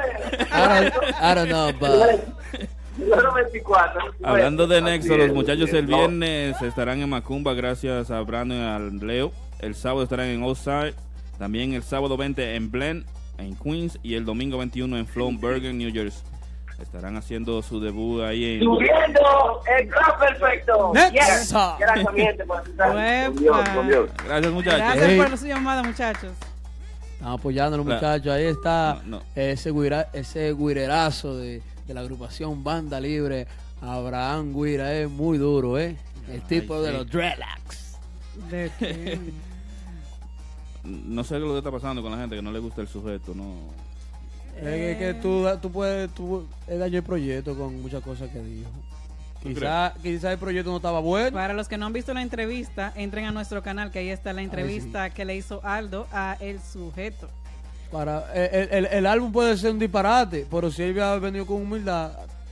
Speaker 7: I don't know,
Speaker 14: Oro 24.
Speaker 2: Hablando de Nexo,
Speaker 15: es,
Speaker 2: los muchachos
Speaker 15: así
Speaker 2: el
Speaker 15: es. No.
Speaker 2: viernes estarán en Macumba gracias a Brandon y al Leo. El sábado estarán en Outside. También el sábado 20 en Blend, en Queens. Y el domingo 21 en Flombergen, New Jersey. Estarán haciendo su debut ahí en...
Speaker 14: Subiendo el club perfecto.
Speaker 2: Next.
Speaker 14: Yes. Gracias, mi gente, por estar.
Speaker 6: Con
Speaker 2: Dios, con Dios. Gracias, muchachos.
Speaker 6: Gracias
Speaker 7: Ey.
Speaker 6: por su llamada, muchachos.
Speaker 7: Están apoyando a los
Speaker 2: Claro.
Speaker 7: muchachos. Ahí está
Speaker 2: No, no.
Speaker 7: ese guira- ese guirerazo de, de la agrupación Banda Libre. Abraham Guira es muy duro, ¿eh? El tipo de
Speaker 2: sí.
Speaker 7: los dreadlocks.
Speaker 6: De que-
Speaker 2: No sé lo que está pasando con la gente que no le gusta el sujeto, no...
Speaker 7: Es que, que tú, tú puedes. Tú, él dañó el proyecto con muchas cosas que dijo. Quizás quizá el proyecto no estaba bueno.
Speaker 6: Para los que no han visto la entrevista, entren a nuestro canal, que ahí está la entrevista que le hizo Aldo a El Sujeto.
Speaker 7: Para, el, el- el álbum puede ser un disparate, pero si él hubiera venido con humildad,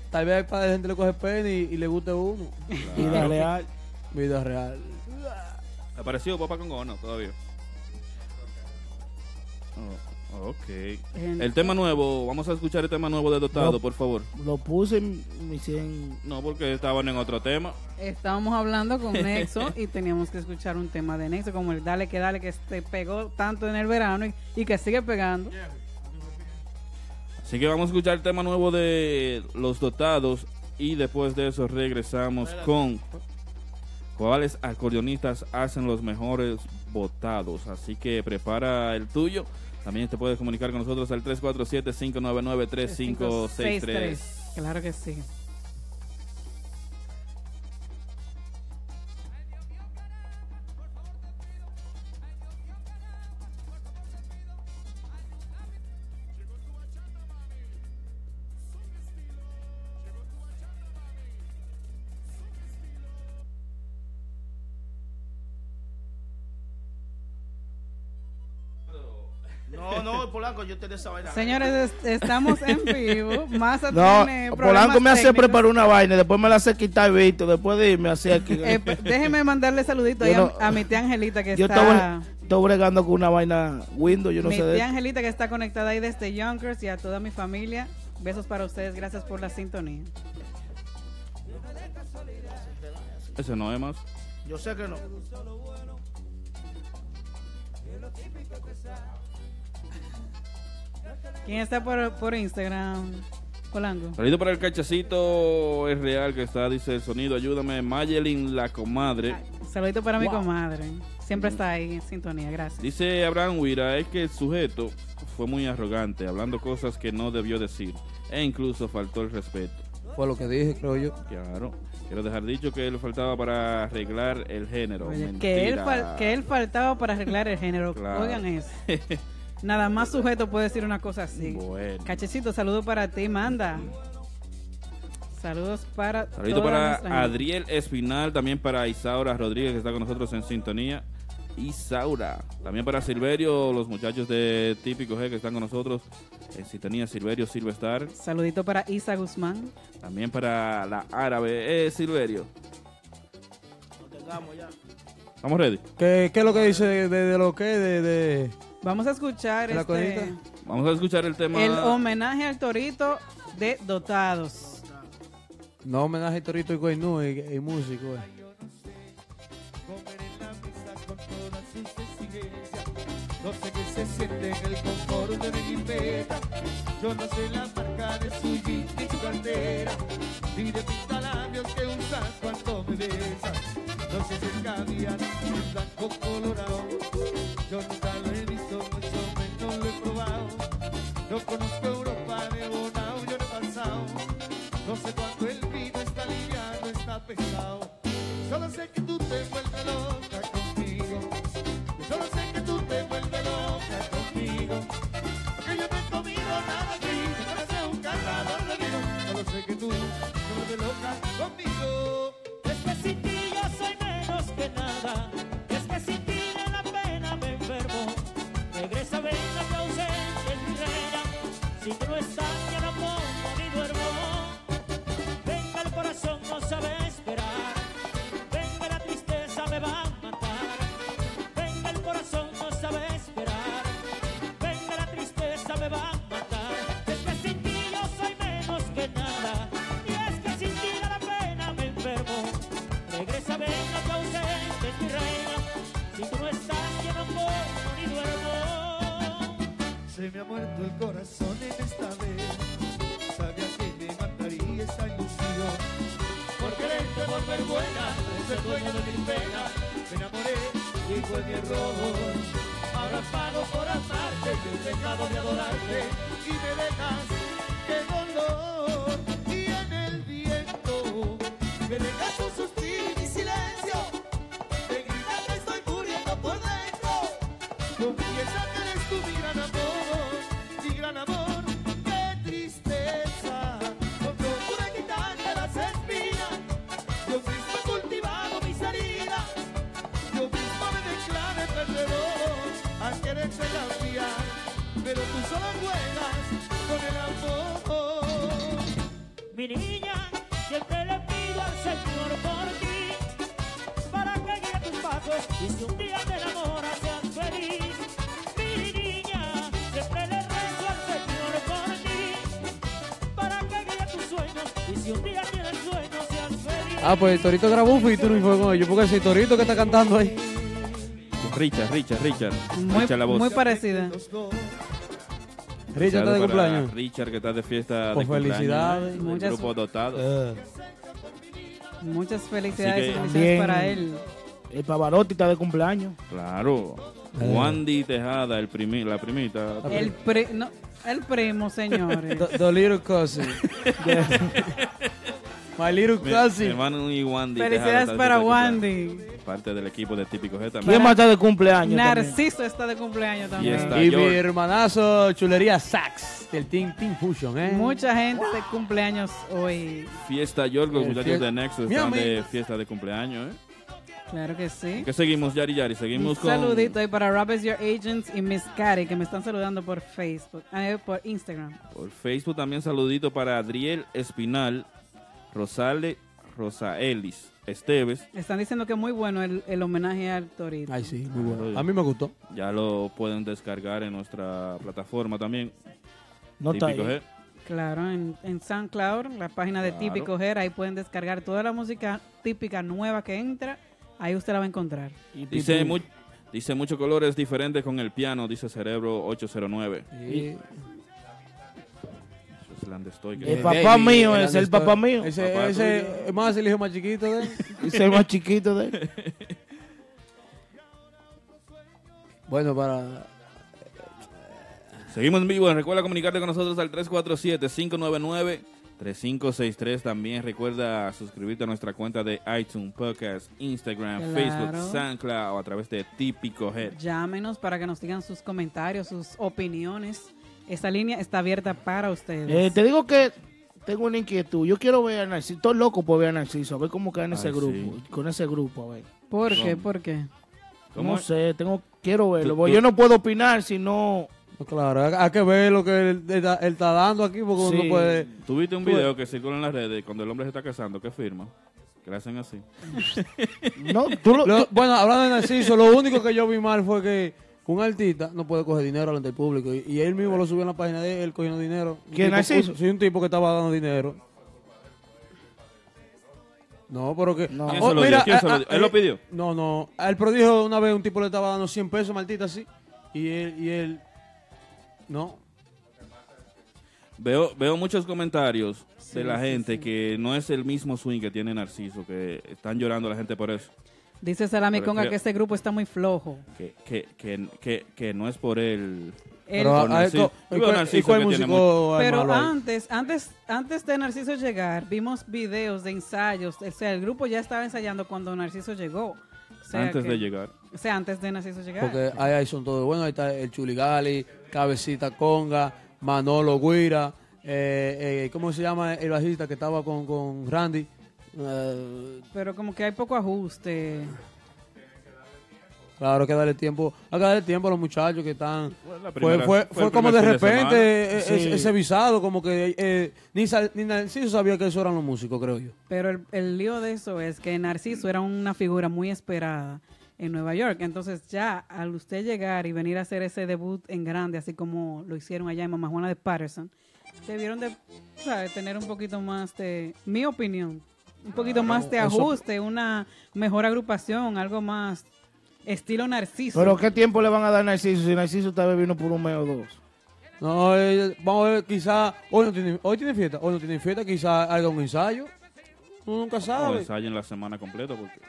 Speaker 7: tal vez para la gente le coge pena y, y le guste uno.
Speaker 8: Vida real.
Speaker 7: Vida real.
Speaker 2: ¿Apareció papá con o no todavía? Oh, ok. El tema nuevo, vamos a escuchar el tema nuevo de Dotado,
Speaker 8: No.
Speaker 2: por favor.
Speaker 8: Lo puse en mi 100.
Speaker 2: No, porque estaban en otro tema.
Speaker 6: Estábamos hablando con Nexo y teníamos que escuchar un tema de Nexo, como el Dale que Dale, que te pegó tanto en el verano y, y que sigue pegando.
Speaker 2: Así que vamos a escuchar el tema nuevo de Los Dotados y después de eso regresamos con cuáles acordeonistas hacen los mejores votados. Así que prepara el tuyo. También te puedes comunicar con nosotros al
Speaker 6: Este,
Speaker 2: 347-599-3563.
Speaker 6: 563. Claro que sí.
Speaker 1: No, no, Polanco, yo te de esa vaina.
Speaker 6: Señores, es- estamos en vivo. Más
Speaker 8: No, Polanco me hace preparar una vaina, y después me la hace quitar Víctor, después de irme así aquí.
Speaker 6: Eh, pues, Déjeme mandarle saludito ahí
Speaker 8: Yo
Speaker 6: a-
Speaker 8: no-
Speaker 6: a, mi tía Angelita que
Speaker 8: yo
Speaker 6: está.
Speaker 8: estaba, estaba bregando con una vaina Windows, yo no
Speaker 6: mi
Speaker 8: sé de
Speaker 6: tía Angelita que está conectada ahí desde Yonkers y a toda mi familia. Besos para ustedes, gracias por la sintonía.
Speaker 2: Ese no es más.
Speaker 1: Yo sé que no.
Speaker 6: ¿Quién está por, por Instagram? Polanco.
Speaker 2: Salido para el cachacito es real que está, dice el sonido. Ayúdame, Mayelin, la comadre.
Speaker 6: Saludito para mi
Speaker 2: Wow.
Speaker 6: comadre.
Speaker 2: Mm.
Speaker 6: Siempre está ahí en sintonía, gracias.
Speaker 2: Dice Abraham Huira, es que el sujeto fue muy arrogante, hablando cosas que no debió decir, e incluso faltó el respeto.
Speaker 7: Fue lo que dije, creo yo.
Speaker 2: Claro. Quiero dejar dicho que él faltaba para arreglar el género.
Speaker 6: Que él,
Speaker 2: Mentira.
Speaker 6: fal- que él faltaba para arreglar el género.
Speaker 2: Claro.
Speaker 6: Oigan eso. Nada más sujeto puede decir una cosa así.
Speaker 2: Bueno.
Speaker 6: Cachecito, saludo para ti, manda. Saludos para.
Speaker 2: Saludito
Speaker 6: toda
Speaker 2: para
Speaker 6: nuestra gente.
Speaker 2: Adriel Espinal, también para Isaura Rodríguez, que está con nosotros en sintonía. Isaura. También para Silverio, los muchachos de Típico G que están con nosotros en sintonía. Silverio Silvestar.
Speaker 6: Saludito para Isa Guzmán.
Speaker 2: También para la árabe. Eh, Silverio. ¿Estamos ready?
Speaker 7: ¿Qué, qué es lo que dice de, de lo que? De, de-
Speaker 6: Vamos a escuchar
Speaker 7: ¿La
Speaker 6: este,
Speaker 7: codita?
Speaker 2: Vamos a escuchar el tema.
Speaker 6: el homenaje al torito de Dotados.
Speaker 7: No homenaje a Torito y Guaynú y, y músico. eh.
Speaker 16: No sé qué se siente en el confort de mi libreta. Yo no sé la marca de su jean ni su cartera. Ni de pintalabios que usas cuando me besas. No sé si es caviar, si es blanco colorado. Yo nunca lo he visto, mucho menos lo he probado. No conozco Europa de Bonao, yo no he pasado. No sé cuándo el vino
Speaker 17: Si tú no estás, yo no como ni duermo. Venga, el corazón no sabe esperar. Venga, la tristeza me va a matar. Venga, el corazón no sabe esperar. Venga, la tristeza me va a matar. Es que sin ti yo soy menos que nada. Y es que sin ti a la pena me enfermo. Regresa, venga, que ausente es mi reina. Si tú no estás, yo no como ni duermo.
Speaker 16: Se me ha muerto el corazón en esta vez. Sabía que me mataría esta ilusión. Por quererte volver buena, ser dueño de mis penas. Me enamoré y fue mi error. Ahora pago por amarte y el pecado de adorarte. Y me dejas, qué dolor. Y en el viento me dejas un suspiro y mi silencio. Te grita que estoy muriendo por dentro. Confiesa que eres tu mi gran amor, mi gran amor, qué tristeza. Con procura quitarme las espinas, yo mismo he cultivado mis heridas, yo mismo me declaré perdedor al quererte la mía, pero tú solo juegas con el amor.
Speaker 17: Mi niña, siempre le pido al Señor por ti, para que guíe tus pasos y si un día te enamoras seas feliz. Mi niña, siempre le rezo al Señor por ti, para que guíe tus sueños y si un día tienes sueños seas feliz.
Speaker 7: Ah, pues Torito grabó un feature y fue con ellos, porque ese Torito que está cantando ahí.
Speaker 2: Richard, Richard, Richard.
Speaker 6: Muy,
Speaker 2: Richard la voz.
Speaker 6: muy parecida.
Speaker 7: Richard está de
Speaker 2: Saludo para
Speaker 7: cumpleaños.
Speaker 2: Richard que está de fiesta
Speaker 7: Pues
Speaker 2: de cumpleaños.
Speaker 7: felicidades.
Speaker 2: El
Speaker 6: Muchas-
Speaker 2: grupo dotado.
Speaker 6: Muchas felicidades
Speaker 2: Así
Speaker 6: y
Speaker 2: que-
Speaker 6: bendiciones
Speaker 8: Bien.
Speaker 6: para él.
Speaker 8: El Pavarotti está de cumpleaños.
Speaker 2: Claro.
Speaker 8: Eh.
Speaker 2: Wandy Tejada, el primi- la primita.
Speaker 6: El, pri- no, el primo, señores.
Speaker 7: The, the little cousin. My little
Speaker 2: Mi-
Speaker 7: cousin.
Speaker 2: mi hermano y Wandy
Speaker 6: Felicidades
Speaker 2: Tejada está de
Speaker 6: para
Speaker 2: cumpleaños. Parte del equipo de Típico G también.
Speaker 8: ¿Quién más está de cumpleaños? también?
Speaker 6: Narciso está de cumpleaños
Speaker 2: Y
Speaker 8: Ah.
Speaker 6: también.
Speaker 2: está
Speaker 7: Y mi
Speaker 2: George.
Speaker 7: hermanazo Chulería Sax del Team Team Fusion, ¿eh?
Speaker 6: Mucha gente de cumpleaños hoy.
Speaker 2: Fiesta York, los
Speaker 7: El
Speaker 2: muchachos
Speaker 7: fie-
Speaker 2: de Nexus
Speaker 6: Mi
Speaker 2: están de
Speaker 6: amigo.
Speaker 2: fiesta de cumpleaños, ¿eh?
Speaker 6: Claro que sí.
Speaker 2: ¿Qué seguimos, Yari Yari?
Speaker 6: Un
Speaker 2: Seguimos con...
Speaker 6: saludito ahí para Rob is Your Agents y Miss Cari que me están saludando por Facebook, eh, por Instagram.
Speaker 2: Por Facebook también saludito para Adriel Espinal, Rosale Rosaelis Esteves.
Speaker 6: Están diciendo que es muy bueno el, el homenaje al Torito.
Speaker 7: Ay, sí, muy bueno. A mí me gustó.
Speaker 2: Ya lo pueden descargar en nuestra plataforma también.
Speaker 7: No está
Speaker 2: Típico ¿eh?
Speaker 7: ahí.
Speaker 2: G.
Speaker 6: Claro, en, en SoundCloud, la página de
Speaker 2: Claro.
Speaker 6: Típico Her, ahí pueden descargar toda la música típica nueva que entra. Ahí usted la va a encontrar.
Speaker 2: Dice, mu- dice muchos colores diferentes con el piano, dice Cerebro 809.
Speaker 7: Sí.
Speaker 2: Eso es Landestoy, que-
Speaker 7: Eh.
Speaker 8: El papá mío es el papá mío.
Speaker 7: Ese, ese es más el hijo más chiquito de él.
Speaker 8: Ese es el más chiquito de él.
Speaker 7: Bueno, para.
Speaker 2: Seguimos en vivo. Recuerda comunicarte con nosotros al 347-599-3563. También recuerda suscribirte a nuestra cuenta de iTunes, Podcast, Instagram,
Speaker 6: Claro.
Speaker 2: Facebook, SoundCloud o a través de Típico Head.
Speaker 6: Llámenos para que nos digan sus comentarios, sus opiniones. Esta línea está abierta para ustedes.
Speaker 8: Eh, te digo que tengo una inquietud. Yo quiero ver a Narciso. Estoy loco por ver a Narciso. A ver cómo queda en ese
Speaker 2: Ay,
Speaker 8: grupo. Con ese grupo, a ver.
Speaker 6: ¿Por qué? ¿Por qué?
Speaker 8: No sé, tengo, quiero verlo.
Speaker 7: Tú-
Speaker 8: porque
Speaker 7: tú-
Speaker 8: Yo no puedo opinar si no.
Speaker 7: Claro, hay que ver lo que él, él da- él está dando aquí, porque uno no puede.
Speaker 2: Tuviste un
Speaker 7: Tú-
Speaker 2: video que circula en las redes cuando el hombre se está casando. ¿Qué firma? Que le hacen así.
Speaker 8: No, tú lo,
Speaker 7: Lo- Bueno, hablando de Narciso, lo único que yo vi mal fue que un artista no puede coger dinero delante del público. Y, y él mismo lo subió en la página de él cogiendo dinero. Un
Speaker 8: ¿Quién,
Speaker 7: tipo-
Speaker 8: Narciso?
Speaker 7: un- Sí, un tipo que estaba dando dinero. No, pero que. Oh, eh,
Speaker 8: No.
Speaker 2: ¿Quién se lo dio? ¿Quién se lo dio? ¿Él lo pidió?
Speaker 7: ah, No, no. Al prodigio una vez un tipo le estaba dando 100 pesos, maldita, así. Y él. Y él no.
Speaker 2: Veo, veo muchos comentarios
Speaker 7: Sí,
Speaker 2: de la
Speaker 7: sí,
Speaker 2: gente que no es el mismo swing que tiene Narciso, que están llorando la gente por eso.
Speaker 6: Dice Salami
Speaker 2: Pero
Speaker 6: Conga
Speaker 2: creo-
Speaker 6: que este grupo está muy flojo.
Speaker 2: que, que, que, que, que no es por él.
Speaker 6: Él-
Speaker 7: Pero, ah,
Speaker 2: por
Speaker 7: a- a
Speaker 2: Narciso.
Speaker 7: esto-
Speaker 2: Yo
Speaker 7: ¿y
Speaker 2: veo a
Speaker 7: cuál-
Speaker 2: Narciso
Speaker 7: y cuál
Speaker 2: que tiene
Speaker 7: músico
Speaker 2: mucho-
Speaker 7: hay
Speaker 6: Pero
Speaker 7: malo ahí?
Speaker 6: antes, antes, antes de Narciso llegar, vimos videos de ensayos. O sea, el grupo ya estaba ensayando cuando Narciso llegó. O sea
Speaker 2: Antes
Speaker 6: que-
Speaker 2: de llegar.
Speaker 6: O sea, antes de Narciso llegar.
Speaker 7: Porque ahí, ahí son todos buenos. Ahí está el Chuligali, Cabecita Conga, Manolo Guira. eh, eh, ¿Cómo se llama el bajista que estaba con, con Randy? Eh,
Speaker 6: Pero como que hay poco ajuste.
Speaker 7: Claro, hay que darle tiempo, hay que darle tiempo a los muchachos que están.
Speaker 2: la
Speaker 7: Fue,
Speaker 2: primera-
Speaker 7: fue-
Speaker 2: fue
Speaker 7: fue
Speaker 2: el
Speaker 7: como de
Speaker 2: primer fin de
Speaker 7: repente eh,
Speaker 2: semana.
Speaker 7: eh,
Speaker 2: Sí.
Speaker 7: ese visado, como que eh, ni, Sal- ni Narciso sabía que eso eran los músicos, creo yo.
Speaker 6: Pero el, el lío de eso es que Narciso era una figura muy esperada en Nueva York. Entonces ya al usted llegar y venir a hacer ese debut en grande, así como lo hicieron allá en Mamá Juana de Patterson, debieron de ¿sabe? tener un poquito más de, mi opinión, un poquito
Speaker 8: Claro,
Speaker 6: más de
Speaker 8: eso-
Speaker 6: ajuste, una mejor agrupación, algo más estilo Narciso.
Speaker 8: Pero ¿qué tiempo le van a dar a Narciso si Narciso está bebiendo por un mes o dos?
Speaker 7: No, eh, vamos a ver, quizá hoy no tiene, hoy tiene fiesta, hoy no tiene fiesta, quizá haga un ensayo. Uno nunca
Speaker 2: O
Speaker 7: sabe.
Speaker 2: ensayen Pues, la semana completa porque...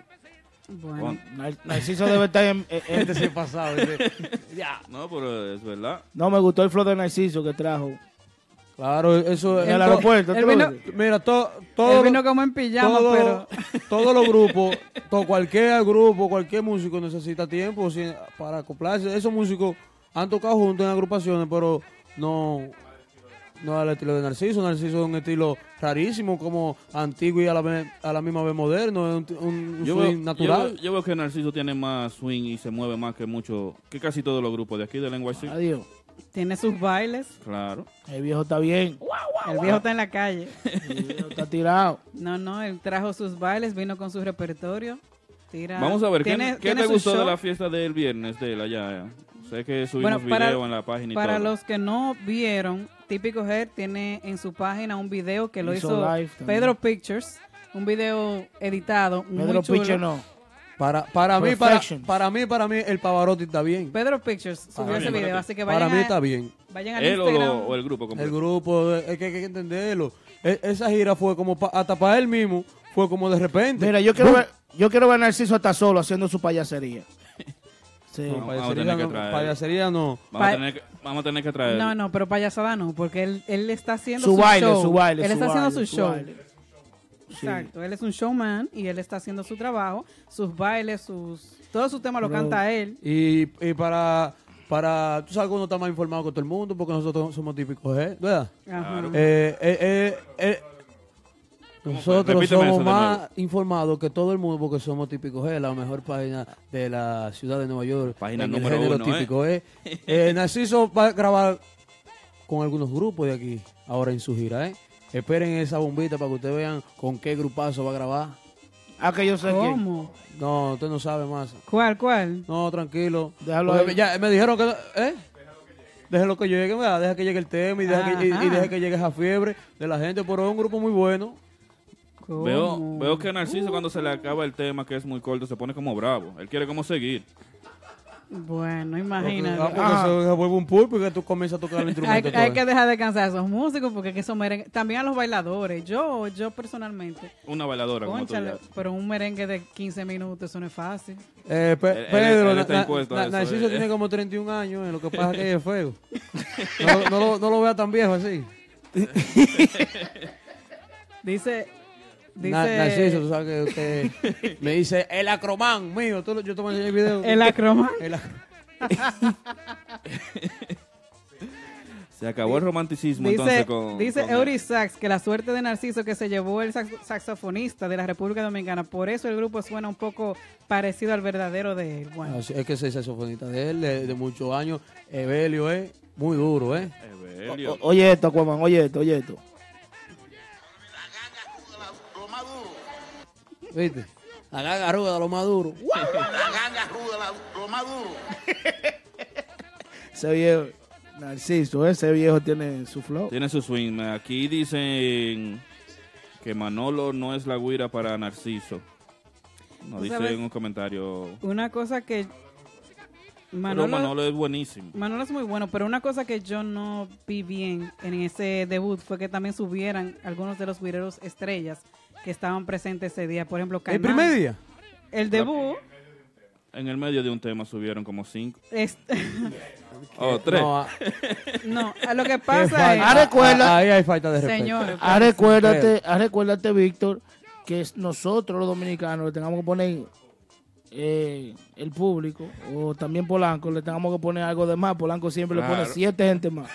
Speaker 6: Bueno.
Speaker 8: Nar- Narciso debe estar Pues, en- en- en-
Speaker 7: Este sí es pasado, este. Ya.
Speaker 2: No, pero es verdad.
Speaker 8: No, me gustó el flow de Narciso que trajo.
Speaker 7: Claro, eso
Speaker 8: En el aeropuerto,
Speaker 6: él
Speaker 8: tú lo
Speaker 6: vino-
Speaker 8: ves.
Speaker 7: Mira, to- todo.
Speaker 6: Él vino como en pijama,
Speaker 7: todo-
Speaker 6: pero-
Speaker 7: Todos los grupos, to- cualquier grupo, cualquier músico necesita tiempo si- para acoplarse. Esos músicos han tocado juntos en agrupaciones, pero no. No al estilo de Narciso. Narciso es un estilo rarísimo, como antiguo y a la, vez- a la misma vez moderno. Es un, un- un swing natural.
Speaker 2: Yo, veo- yo veo que Narciso tiene más swing y se mueve más que mucho, que casi todos los grupos de aquí del NYC.
Speaker 8: Adiós.
Speaker 6: Tiene sus bailes.
Speaker 2: Claro.
Speaker 8: El viejo está bien.
Speaker 6: El viejo está en la calle.
Speaker 8: Está tirado.
Speaker 6: No, no, él trajo sus bailes, vino con su repertorio. Tira.
Speaker 2: Vamos a ver, ¿qué,
Speaker 6: tiene-
Speaker 2: qué
Speaker 6: tiene
Speaker 2: te
Speaker 6: su
Speaker 2: gustó de
Speaker 6: show.
Speaker 2: la fiesta del viernes de él allá? eh? Sé que subimos
Speaker 6: Bueno, para-
Speaker 2: video en la página y
Speaker 6: Para
Speaker 2: todo.
Speaker 6: los que no vieron, Típico Head tiene en su página un video que lo
Speaker 7: Hizo
Speaker 6: hizo,
Speaker 7: live también.
Speaker 6: Pedro Pictures, un video editado. muy chulo.
Speaker 7: Para, para mí, para,
Speaker 6: Perfection.
Speaker 7: para mí, para mí, el Pavarotti está bien.
Speaker 6: Pedro Pictures subió
Speaker 7: Para
Speaker 6: ese
Speaker 7: mí.
Speaker 6: video, así que
Speaker 7: Para
Speaker 6: vayan
Speaker 7: mí
Speaker 6: a-
Speaker 7: está bien.
Speaker 6: vayan al ¿Él o lo- Instagram.
Speaker 2: o el grupo completo?
Speaker 7: El grupo, eh, es que hay que entenderlo. E- esa gira fue como, pa- hasta para él mismo, fue como de repente.
Speaker 8: Mira, yo quiero ver, yo quiero ver a Narciso hasta solo haciendo su payasería. Sí.
Speaker 7: No,
Speaker 2: Vamos a tener
Speaker 7: payasería
Speaker 2: que
Speaker 7: no,
Speaker 2: traer.
Speaker 7: payasería no.
Speaker 2: Vamos a
Speaker 6: Pa-
Speaker 2: tener que, vamos a tener que traer.
Speaker 6: No, no, pero payasada no, porque él, él está haciendo
Speaker 8: Su
Speaker 6: su,
Speaker 8: baile,
Speaker 6: show.
Speaker 8: su baile,
Speaker 6: Él
Speaker 8: su
Speaker 6: está haciendo
Speaker 8: baile,
Speaker 6: su
Speaker 8: su
Speaker 6: show.
Speaker 8: baile.
Speaker 6: Exacto, él es un showman y él está haciendo su trabajo, sus bailes, sus todos sus temas lo
Speaker 7: Pero-
Speaker 6: canta él.
Speaker 7: Y, y para, para, tú sabes que uno está más informado que todo el mundo porque nosotros somos típicos, ¿eh? ¿verdad?
Speaker 6: Ajá.
Speaker 7: Eh, eh, eh, eh, nosotros
Speaker 2: Repíteme eso
Speaker 7: somos
Speaker 2: de
Speaker 7: más
Speaker 2: nuevo.
Speaker 7: informados que todo el mundo porque somos típicos, ¿eh? La mejor página de la ciudad de Nueva York.
Speaker 2: Página
Speaker 7: en el
Speaker 2: número
Speaker 7: género
Speaker 2: uno, ¿eh?
Speaker 7: típico, ¿eh? Eh, Narciso va a grabar con algunos grupos de aquí ahora en su gira, ¿eh? Esperen esa bombita para que ustedes vean con qué grupazo va a grabar.
Speaker 8: Ah, que yo sé
Speaker 6: quién. ¿Cómo?
Speaker 7: No, usted no sabe más.
Speaker 6: ¿Cuál, cuál?
Speaker 7: No, tranquilo.
Speaker 8: Déjalo
Speaker 7: Porque
Speaker 8: ahí.
Speaker 7: ya me dijeron que... ¿Eh? Déjalo que llegue, ¿verdad? deja que llegue el tema y deja, que, y,
Speaker 2: Ajá.
Speaker 7: y deja que llegue esa fiebre de la gente, pero es un grupo muy bueno.
Speaker 2: Veo, veo que Narciso cuando se le acaba el tema, que es muy corto, se pone como bravo. Él quiere como seguir.
Speaker 6: Bueno,
Speaker 7: Ah, porque
Speaker 6: imagínate.
Speaker 7: se- se vuelve un pulpo y que tú comienzas a tocar el
Speaker 6: Hay,
Speaker 7: instrumento.
Speaker 6: hay que dejar descansar a esos músicos porque es que eso merengue, también a los bailadores. Yo, yo personalmente,
Speaker 2: Una bailadora como tú
Speaker 6: cónchale,
Speaker 2: ya.
Speaker 6: pero un merengue de 15 minutos, eso no es fácil.
Speaker 7: Eh, Pe-
Speaker 2: Él- él-
Speaker 7: Pedro,
Speaker 2: él está
Speaker 7: Na-
Speaker 2: impuesto a
Speaker 7: Na-
Speaker 2: eso,
Speaker 7: Narciso
Speaker 2: eh.
Speaker 7: tiene como 31 años, eh, lo que pasa es que es feo. No, no lo, no lo vea tan viejo así.
Speaker 6: Dice, dice
Speaker 7: Na- Narciso, tú sabes que usted me dice el acromán mío. Tú lo- yo te voy a enseñar el video.
Speaker 6: El acromán.
Speaker 7: El ac-
Speaker 2: Se acabó el romanticismo
Speaker 6: Dice,
Speaker 2: entonces con.
Speaker 6: dice
Speaker 2: con-
Speaker 6: Eury Sax que la suerte de Narciso que se llevó el sax- saxofonista de la República Dominicana, por eso el grupo suena un poco parecido al verdadero de él. Bueno,
Speaker 7: Así Es que ese saxofonista de él, de, de muchos años, Evelio, es muy duro, ¿eh?
Speaker 8: O- oye esto, Aquaman, oye esto, oye esto.
Speaker 7: ¿Viste? La gagaruda, lo más duro.
Speaker 18: La ganga ruda, la- lo más duro.
Speaker 8: Ese viejo, Narciso, ese viejo tiene su flow.
Speaker 2: Tiene su swing. Aquí dicen que Manolo no es la guira para Narciso. Nos
Speaker 6: ¿Tú
Speaker 2: dice
Speaker 6: sabes?
Speaker 2: en un comentario.
Speaker 6: una cosa que
Speaker 2: Manolo,
Speaker 6: Manolo,
Speaker 2: pero Manolo es buenísimo.
Speaker 6: Manolo es muy bueno, pero una cosa que yo no vi bien en ese debut fue que también subieran algunos de los guireros estrellas que estaban presentes ese día. Por ejemplo, Caimán.
Speaker 2: primer día?
Speaker 6: El debut.
Speaker 2: En el medio de un tema subieron como cinco.
Speaker 6: es-
Speaker 2: O tres.
Speaker 7: No, ah.
Speaker 6: no, a lo que
Speaker 7: Qué
Speaker 6: pasa es.
Speaker 7: falta- ah, Ahí hay falta de respeto.
Speaker 6: Señores, pues.
Speaker 8: Ah, recuérdate, ah, recuérdate, Víctor, que es nosotros los dominicanos le tengamos que poner eh, el público, o también Polanco, le tengamos que poner algo de más. Polanco siempre le pone
Speaker 6: Claro.
Speaker 8: siete gente más.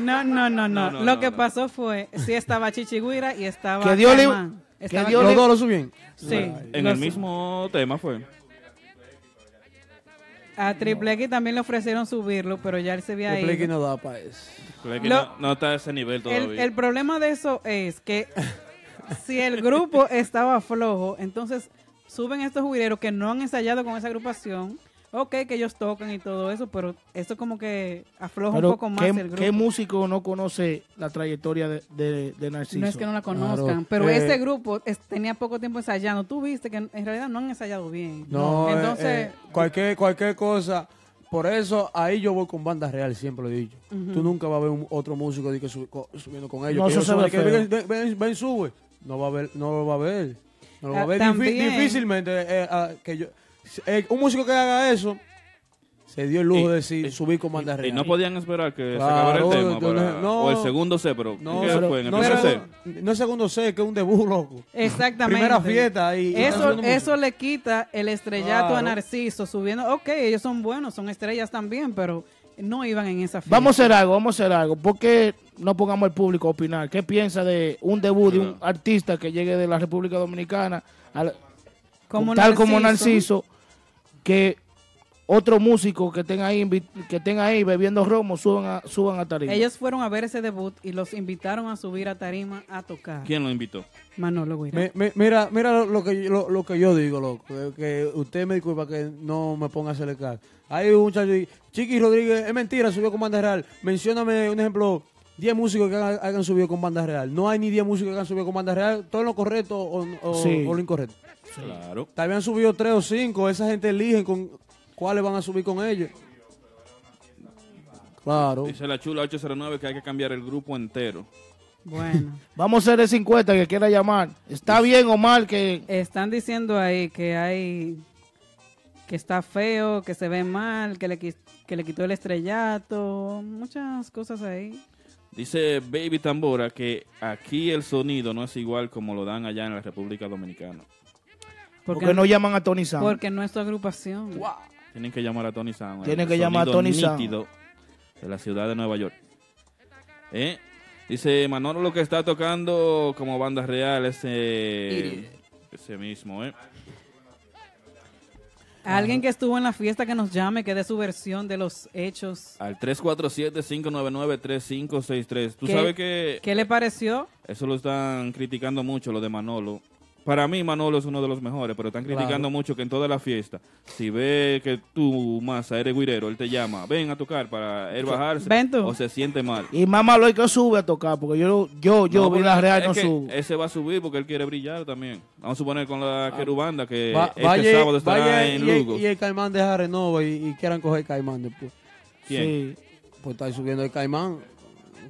Speaker 6: No, no, no, no.
Speaker 8: No, no,
Speaker 6: lo
Speaker 8: no,
Speaker 6: que
Speaker 8: no.
Speaker 6: pasó fue, sí estaba Chichiguira y estaba.
Speaker 8: Que Dios le-
Speaker 6: Germán.
Speaker 8: que
Speaker 6: Estaba-
Speaker 8: Dios le- Los dos
Speaker 7: lo subían.
Speaker 6: Sí.
Speaker 2: En
Speaker 6: lo
Speaker 2: el
Speaker 6: su-
Speaker 2: mismo tema fue.
Speaker 6: A Triple X también le ofrecieron subirlo, pero ya él se había ido.
Speaker 7: Triple X no da para eso.
Speaker 2: Creo que
Speaker 6: Lo-
Speaker 2: no, no está a ese nivel todavía.
Speaker 6: El, el problema de eso es que si el grupo estaba flojo, entonces suben estos jubileros que no han ensayado con esa agrupación. Ok, que ellos tocan y todo eso, pero esto como que afloja
Speaker 8: Pero
Speaker 6: un poco más
Speaker 8: ¿qué,
Speaker 6: el grupo.
Speaker 8: qué músico no conoce la trayectoria de, de- de Narciso? Eh,
Speaker 6: No es que no la conozcan,
Speaker 7: eh.
Speaker 6: pero ese grupo es- tenía poco tiempo ensayando. Tú viste que en en realidad no han ensayado bien.
Speaker 7: No, eh,
Speaker 6: Entonces,
Speaker 7: eh, cualquier, cualquier cosa. Por eso ahí yo voy con bandas reales, siempre lo he dicho.
Speaker 6: Ujú.
Speaker 7: Tú nunca vas a ver un otro músico de que su- co- subiendo con ellos.
Speaker 8: No,
Speaker 7: que
Speaker 8: eso
Speaker 7: ellos
Speaker 8: se
Speaker 7: suben,
Speaker 8: ve
Speaker 7: que
Speaker 8: feo.
Speaker 7: ven, ven- ven- ven, sube. No va a ver, no lo va a ver. No lo va a
Speaker 8: Ah,
Speaker 7: ver. Difí-
Speaker 8: también.
Speaker 7: difícilmente eh, ah, que yo- eh, un músico que haga eso se dio el lujo de decir, subir con bandas
Speaker 2: Y
Speaker 7: reales.
Speaker 2: no podían esperar que
Speaker 7: Claro,
Speaker 2: se acabara el tema.
Speaker 7: yo no-
Speaker 2: para-
Speaker 7: no.
Speaker 2: o el segundo C, pero.
Speaker 7: No,
Speaker 2: ¿Qué
Speaker 7: pero-
Speaker 2: fue? ¿En el
Speaker 7: no,
Speaker 2: primer
Speaker 7: pero-
Speaker 2: C?
Speaker 7: no es segundo C, que es un debut, loco.
Speaker 6: Exactamente.
Speaker 7: Primera fiesta y- y están
Speaker 6: eso,
Speaker 7: haciendo música.
Speaker 6: eso le quita el estrellato a
Speaker 7: Claro.
Speaker 6: Narciso subiendo. Ok, ellos son buenos, son estrellas también, pero no iban en esa fiesta.
Speaker 8: Vamos a hacer algo, vamos a hacer algo. ¿Por qué no pongamos al público a opinar? ¿Qué piensa de un debut de un artista que llegue de la República Dominicana, al-
Speaker 6: Como
Speaker 8: tal como
Speaker 6: Narciso.
Speaker 8: Narciso, que otro músico que tenga ahí, invi- que tenga ahí bebiendo romo suban a, suban a tarima?
Speaker 6: Ellos fueron a ver ese debut y los invitaron a subir a tarima a tocar.
Speaker 2: ¿Quién lo invitó?
Speaker 6: Manolo
Speaker 7: Mi- mi- mira, mira lo, lo que, yo- lo, lo que yo digo, loco. Que, que usted me disculpa que no me ponga a hacerle caso. Hay un muchacho, ahí, Chiqui Rodríguez, es mentira, subió con banda real. Mencióname un ejemplo, 10 músicos que hayan, hayan subido con banda real. No hay ni 10 músicos que hayan subido con banda real. Todo lo correcto o, o-
Speaker 2: Sí.
Speaker 7: o lo incorrecto.
Speaker 2: Claro.
Speaker 7: Tal vez han subido 3 o 5. Esa gente eligen con cuáles van a subir con ellos. Claro.
Speaker 2: Dice la chula 809 que hay que cambiar el grupo entero.
Speaker 6: Bueno.
Speaker 8: Vamos a ser de 50 que quiera llamar. ¿Está bien o mal que
Speaker 6: Están diciendo ahí que hay que está feo, que se ve mal, que le, qui- que le quitó el estrellato, muchas cosas ahí.
Speaker 2: Dice Baby Tambora que aquí el sonido no es igual como lo dan allá en la República Dominicana.
Speaker 8: ¿Por qué no llaman a Tony Sam?
Speaker 6: Porque no es tu agrupación.
Speaker 2: Tienen que llamar a Tony Sam. el
Speaker 8: Tienen que llamar a
Speaker 2: sonido
Speaker 8: Tony Sam.
Speaker 2: nítido De la ciudad de Nueva York. ¿Eh? Dice Manolo lo que está tocando como banda real ese, ese mismo, ¿eh?
Speaker 8: Ah.
Speaker 6: Alguien que estuvo en la fiesta que nos llame, que dé su versión de los hechos.
Speaker 2: Al 347-599-3563. Tú
Speaker 6: ¿Qué-
Speaker 2: sabes que
Speaker 6: ¿Qué le pareció?
Speaker 2: eso lo están criticando mucho, lo de Manolo. Para mí Manolo es uno de los mejores, pero están criticando
Speaker 7: Claro.
Speaker 2: mucho que en toda la fiesta, si ve que tú, Masa, eres guirero, él te llama, ven a tocar para él bajarse
Speaker 8: Ven tú.
Speaker 2: o se siente mal.
Speaker 8: Y más malo es que sube a tocar, porque yo, yo, yo,
Speaker 2: No,
Speaker 8: vi
Speaker 2: porque
Speaker 8: la real
Speaker 2: es
Speaker 8: no
Speaker 2: que
Speaker 8: subo.
Speaker 2: Ese va a subir porque él quiere brillar también. Vamos a suponer con la querubanda que
Speaker 7: Va-
Speaker 2: este
Speaker 7: vaya-
Speaker 2: sábado estará
Speaker 7: vaya
Speaker 2: en
Speaker 7: y el-
Speaker 2: Lugo.
Speaker 7: Y, el Caimán deja Renova y, y quieran coger Caimán después.
Speaker 2: ¿Quién?
Speaker 7: Sí, pues está subiendo el Caimán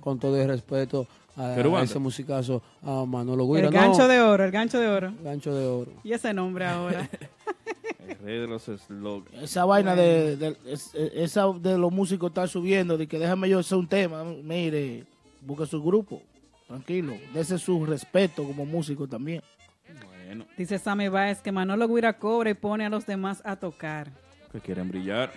Speaker 7: con todo el respeto a,
Speaker 6: Querubanda.
Speaker 7: a ese musicazo a Manolo Guira.
Speaker 6: el
Speaker 7: No,
Speaker 6: gancho de oro, el gancho de oro.
Speaker 7: Gancho de oro.
Speaker 6: Y ese nombre ahora.
Speaker 2: El rey de los eslogans.
Speaker 8: Esa vaina de, de- es- eh, esa de los músicos está subiendo, de que déjame yo hacer un tema. Mire, busque su grupo, tranquilo. Dese su respeto como músico también.
Speaker 2: Bueno,
Speaker 6: Dice Sammy Baez que Manolo Guira cobra y pone a los demás a tocar.
Speaker 2: que quieren brillar.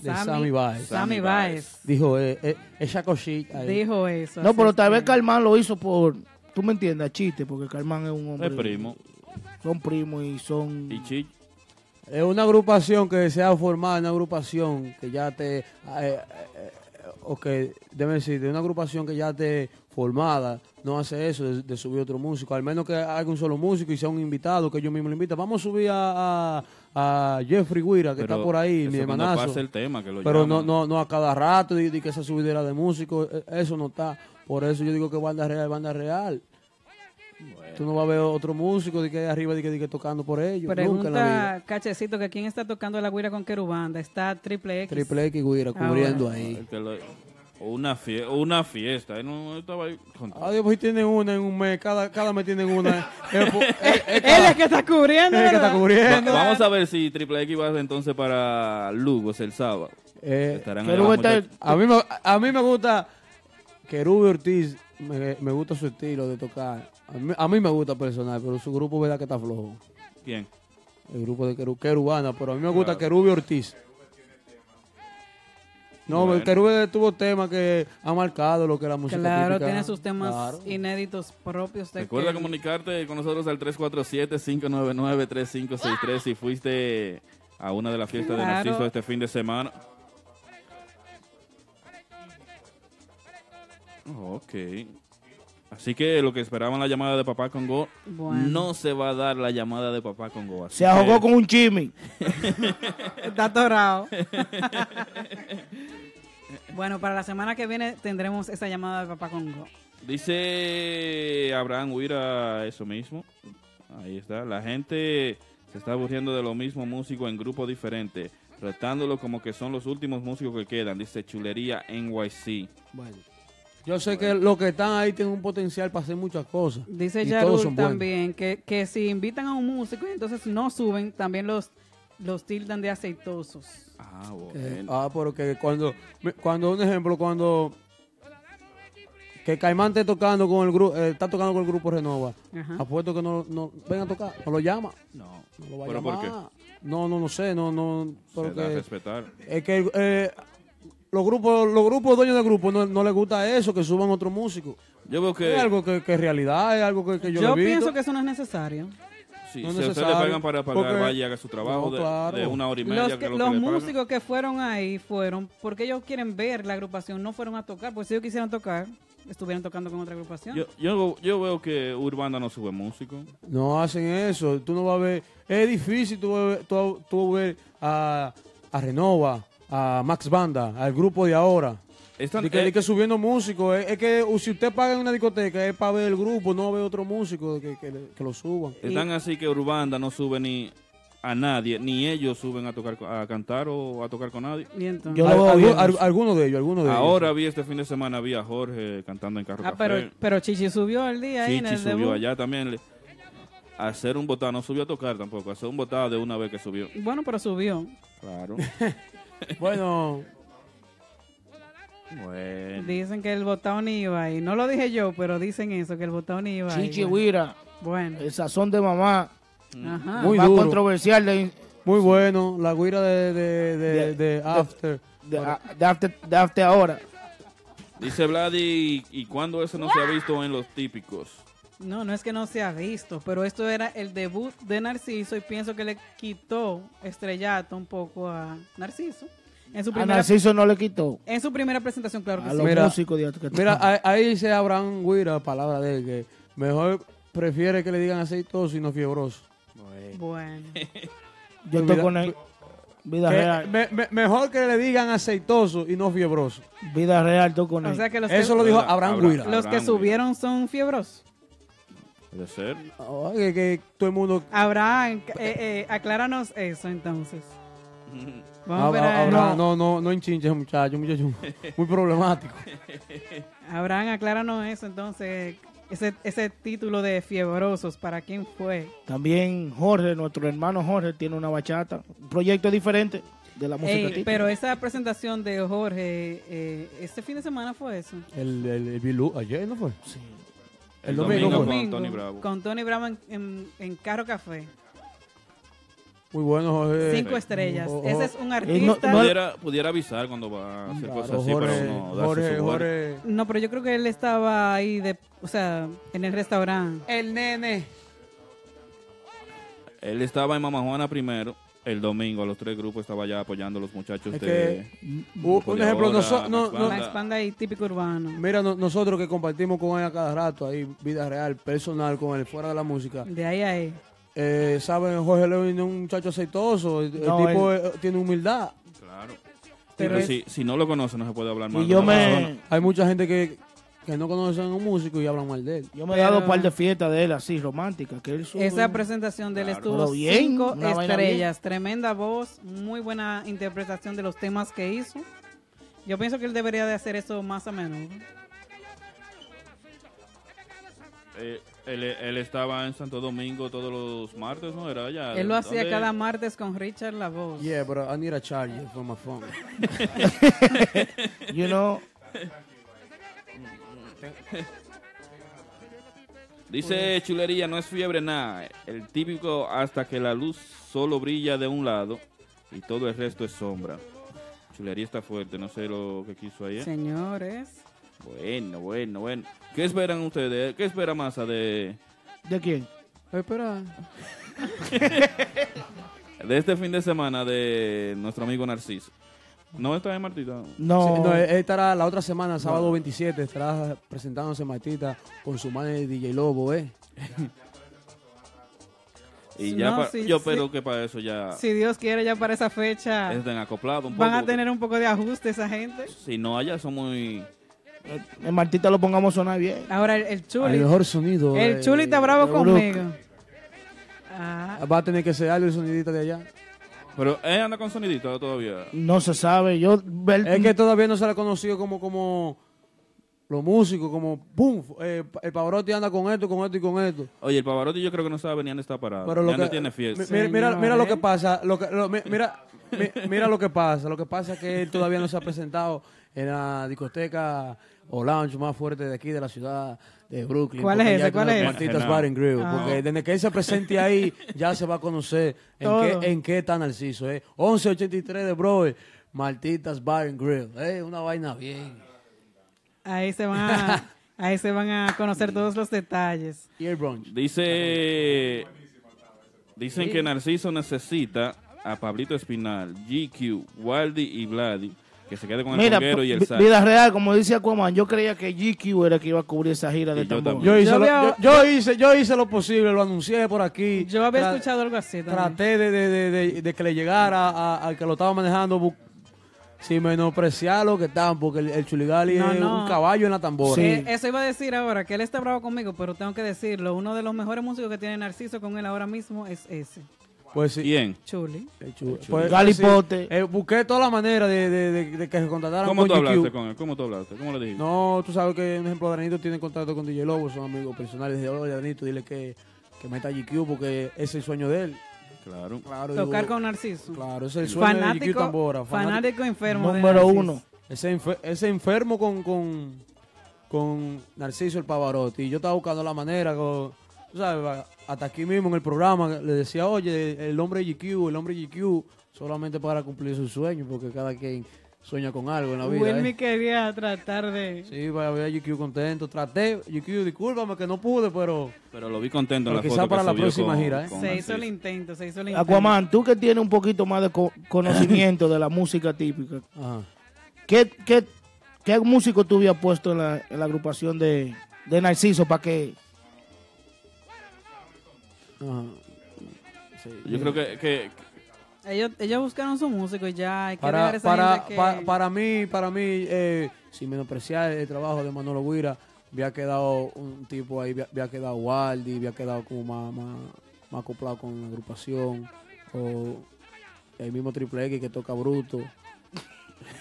Speaker 7: De Sammy Baez.
Speaker 6: Sammy Baez.
Speaker 7: Dijo eh, eh, esa cosita. eh. ahí.
Speaker 6: Dijo eso.
Speaker 8: No,
Speaker 6: así
Speaker 8: pero
Speaker 6: es
Speaker 8: tal
Speaker 6: que-
Speaker 8: vez Carmán lo hizo por, tú me entiendes, a chiste, porque Carmán es un hombre.
Speaker 2: Es primo.
Speaker 8: Son primos y son.
Speaker 2: Y Chi-
Speaker 7: Es una agrupación que sea formada, una agrupación que ya te. eh, eh, eh, ok, déjame decirte, una agrupación que ya te formada no hace eso de, de subir otro músico. Al menos que haga un solo músico y sea un invitado que ellos mismos lo invitan. Vamos a subir a, a- a Jeffrey Guira, que
Speaker 2: Pero
Speaker 7: está por ahí,
Speaker 2: eso
Speaker 7: mi
Speaker 2: cuando
Speaker 7: hermanazo.
Speaker 2: pase el tema, que lo
Speaker 7: Pero no,
Speaker 2: llaman.
Speaker 7: no, no a cada rato, y, y que esa subidera de músico, eh, eso no está. Por eso yo digo que banda real, banda real. Tú no vas a ver otro músico de que hay arriba de que, de que tocando por ellos. Nunca en la vida.
Speaker 6: Pregunta, Cachecito, que quién está tocando la guira con Querubanda. Está Triple X.
Speaker 7: Triple X Guira cubriendo
Speaker 6: Ahora.
Speaker 7: ahí.
Speaker 2: El que lo- o una, fie- o una fiesta. Él no estaba ahí con-
Speaker 7: Adiós, pues tienen una en un mes, cada, cada mes tienen una. Es po- es- es
Speaker 6: Él
Speaker 7: cada-
Speaker 6: es que está cubriendo.
Speaker 7: Él es que
Speaker 6: ¿verdad?
Speaker 7: está cubriendo.
Speaker 2: Va- vamos a ver si Triple X va entonces para Lugo es el sábado.
Speaker 7: Eh,
Speaker 2: Estarán
Speaker 7: Querube
Speaker 2: allá,
Speaker 7: está-
Speaker 2: muchachos.
Speaker 7: a, mí me, a mí me gusta Querube Ortiz, me, me gusta su estilo de tocar. A mí, a mí me gusta personal, pero su grupo verdad que está flojo.
Speaker 2: ¿Quién?
Speaker 7: El grupo de Querube, Querubana, pero a mí me gusta Querube Ortiz. No,
Speaker 6: Bueno.
Speaker 7: el Querube tuvo temas que ha marcado lo que era música
Speaker 6: Claro,
Speaker 7: típica.
Speaker 6: tiene sus temas
Speaker 7: Claro.
Speaker 6: inéditos propios. De
Speaker 2: Recuerda
Speaker 6: que-
Speaker 2: comunicarte con nosotros al 347-599-3563 si fuiste a una de las fiestas de
Speaker 6: Claro.
Speaker 2: Narciso este fin de semana. Oh, Ok. Así que lo que esperaban la llamada de Papá Congo,
Speaker 8: Bueno.
Speaker 2: no se va a dar la llamada de Papá Congo. así
Speaker 8: Se
Speaker 2: que-
Speaker 8: ahogó con un chimi.
Speaker 6: Está atorado. bueno, para la semana que viene tendremos esa llamada de Papá Congo.
Speaker 2: Dice Abraham Huira eso mismo. Ahí está. La gente se está aburriendo de lo mismo músico en grupo diferente, tratándolo como que son los últimos músicos que quedan. Dice Chulería NYC.
Speaker 7: Bueno. Yo sé que los que están ahí tienen un potencial para hacer muchas cosas.
Speaker 6: Dice
Speaker 7: Y todos
Speaker 6: Yarul
Speaker 7: son buenos.
Speaker 6: también que, que si invitan a un músico y entonces no suben, también los, los tildan de aceitosos.
Speaker 2: Ah, bueno.
Speaker 7: Eh, ah, porque cuando, me- cuando un ejemplo, cuando que Caimán esté tocando con el grupo, está tocando con el grupo Renova,
Speaker 6: Ajá.
Speaker 7: apuesto que no, no ven a tocar, no lo llama.
Speaker 2: No,
Speaker 7: lo va a
Speaker 2: ¿Pero por qué?
Speaker 7: llamar. No, no, no sé, no, no,
Speaker 2: Se da a
Speaker 7: porque
Speaker 2: respetar.
Speaker 7: es que eh, los grupos, los grupos dueños de grupos no, no les gusta eso, que suban otro músico.
Speaker 2: Yo veo que-
Speaker 7: es algo que, que es realidad, es algo que, que yo,
Speaker 6: Yo,
Speaker 7: lo he visto.
Speaker 6: pienso que eso no es necesario.
Speaker 2: Sí,
Speaker 7: No es
Speaker 2: si a usted le
Speaker 7: necesario,
Speaker 2: pagan para pagar,
Speaker 7: porque-
Speaker 2: vaya, haga su trabajo
Speaker 7: No,
Speaker 2: de-
Speaker 7: claro.
Speaker 2: de, una hora y media.
Speaker 6: Los,
Speaker 2: que
Speaker 6: que-
Speaker 2: es lo que
Speaker 6: los
Speaker 2: le pagan.
Speaker 6: músicos que fueron ahí fueron porque ellos quieren ver la agrupación, no fueron a tocar, porque si ellos quisieran tocar, estuvieran tocando con otra agrupación.
Speaker 2: Yo, yo, yo veo que Urbanda no sube músico.
Speaker 7: No hacen eso. Tú no vas a ver. Es difícil tú, ver- tú, tú ver a, a Renova, a Max Banda, al grupo de ahora.
Speaker 2: Están-
Speaker 7: de que,
Speaker 2: eh.
Speaker 7: de que subiendo músicos. Es, es que u- si usted paga en una discoteca es para ver el grupo, no ver otro músico que, que le- que lo suban.
Speaker 2: Están así que Urbanda no sube ni a nadie, ni ellos suben a tocar co- a cantar o a tocar con nadie. Ah,
Speaker 6: Y entonces-
Speaker 7: Al- algu- al- alguno de ellos, alguno de ellos.
Speaker 2: Ahora vi este fin de semana vi a Jorge cantando en carro
Speaker 6: Ah,
Speaker 2: café.
Speaker 6: pero, pero Chichi subió el día ahí en
Speaker 2: Chichi
Speaker 6: el
Speaker 2: subió
Speaker 6: debut.
Speaker 2: allá también. le- a hacer un botado, no subió a tocar tampoco, a hacer un botado de una vez que subió.
Speaker 6: Bueno, pero subió.
Speaker 2: Claro.
Speaker 7: bueno.
Speaker 2: Bueno.
Speaker 6: Dicen que el botón iba ahí. No lo dije yo, pero dicen eso, que el botón iba ahí.
Speaker 8: Chichi
Speaker 6: Bueno.
Speaker 8: Huira.
Speaker 6: Bueno.
Speaker 8: El sazón de mamá.
Speaker 6: Ajá.
Speaker 7: Muy
Speaker 8: más
Speaker 7: duro.
Speaker 8: controversial de,
Speaker 7: Muy bueno. La guira de, de, de- de After.
Speaker 8: de, de after, de after ahora.
Speaker 2: Dice Vladi, ¿y cuándo eso no se ha visto en los típicos?
Speaker 6: No, no es que no se ha visto, pero esto era el debut de Narciso y pienso que le quitó estrellato un poco a Narciso. En su
Speaker 8: A
Speaker 6: primera,
Speaker 8: Narciso no le quitó.
Speaker 6: en su primera presentación, claro que
Speaker 8: A
Speaker 6: sí.
Speaker 8: los músicos de que
Speaker 7: Mira, ahí, ahí dice Abraham Guira, palabra de él, que mejor prefiere que le digan aceitoso y no fiebroso.
Speaker 6: Bueno. Eh,
Speaker 8: Yo
Speaker 7: Vida-
Speaker 8: estoy con él. Vida
Speaker 7: Pues Que
Speaker 8: real.
Speaker 7: me- me- mejor que le digan aceitoso y no fiebroso.
Speaker 8: Vida real, tú con él.
Speaker 6: O sea que los
Speaker 7: Eso
Speaker 6: que-
Speaker 7: lo dijo Abraham Guira.
Speaker 6: Los que subieron son fiebros.
Speaker 2: Puede ser.
Speaker 7: que, Oh, que todo el mundo.
Speaker 6: Abraham, eh, eh, acláranos eso entonces. Vamos a ver.
Speaker 7: Abra-
Speaker 6: a-
Speaker 7: Abraham, no, no, no enchinches, muchacho, muchacho. Muy problemático.
Speaker 6: Abraham, acláranos eso entonces. Ese, ese título de fiebrosos, ¿para quién fue?
Speaker 8: También Jorge, nuestro hermano Jorge, tiene una bachata. Un proyecto diferente de la música.
Speaker 6: Ey,
Speaker 8: típica.
Speaker 6: Eh, pero esa presentación de Jorge, eh, este fin de semana fue eso.
Speaker 7: El, el, el Bilú, ayer no fue. Sí. El,
Speaker 2: El
Speaker 7: domingo,
Speaker 2: domingo
Speaker 7: fue.
Speaker 2: con Tony Bravo.
Speaker 6: Con Tony Bravo en, en- en Carro Café.
Speaker 7: Muy bueno, Jorge.
Speaker 6: Cinco estrellas.
Speaker 7: Ojo.
Speaker 6: Ese es un
Speaker 2: Pudiera,
Speaker 6: artista.
Speaker 2: pudiera avisar cuando va a hacer
Speaker 7: Claro,
Speaker 2: cosas así
Speaker 7: Jorge,
Speaker 2: para uno darse
Speaker 7: Jorge,
Speaker 2: su guardia.
Speaker 7: Jorge.
Speaker 6: No, pero yo creo que él estaba ahí, de, o sea, en el restaurante.
Speaker 7: El nene.
Speaker 2: Él estaba en Mama Juana primero. El domingo, los tres grupos estaba allá apoyando a los muchachos de.
Speaker 7: Es que, u-
Speaker 2: grupo
Speaker 7: un
Speaker 2: de
Speaker 7: ejemplo,
Speaker 2: ahora,
Speaker 7: noso- no-
Speaker 2: Max
Speaker 7: no-
Speaker 2: Banda.
Speaker 6: Max Panda y típico urbano.
Speaker 7: Mira, no- nosotros que compartimos con él a cada rato, ahí, vida real, personal, con él, fuera de la música.
Speaker 6: De ahí a ahí.
Speaker 7: Eh, Saben, Jorge Lewin es un muchacho aceitoso. El, el
Speaker 6: No,
Speaker 7: tipo eh, tiene humildad.
Speaker 2: Claro.
Speaker 7: Pero
Speaker 2: Pero
Speaker 7: es-
Speaker 2: si, si no lo conoce, no se puede hablar mal.
Speaker 7: Y
Speaker 2: de
Speaker 7: yo
Speaker 2: una
Speaker 7: me-
Speaker 2: persona.
Speaker 7: Hay mucha gente que, que no conocen a un músico y hablan mal de él.
Speaker 8: Yo me he dado un par de fiestas de él así, románticas. Que él sube-
Speaker 6: Esa presentación de él
Speaker 8: Claro.
Speaker 6: estuvo
Speaker 8: Pero bien,
Speaker 6: cinco
Speaker 8: una vaina
Speaker 6: estrellas. Tremenda voz, muy buena interpretación de los temas que hizo. Yo pienso que él debería de hacer eso más a menudo.
Speaker 2: Eh, él, él estaba en Santo Domingo todos los martes, ¿no? Era allá.
Speaker 6: Él lo hacía
Speaker 2: ¿Dónde?
Speaker 6: cada martes con Richard La Voz.
Speaker 7: Yeah, but I need a charger for my phone.
Speaker 8: You know.
Speaker 2: Dice Chulería, no es fiebre nada. El típico hasta que la luz solo brilla de un lado y todo el resto es sombra. Chulería está fuerte, no sé lo que quiso ayer.
Speaker 6: Señores.
Speaker 2: Bueno, bueno, bueno. ¿Qué esperan ustedes? ¿Qué espera Massa de
Speaker 7: Eh,
Speaker 8: ¿De quién?
Speaker 7: Espera.
Speaker 2: de este fin de semana de nuestro amigo Narciso. ¿No está bien, Martita?
Speaker 7: Sí, él él estará la otra semana, sábado 27, estará presentándose Martita con su madre DJ Lobo, ¿eh?
Speaker 2: Y ya
Speaker 6: No,
Speaker 2: pa-
Speaker 6: sí,
Speaker 2: yo
Speaker 6: sí.
Speaker 2: espero que para eso ya
Speaker 6: Si Dios quiere, ya para esa fecha
Speaker 2: estén acoplados un poco.
Speaker 6: van a tener un poco de ajuste esa gente.
Speaker 2: Si no, allá son muy...
Speaker 8: El Martita lo pongamos a sonar bien.
Speaker 6: Ahora el, el chuli.
Speaker 7: El mejor sonido.
Speaker 6: El
Speaker 7: de-
Speaker 6: chuli está bravo
Speaker 7: de
Speaker 6: conmigo.
Speaker 7: Brooklyn. Va a tener que ser algo el sonidito de allá.
Speaker 2: Pero él anda con sonidito todavía.
Speaker 8: No se sabe. Yo, ver-
Speaker 7: Es que todavía no se le ha conocido como, como los músicos, como ¡pum! eh, el Pavarotti anda con esto, con esto y con esto.
Speaker 2: Oye, el Pavarotti yo creo que no sabe ni dónde está parado.
Speaker 7: Pero lo
Speaker 2: ya
Speaker 7: que-
Speaker 2: no tiene fiesta.
Speaker 7: mi- Mira, mira, mira lo que pasa, lo que- lo- mi- mira, mi- mira lo que pasa, lo que pasa es que él todavía no se ha presentado en la discoteca o lounge más fuerte de aquí, de la ciudad de Brooklyn.
Speaker 6: ¿Cuál
Speaker 7: porque
Speaker 6: es
Speaker 7: ya
Speaker 6: ese? ¿Cuál
Speaker 7: tiene
Speaker 6: es?
Speaker 7: los Martitas
Speaker 6: Ensenado.
Speaker 7: Bar and Grill,
Speaker 6: Ah.
Speaker 7: porque desde que él se presente ahí ya se va a conocer en,
Speaker 6: Todo.
Speaker 7: qué, en qué está Narciso. Eh. 1183 de Broadway, Martitas Bar and Grill, eh, una vaina bien.
Speaker 6: Ahí se van a, ahí se van a conocer todos los detalles.
Speaker 7: Y el brunch.
Speaker 2: Dice. Dicen que Narciso necesita a Pablito Espinal, GQ, Waldi y Vladi que se quede con el
Speaker 8: Mira,
Speaker 2: conguero y el
Speaker 8: vi-
Speaker 2: saco.
Speaker 8: vida real, como dice Aquaman, yo creía que GQ era el que iba a cubrir esa gira de tambor.
Speaker 7: Yo hice, lo, yo, yo hice, yo hice lo posible, lo anuncié por aquí.
Speaker 6: Yo había
Speaker 7: Tra-
Speaker 6: escuchado algo así también.
Speaker 7: Traté de, de- de- de- de que le llegara a- a- al que lo estaba manejando bu- sin menospreciar lo que están, porque el, el Chuligali
Speaker 6: No,
Speaker 7: es
Speaker 6: no.
Speaker 7: un caballo en la tambora.
Speaker 6: Eh, eso iba a decir ahora, que él está bravo conmigo, pero tengo que decirlo. Uno de los mejores músicos que tiene Narciso con él ahora mismo es ese.
Speaker 7: Pues sí.
Speaker 2: ¿Quién?
Speaker 6: Chuli.
Speaker 7: El Chuli.
Speaker 2: Chuli.
Speaker 7: Pues,
Speaker 2: Galipote.
Speaker 7: sí, eh, busqué toda la manera de, de- de- de que se contrataran
Speaker 2: ¿Cómo
Speaker 7: con
Speaker 2: tú
Speaker 7: GQ.
Speaker 2: hablaste con él? ¿Cómo tú hablaste? ¿Cómo le dijiste?
Speaker 7: No, tú sabes que, un ejemplo, Danito tiene contacto con DJ Lobo, son amigos personales de Lobo, Danito, dile que, que meta GQ porque ese es el sueño de él.
Speaker 2: Claro.
Speaker 6: Tocar
Speaker 7: digo,
Speaker 6: con Narciso.
Speaker 7: Claro, ese es el sueño de GQ Tambora.
Speaker 6: fanático enfermo. de Narciso.
Speaker 7: Ese, enfer- ese enfermo con, con, con Narciso el Pavarotti. Yo estaba buscando la manera, co- tú sabes, va- hasta aquí mismo en el programa le decía, oye, el hombre GQ, el hombre GQ, solamente para cumplir sus sueños, porque cada quien sueña con algo en la vida.
Speaker 6: Wilmy
Speaker 7: ¿eh?
Speaker 6: quería tratar de.
Speaker 7: Sí, para ver a GQ contento. Traté, GQ, discúlpame que no pude, pero...
Speaker 2: Pero lo vi contento en
Speaker 7: Pero
Speaker 2: la
Speaker 7: quizá
Speaker 2: foto que
Speaker 7: para la
Speaker 2: subió
Speaker 7: próxima
Speaker 2: con-
Speaker 7: gira, ¿eh?
Speaker 2: con
Speaker 6: Se
Speaker 2: Narciso.
Speaker 6: hizo el intento, se hizo el intento.
Speaker 8: Aquaman, tú que tienes un poquito más de co- conocimiento de la música típica, ¿qué, qué, qué músico tú hubieras puesto en la, en la agrupación de, de Narciso para que
Speaker 7: Ajá. Sí.
Speaker 2: Yo creo que, que-
Speaker 6: Ellos, ellos buscaron su músico y ya hay que
Speaker 7: para,
Speaker 6: dejar esa
Speaker 7: para,
Speaker 6: gente que...
Speaker 7: pa- para mí, para mí, eh, sin menospreciar el trabajo de Manolo Guira, había quedado un tipo ahí, había- había quedado Waldi, había quedado como más, más, más acoplado con la agrupación, o el mismo Triple X que toca bruto.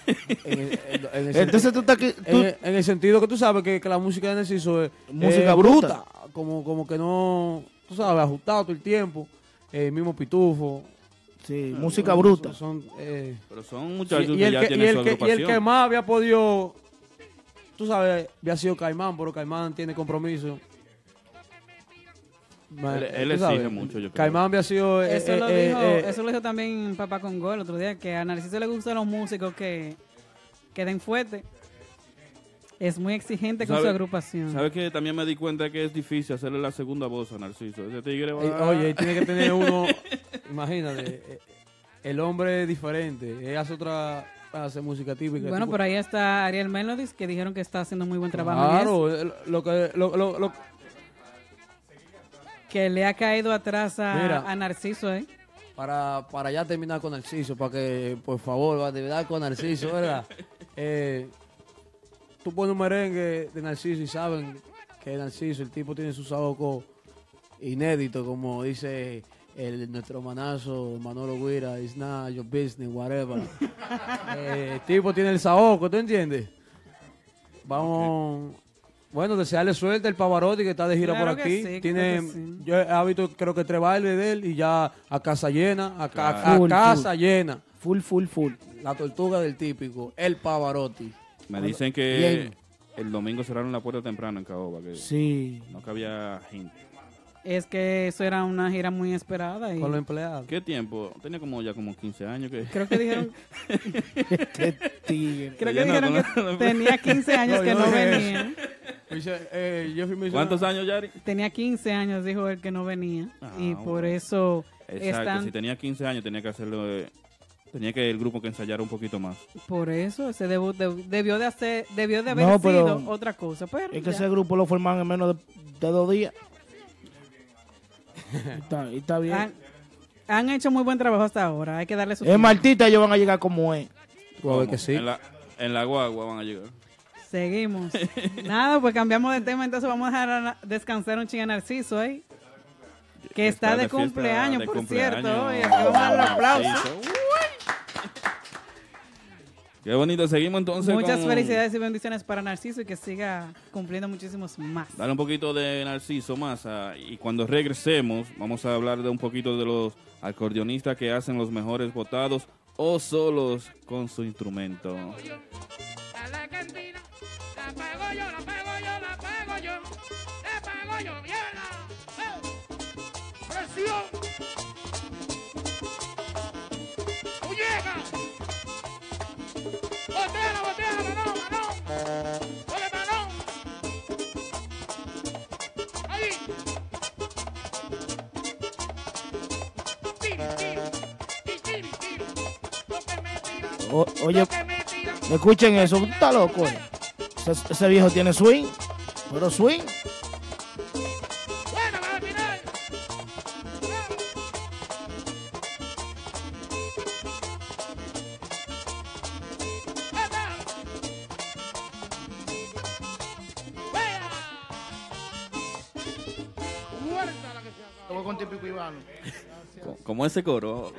Speaker 7: En el- en- en el
Speaker 8: Entonces
Speaker 7: sen-
Speaker 8: tú estás que- tú-
Speaker 7: En, el- en el sentido que tú sabes que, que la música de Narciso es
Speaker 8: Música
Speaker 7: es
Speaker 8: bruta.
Speaker 7: como, como que no, tú sabes, ajustado todo el tiempo, el mismo Pitufo. Ah,
Speaker 8: Sí,
Speaker 2: música
Speaker 8: bruta.
Speaker 7: Son, eh,
Speaker 2: Pero son muchachos
Speaker 7: y- y
Speaker 2: que
Speaker 7: el
Speaker 2: ya
Speaker 7: que-
Speaker 2: tienen
Speaker 7: y el
Speaker 2: su
Speaker 7: que- Y el
Speaker 2: agrupación.
Speaker 7: que más había podido, tú sabes, había sido Caimán, pero Caimán tiene compromiso. Ma-
Speaker 2: Él-
Speaker 7: eh,
Speaker 2: él
Speaker 7: tú
Speaker 2: exige mucho, yo creo.
Speaker 7: Caimán había sido... eh,
Speaker 6: Eso,
Speaker 7: eh,
Speaker 6: lo
Speaker 7: eh,
Speaker 6: dijo,
Speaker 7: eh,
Speaker 6: eso lo dijo también Papá Congo el otro día, que a Narciso le gustan los músicos que, que den fuerte. Es muy exigente con su
Speaker 2: ¿sabe-
Speaker 6: agrupación.
Speaker 2: ¿Sabes que También me di cuenta que es difícil hacerle la segunda voz a Narciso. Ese tigre va-
Speaker 7: eh, oye, él tiene que tener uno... imagínate, eh, el hombre es diferente, él hace otra... hace música típica.
Speaker 6: Bueno,
Speaker 7: tipo-
Speaker 6: por ahí está Ariel Melodies, que dijeron que está haciendo muy buen trabajo. en eso.
Speaker 7: Claro, eh, lo- lo que... Lo, lo- lo-
Speaker 6: Que le ha caído atrás a,
Speaker 7: Mira.
Speaker 6: a Narciso, ¿eh?
Speaker 7: para, para ya terminar con Narciso, para que, por favor, va a terminar con Narciso, ¿verdad? Eh, tú pones un merengue de Narciso y saben que Narciso, el tipo tiene su saoco inédito, como dice el, nuestro manazo Manolo Guira, it's not your business, whatever. Eh, el tipo tiene el saoco, ¿tú entiendes? Vamos... Bueno, desearle suerte al Pavarotti que está de gira
Speaker 6: Claro
Speaker 7: por
Speaker 6: que
Speaker 7: aquí.
Speaker 6: sí, claro
Speaker 7: Tiene,
Speaker 6: que sí.
Speaker 7: yo he visto creo que tres bailes de él y ya a casa llena, a, ca-
Speaker 8: Claro.
Speaker 7: a
Speaker 8: Full,
Speaker 7: casa
Speaker 8: full.
Speaker 7: llena.
Speaker 8: Full, full, full.
Speaker 7: La tortuga del típico, el Pavarotti.
Speaker 2: Me dicen que
Speaker 7: Bien.
Speaker 2: el domingo cerraron la puerta temprano en Caoba. Que
Speaker 8: Sí.
Speaker 2: No cabía gente.
Speaker 6: Es que eso era una gira muy esperada. Y
Speaker 2: Con los
Speaker 7: empleados.
Speaker 2: ¿Qué tiempo? Tenía como ya como 15 años. Que...
Speaker 6: Creo que dijeron-
Speaker 2: Este
Speaker 6: tigre. Creo que
Speaker 2: Ya
Speaker 6: dijeron que
Speaker 2: con la-
Speaker 6: tenía 15 años que no
Speaker 7: dije
Speaker 6: venía.
Speaker 7: eso. Dice, eh, yo fui misionero.
Speaker 2: ¿Cuántos años, Yari?
Speaker 6: Tenía 15 años, dijo él que no venía.
Speaker 2: Ah,
Speaker 6: y por
Speaker 2: bueno.
Speaker 6: eso
Speaker 2: Exacto,
Speaker 6: están
Speaker 2: si tenía 15 años tenía que hacerlo, eh, tenía que el grupo que ensayara un poquito más.
Speaker 6: Por eso ese debut deb- debió de hacer, debió de haber
Speaker 8: No, pero-
Speaker 6: sido otra cosa, pero
Speaker 8: Es que
Speaker 6: ya.
Speaker 8: ese grupo lo forman en menos de, de dos días. Y está, y está bien.
Speaker 6: han, han hecho muy buen trabajo hasta ahora. Hay que darle su
Speaker 8: En Martita ellos van a llegar como es.
Speaker 2: ¿Cómo? En la, en la guagua van a llegar.
Speaker 6: Seguimos. Nada, pues cambiamos de tema, entonces vamos a dejar a la- descansar un chinga Narciso ahí. Que está,
Speaker 2: está
Speaker 6: de,
Speaker 2: de fiesta
Speaker 6: cumpleaños,
Speaker 2: de
Speaker 6: por
Speaker 2: cumpleaños.
Speaker 6: cierto. hoy. Así que vamos a dar un aplauso.
Speaker 2: Narciso. Qué bonito, seguimos entonces
Speaker 6: Muchas
Speaker 2: con-
Speaker 6: felicidades y bendiciones para Narciso y que siga cumpliendo muchísimos más.
Speaker 2: Dale un poquito de Narciso Massa y cuando regresemos vamos a hablar de un poquito de los acordeonistas que hacen los mejores votados o solos con su instrumento.
Speaker 1: A la cantina, la pago yo, la pago yo, la pago yo, la pago yo, mierda. ¡Eh! ¡Presión! ¡Muñeca! ¡Botella, botella, manón, manón! ¡Ole, manón! ¡Ahí! ¡Tiri, tiri! ¡Tiri, tiri, tiri! ¡Lo que me tira!
Speaker 8: O- oye,
Speaker 1: ¡Lo que me tira!
Speaker 8: escuchen eso. ¿Tú estás loco? eh? Ese, ese viejo tiene swing. Pero swing.
Speaker 1: Bueno, va al final. Muerta la que se acaba.
Speaker 8: Te voy con típico Ivano.
Speaker 2: Co- Como ese coro.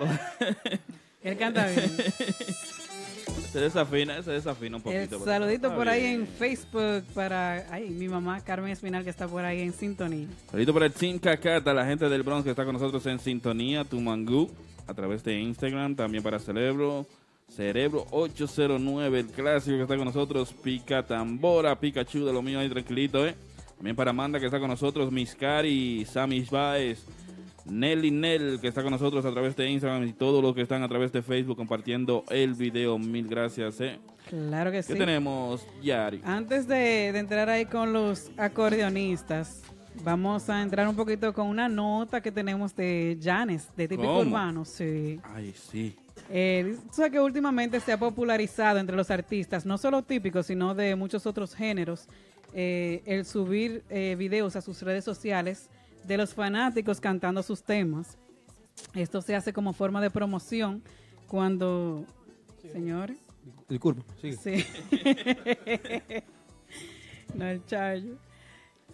Speaker 6: Él canta bien.
Speaker 2: se desafina, se desafina
Speaker 6: El
Speaker 2: un poquito. pero
Speaker 6: Eh, saludito
Speaker 2: está
Speaker 6: por ahí
Speaker 2: bien.
Speaker 6: en Facebook para ay, mi mamá Carmen Espinal que está por ahí en sintonía.
Speaker 2: Saludito para el Team Cacata, la gente del Bronx que está con nosotros en sintonía, Tumangú, a través de Instagram, también para Cerebro, Cerebro 809, el clásico que está con nosotros, Pica Tambora, Pikachu de lo mío ahí tranquilito, eh. También para Amanda que está con nosotros, Miscari, Samis Baez, Nelly Nel que está con nosotros a través de Instagram y todos los que están a través de Facebook compartiendo el video, mil gracias, eh.
Speaker 6: Claro que
Speaker 2: ¿Qué
Speaker 6: sí.
Speaker 2: tenemos, Yari?
Speaker 6: Antes de, de entrar ahí con los acordeonistas, vamos a entrar un poquito con una nota que tenemos de Janes, de Típico
Speaker 2: ¿Cómo?
Speaker 6: Urbano. Sí.
Speaker 2: Ay, sí.
Speaker 6: Eh, tú sabes que últimamente se ha popularizado entre los artistas, no solo típicos, sino de muchos otros géneros, eh, el subir eh, videos a sus redes sociales de los fanáticos cantando sus temas. Esto se hace como forma de promoción cuando... Señores.
Speaker 19: Disculpa, sigue.
Speaker 6: Sí. no, el chayo.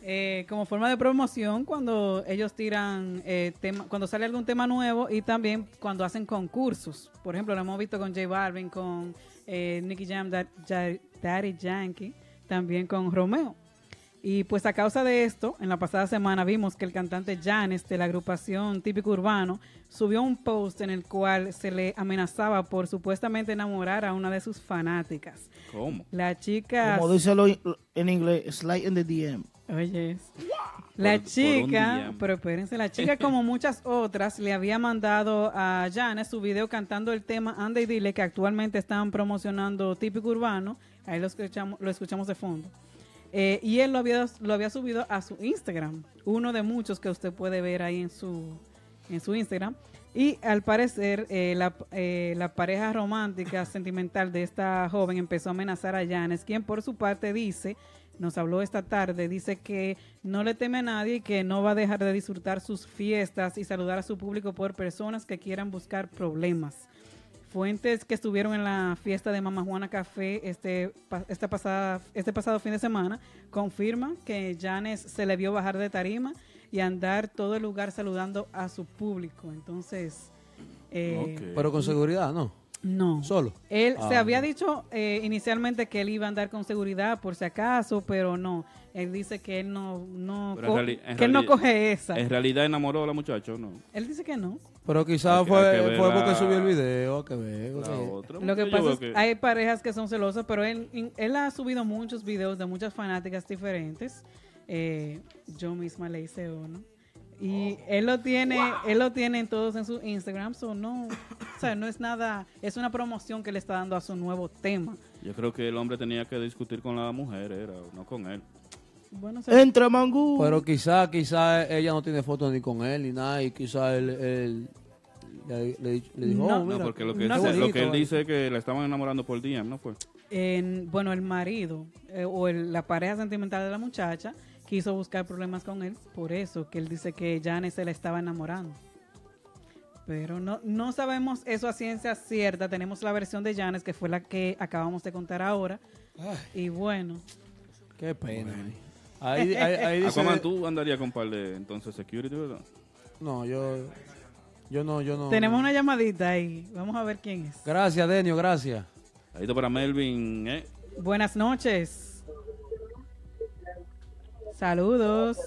Speaker 6: Eh, como forma de promoción cuando ellos tiran eh, tema, cuando sale algún tema nuevo y también cuando hacen concursos. Por ejemplo, lo hemos visto con J Balvin, con eh, Nicky Jam, Da- Ja- Daddy Yankee, también con Romeo. Y pues a causa de esto, en la pasada semana vimos que el cantante Janes de la agrupación Típico Urbano subió un post en el cual se le amenazaba por supuestamente enamorar a una de sus fanáticas.
Speaker 2: ¿Cómo?
Speaker 6: La chica...
Speaker 8: Como dice lo- en inglés, slide in the DM.
Speaker 6: Oye. La
Speaker 8: Por- por un
Speaker 6: chica,
Speaker 8: DM.
Speaker 6: pero espérense, la chica como muchas otras le había mandado a Janes su video cantando el tema Anda y Dile que actualmente están promocionando típico urbano, ahí lo escuchamos, lo escuchamos de fondo. Eh, y él lo había, lo había subido a su Instagram, uno de muchos que usted puede ver ahí en su, en su Instagram. Y al parecer eh, la, eh, la pareja romántica sentimental de esta joven empezó a amenazar a Janes, quien por su parte dice nos habló esta tarde, dice que no le teme a nadie y que no va a dejar de disfrutar sus fiestas y saludar a su público por personas que quieran buscar problemas. Fuentes que estuvieron en la fiesta de Mamá Juana Café este, pa- esta pasada, este pasado fin de semana confirman que Janes se le vio bajar de tarima y andar todo el lugar saludando a su público. Entonces, eh,
Speaker 7: Pero con seguridad, ¿no?
Speaker 6: No.
Speaker 7: Solo.
Speaker 6: él se
Speaker 7: Ah.
Speaker 6: había dicho eh, inicialmente que él iba a andar con seguridad por si acaso, pero no. Él dice que él no, no
Speaker 2: Pero en
Speaker 6: co-
Speaker 2: reali- en
Speaker 6: Oh, que él no
Speaker 2: reali-
Speaker 6: coge esa.
Speaker 2: En realidad enamoró a la muchacha, ¿o ¿no?
Speaker 6: Él dice que no.
Speaker 7: Pero quizás
Speaker 2: Hay que- hay que
Speaker 7: fue,
Speaker 2: ver
Speaker 7: fue
Speaker 2: la-
Speaker 7: porque subió el video, hay que ver.
Speaker 2: la
Speaker 7: o sea,
Speaker 2: otra.
Speaker 6: Lo que
Speaker 2: Yo
Speaker 6: pasa
Speaker 2: veo
Speaker 6: es
Speaker 2: que-
Speaker 6: que hay parejas que son celosas, pero él, in- él ha subido muchos videos de muchas fanáticas diferentes. Eh, yo misma le hice uno. Y él lo tiene, él lo tiene en todos en su Instagram, so no, o sea, no es nada, es una promoción que le está dando a su nuevo tema.
Speaker 2: Yo creo que el hombre tenía que discutir con la mujer, era, no con él.
Speaker 6: Bueno, se-
Speaker 8: Entra, mangú.
Speaker 7: Pero quizás quizá ella no tiene fotos ni con él ni nada, y quizás él, él Le, le- le dijo,
Speaker 6: No,
Speaker 7: "Oh, mira,
Speaker 2: no, porque lo que, dice-
Speaker 7: qué
Speaker 2: lo
Speaker 7: bonito,
Speaker 2: que él
Speaker 7: vale".
Speaker 2: dice es que la estaban enamorando por día, ¿no Pues. fue?
Speaker 6: en- bueno, el marido eh, o el- la pareja sentimental de la muchacha quiso buscar problemas con él, por eso que él dice que Janet se la estaba enamorando. Pero no, no sabemos eso a ciencia cierta. Tenemos la versión de Janes, que fue la que acabamos de contar ahora. Y bueno,
Speaker 7: Qué pena. man.
Speaker 6: Ahí- ahí- ahí dice-
Speaker 2: Aquaman, tú andarías con par de entonces security, ¿verdad?
Speaker 7: No, yo, yo no, yo no.
Speaker 6: tenemos una llamadita ahí. Vamos a ver quién es.
Speaker 7: Gracias, Denio, gracias.
Speaker 2: Ahí está para Melvin, ¿eh?
Speaker 6: Buenas noches. Saludos.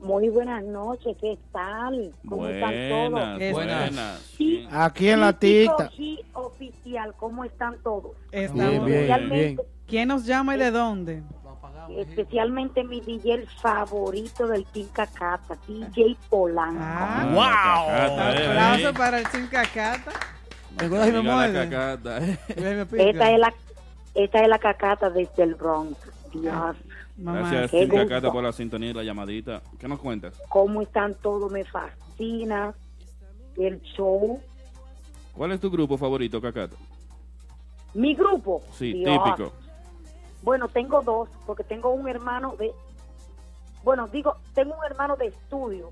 Speaker 19: Muy buenas noches, ¿qué tal? ¿Cómo están todos?
Speaker 2: Buenas, buenas.
Speaker 8: Aquí en la ticta.
Speaker 19: Aquí oficial, ¿cómo están todos?
Speaker 6: Estamos-
Speaker 8: bien,
Speaker 19: bien.
Speaker 6: ¿Quién nos llama y de dónde?
Speaker 19: Especialmente mi DJ favorito del Team Cacata, DJ
Speaker 2: Ah.
Speaker 19: Polanco.
Speaker 6: Aplauso para el Team Cacata.
Speaker 7: acuerdas si me
Speaker 2: Diga ¿eh? la
Speaker 7: muerde?
Speaker 2: cacata, ¿eh?
Speaker 19: Esta es la esta es la Cacata desde el Bronx. Dios.
Speaker 2: Gracias,
Speaker 19: qué
Speaker 2: Tim
Speaker 19: gusto.
Speaker 2: Cacata, por la sintonía y la llamadita. ¿Qué nos cuentas?
Speaker 19: ¿Cómo están todos? Me fascina el show.
Speaker 2: ¿Cuál es tu grupo favorito, Cacata?
Speaker 19: Mi grupo.
Speaker 2: Sí,
Speaker 19: Dios.
Speaker 2: típico.
Speaker 19: Bueno, tengo dos, porque tengo un hermano de, bueno, digo, tengo un hermano de estudio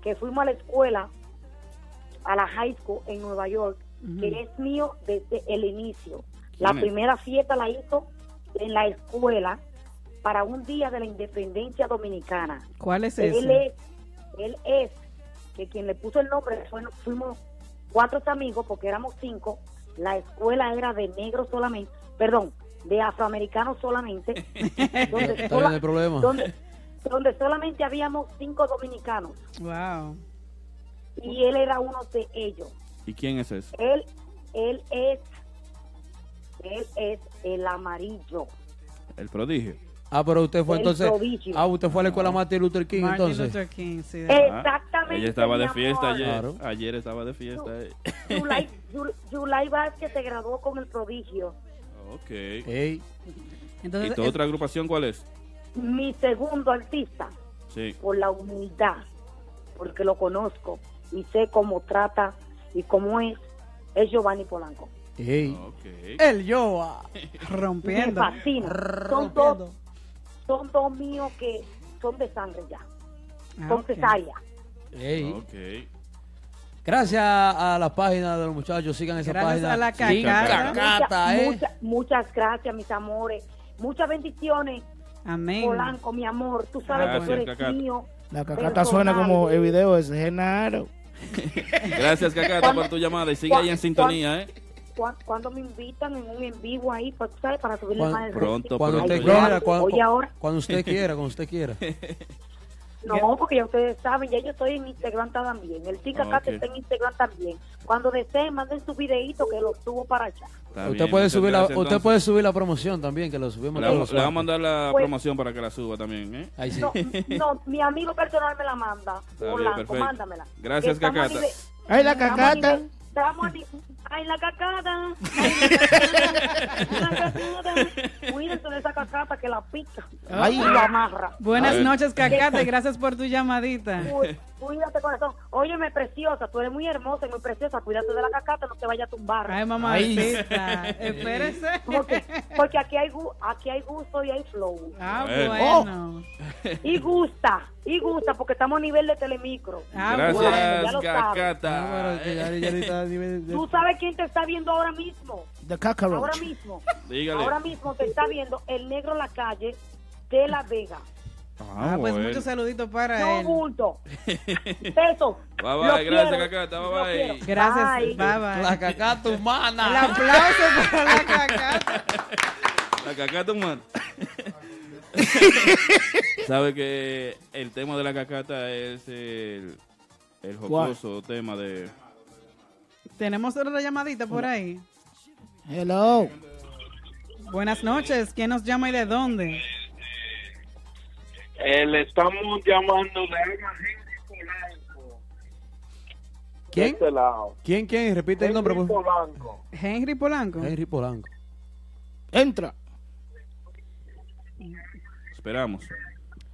Speaker 19: que fuimos a la escuela, a la high school en Nueva York,
Speaker 13: Ujú.
Speaker 19: que es mío desde el inicio.
Speaker 13: ¿Quién
Speaker 19: La
Speaker 13: es?
Speaker 19: primera fiesta la hizo en la escuela para un día de la independencia dominicana.
Speaker 6: ¿Cuál es
Speaker 19: él
Speaker 6: ese?
Speaker 19: es, él es, que quien le puso el nombre, fue- fuimos cuatro amigos, porque éramos cinco, la escuela era de negros solamente, perdón, de afroamericanos solamente,
Speaker 6: Eh,
Speaker 19: donde,
Speaker 7: Está bien
Speaker 19: sola-
Speaker 7: el problema.
Speaker 19: donde- donde solamente habíamos cinco dominicanos,
Speaker 6: Wow.
Speaker 19: y él era uno de ellos.
Speaker 2: ¿Y quién es ese?
Speaker 19: Él, él es, él es el amarillo.
Speaker 2: El prodigio.
Speaker 7: Ah, pero usted fue
Speaker 19: El
Speaker 7: entonces.
Speaker 19: prodigio.
Speaker 7: Ah, usted fue a la escuela Martin Luther King,
Speaker 6: Martin
Speaker 7: entonces.
Speaker 6: Luther King, sí.
Speaker 2: Eh,
Speaker 19: Exactamente,
Speaker 2: Ella estaba de
Speaker 19: mi
Speaker 2: fiesta
Speaker 19: amor.
Speaker 2: ayer.
Speaker 7: Claro.
Speaker 2: Ayer estaba de fiesta. eh.
Speaker 19: Yulai, Yul- Yulai Vázquez se graduó con el prodigio.
Speaker 2: Ah, Ok.
Speaker 19: Entonces,
Speaker 2: ¿Y
Speaker 6: eh,
Speaker 2: tu
Speaker 19: es-
Speaker 2: otra agrupación cuál es?
Speaker 19: Mi segundo artista.
Speaker 2: Sí.
Speaker 19: por la humildad, porque lo conozco y sé cómo trata y cómo es, es Giovanni Polanco.
Speaker 2: Ah,
Speaker 7: El ah, Yoa.
Speaker 19: Me fascina. Son dos, son dos míos que son de sangre ya.
Speaker 7: Ah,
Speaker 19: son cesárea.
Speaker 7: Ey.
Speaker 2: Ok.
Speaker 7: Gracias a la página de los muchachos, sigan esa
Speaker 19: Gracias
Speaker 7: página.
Speaker 19: a la
Speaker 7: Sí,
Speaker 19: Mucha-
Speaker 7: Cacata, eh.
Speaker 19: mucha- muchas gracias, mis amores. Muchas bendiciones.
Speaker 6: Amén.
Speaker 19: Polanco, mi amor, tú sabes que
Speaker 2: Gracias,
Speaker 19: tú eres
Speaker 2: Cacata.
Speaker 19: mío.
Speaker 8: La cacata suena como el video de Genaro.
Speaker 2: Gracias, Cacata, por tu llamada. Y sigue ahí en sintonía, ¿eh?
Speaker 19: Cuan- Cuando me invitan en un en vivo ahí, pues, tú sabes, para subirle
Speaker 7: Cuando,
Speaker 19: más el rating.
Speaker 7: cuando
Speaker 2: pronto,
Speaker 7: usted
Speaker 2: ya.
Speaker 7: quiera, cuando,
Speaker 19: Oye, ahora.
Speaker 7: cuando usted quiera, cuando usted quiera.
Speaker 19: No, porque ya ustedes saben, ya yo estoy en Instagram también. El
Speaker 2: Ah,
Speaker 19: Tica Cata
Speaker 7: Ok.
Speaker 19: está en Instagram también. Cuando deseen, manden su videito que lo subo para allá.
Speaker 7: usted
Speaker 2: bien,
Speaker 7: puede
Speaker 2: muchas
Speaker 7: subir la,
Speaker 2: gracias,
Speaker 7: usted
Speaker 2: entonces.
Speaker 7: puede subir la promoción también, que lo subimos
Speaker 2: Le vamos,
Speaker 7: todos los
Speaker 2: le vamos a
Speaker 7: jueves.
Speaker 2: mandar la
Speaker 19: Pues-
Speaker 2: promoción para que la suba también, ¿eh?
Speaker 7: Ahí
Speaker 19: No, no, mi amigo personal me la manda.
Speaker 2: bien,
Speaker 19: Orlando,
Speaker 2: perfecto.
Speaker 19: mándamela.
Speaker 2: Gracias,
Speaker 19: Que estamos a
Speaker 2: Cacata.
Speaker 19: nivel-
Speaker 8: ¡Ay, la
Speaker 19: estamos a
Speaker 8: cacata!
Speaker 19: nivel- estamos a ni- ¡Ay, la cacata! ¡Ay, la cacata! ¡La cacata! Cuídense de esa cacata que la pica.
Speaker 6: Ay.
Speaker 19: Y la amarra.
Speaker 6: Buenas noches, Cacata, y gracias por tu llamadita.
Speaker 19: Cuí- Cuídate, corazón. Óyeme, preciosa, tú eres muy hermosa y muy preciosa. Cuídate de la cacata, no te vaya a tumbar.
Speaker 6: Ay, mamacita, Ay. espérese.
Speaker 19: Porque, porque aquí, hay, gu- aquí hay gusto y hay flow. Oh,
Speaker 6: Ah,
Speaker 11: Oh.
Speaker 6: bueno.
Speaker 19: Y gusta, y gusta, porque estamos a nivel de telemicro.
Speaker 6: Ah.
Speaker 2: Gracias,
Speaker 19: ya lo sabes.
Speaker 2: Cacata.
Speaker 19: Tú sabes quién te está viendo ahora mismo.
Speaker 8: The
Speaker 19: Ahora
Speaker 8: cockroach.
Speaker 19: mismo.
Speaker 2: Dígale.
Speaker 19: Ahora mismo te está viendo el negro en la calle de La Vega.
Speaker 6: Ah, pues
Speaker 2: bueno.
Speaker 6: muchos saluditos para
Speaker 19: No
Speaker 6: él.
Speaker 19: bulto. Besos.
Speaker 2: Bye,
Speaker 19: Lo
Speaker 2: bye. Gracias,
Speaker 19: quiero.
Speaker 2: Cacata. Bye, bye.
Speaker 6: Gracias,
Speaker 19: Bye.
Speaker 6: bye bye.
Speaker 7: La cacata humana.
Speaker 6: Ah, El aplauso para la cacata.
Speaker 2: La cacata humana. Sabe que el tema de la cacata es el, el
Speaker 8: ¿Cuál?
Speaker 2: jocoso tema de...
Speaker 6: Tenemos otra llamadita por ahí.
Speaker 8: Hello.
Speaker 6: Buenas noches, ¿quién nos llama y de dónde?
Speaker 11: Eh, le estamos llamando de alma
Speaker 7: ¿Quién?
Speaker 11: este lado.
Speaker 7: ¿Quién, quién? Repite el
Speaker 6: pues.
Speaker 7: nombre, por favor.
Speaker 11: Polanco.
Speaker 6: Henry Polanco.
Speaker 7: Henry Polanco.
Speaker 8: Entra.
Speaker 2: Esperamos.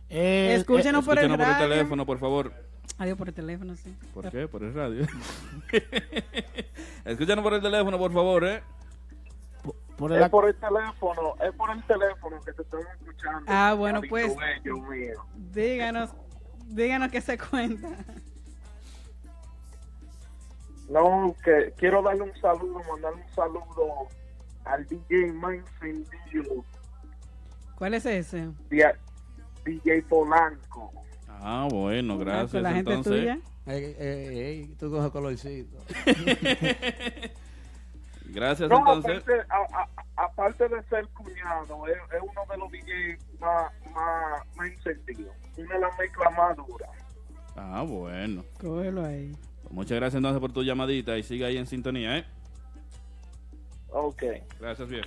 Speaker 8: Eh,
Speaker 6: Escúchenos por el
Speaker 2: Escúchenos
Speaker 6: radio.
Speaker 2: teléfono, por favor.
Speaker 6: Eh, Adiós por el teléfono, sí.
Speaker 2: ¿Por qué? Por el radio. Escúchanos por el teléfono, por favor, ¿eh?
Speaker 8: Por
Speaker 11: Es por el teléfono, es por el teléfono que te estoy escuchando.
Speaker 6: Ah, bueno,
Speaker 11: Marito
Speaker 6: pues.
Speaker 11: Bello mío.
Speaker 6: Díganos, díganos qué se cuenta.
Speaker 11: No, que quiero darle un saludo, mandarle un saludo al DJ más encendido,
Speaker 6: ¿Cuál es ese?
Speaker 11: di- DJ Polanco.
Speaker 2: Ah, bueno, gracias.
Speaker 6: pues la gente
Speaker 2: entonces,
Speaker 6: tuya.
Speaker 7: Ey, ey, ey, tú coges colorcito.
Speaker 2: gracias.
Speaker 11: No,
Speaker 2: entonces,
Speaker 11: aparte, a- a- aparte de ser cuñado, es, es uno de los DJs más, más, más encendidos, una de las mezclas más duras.
Speaker 2: ah, bueno.
Speaker 6: Cógelo ahí.
Speaker 2: Muchas gracias entonces por tu llamadita y sigue ahí en sintonía, ¿eh?
Speaker 11: Ok.
Speaker 2: Gracias, viejo.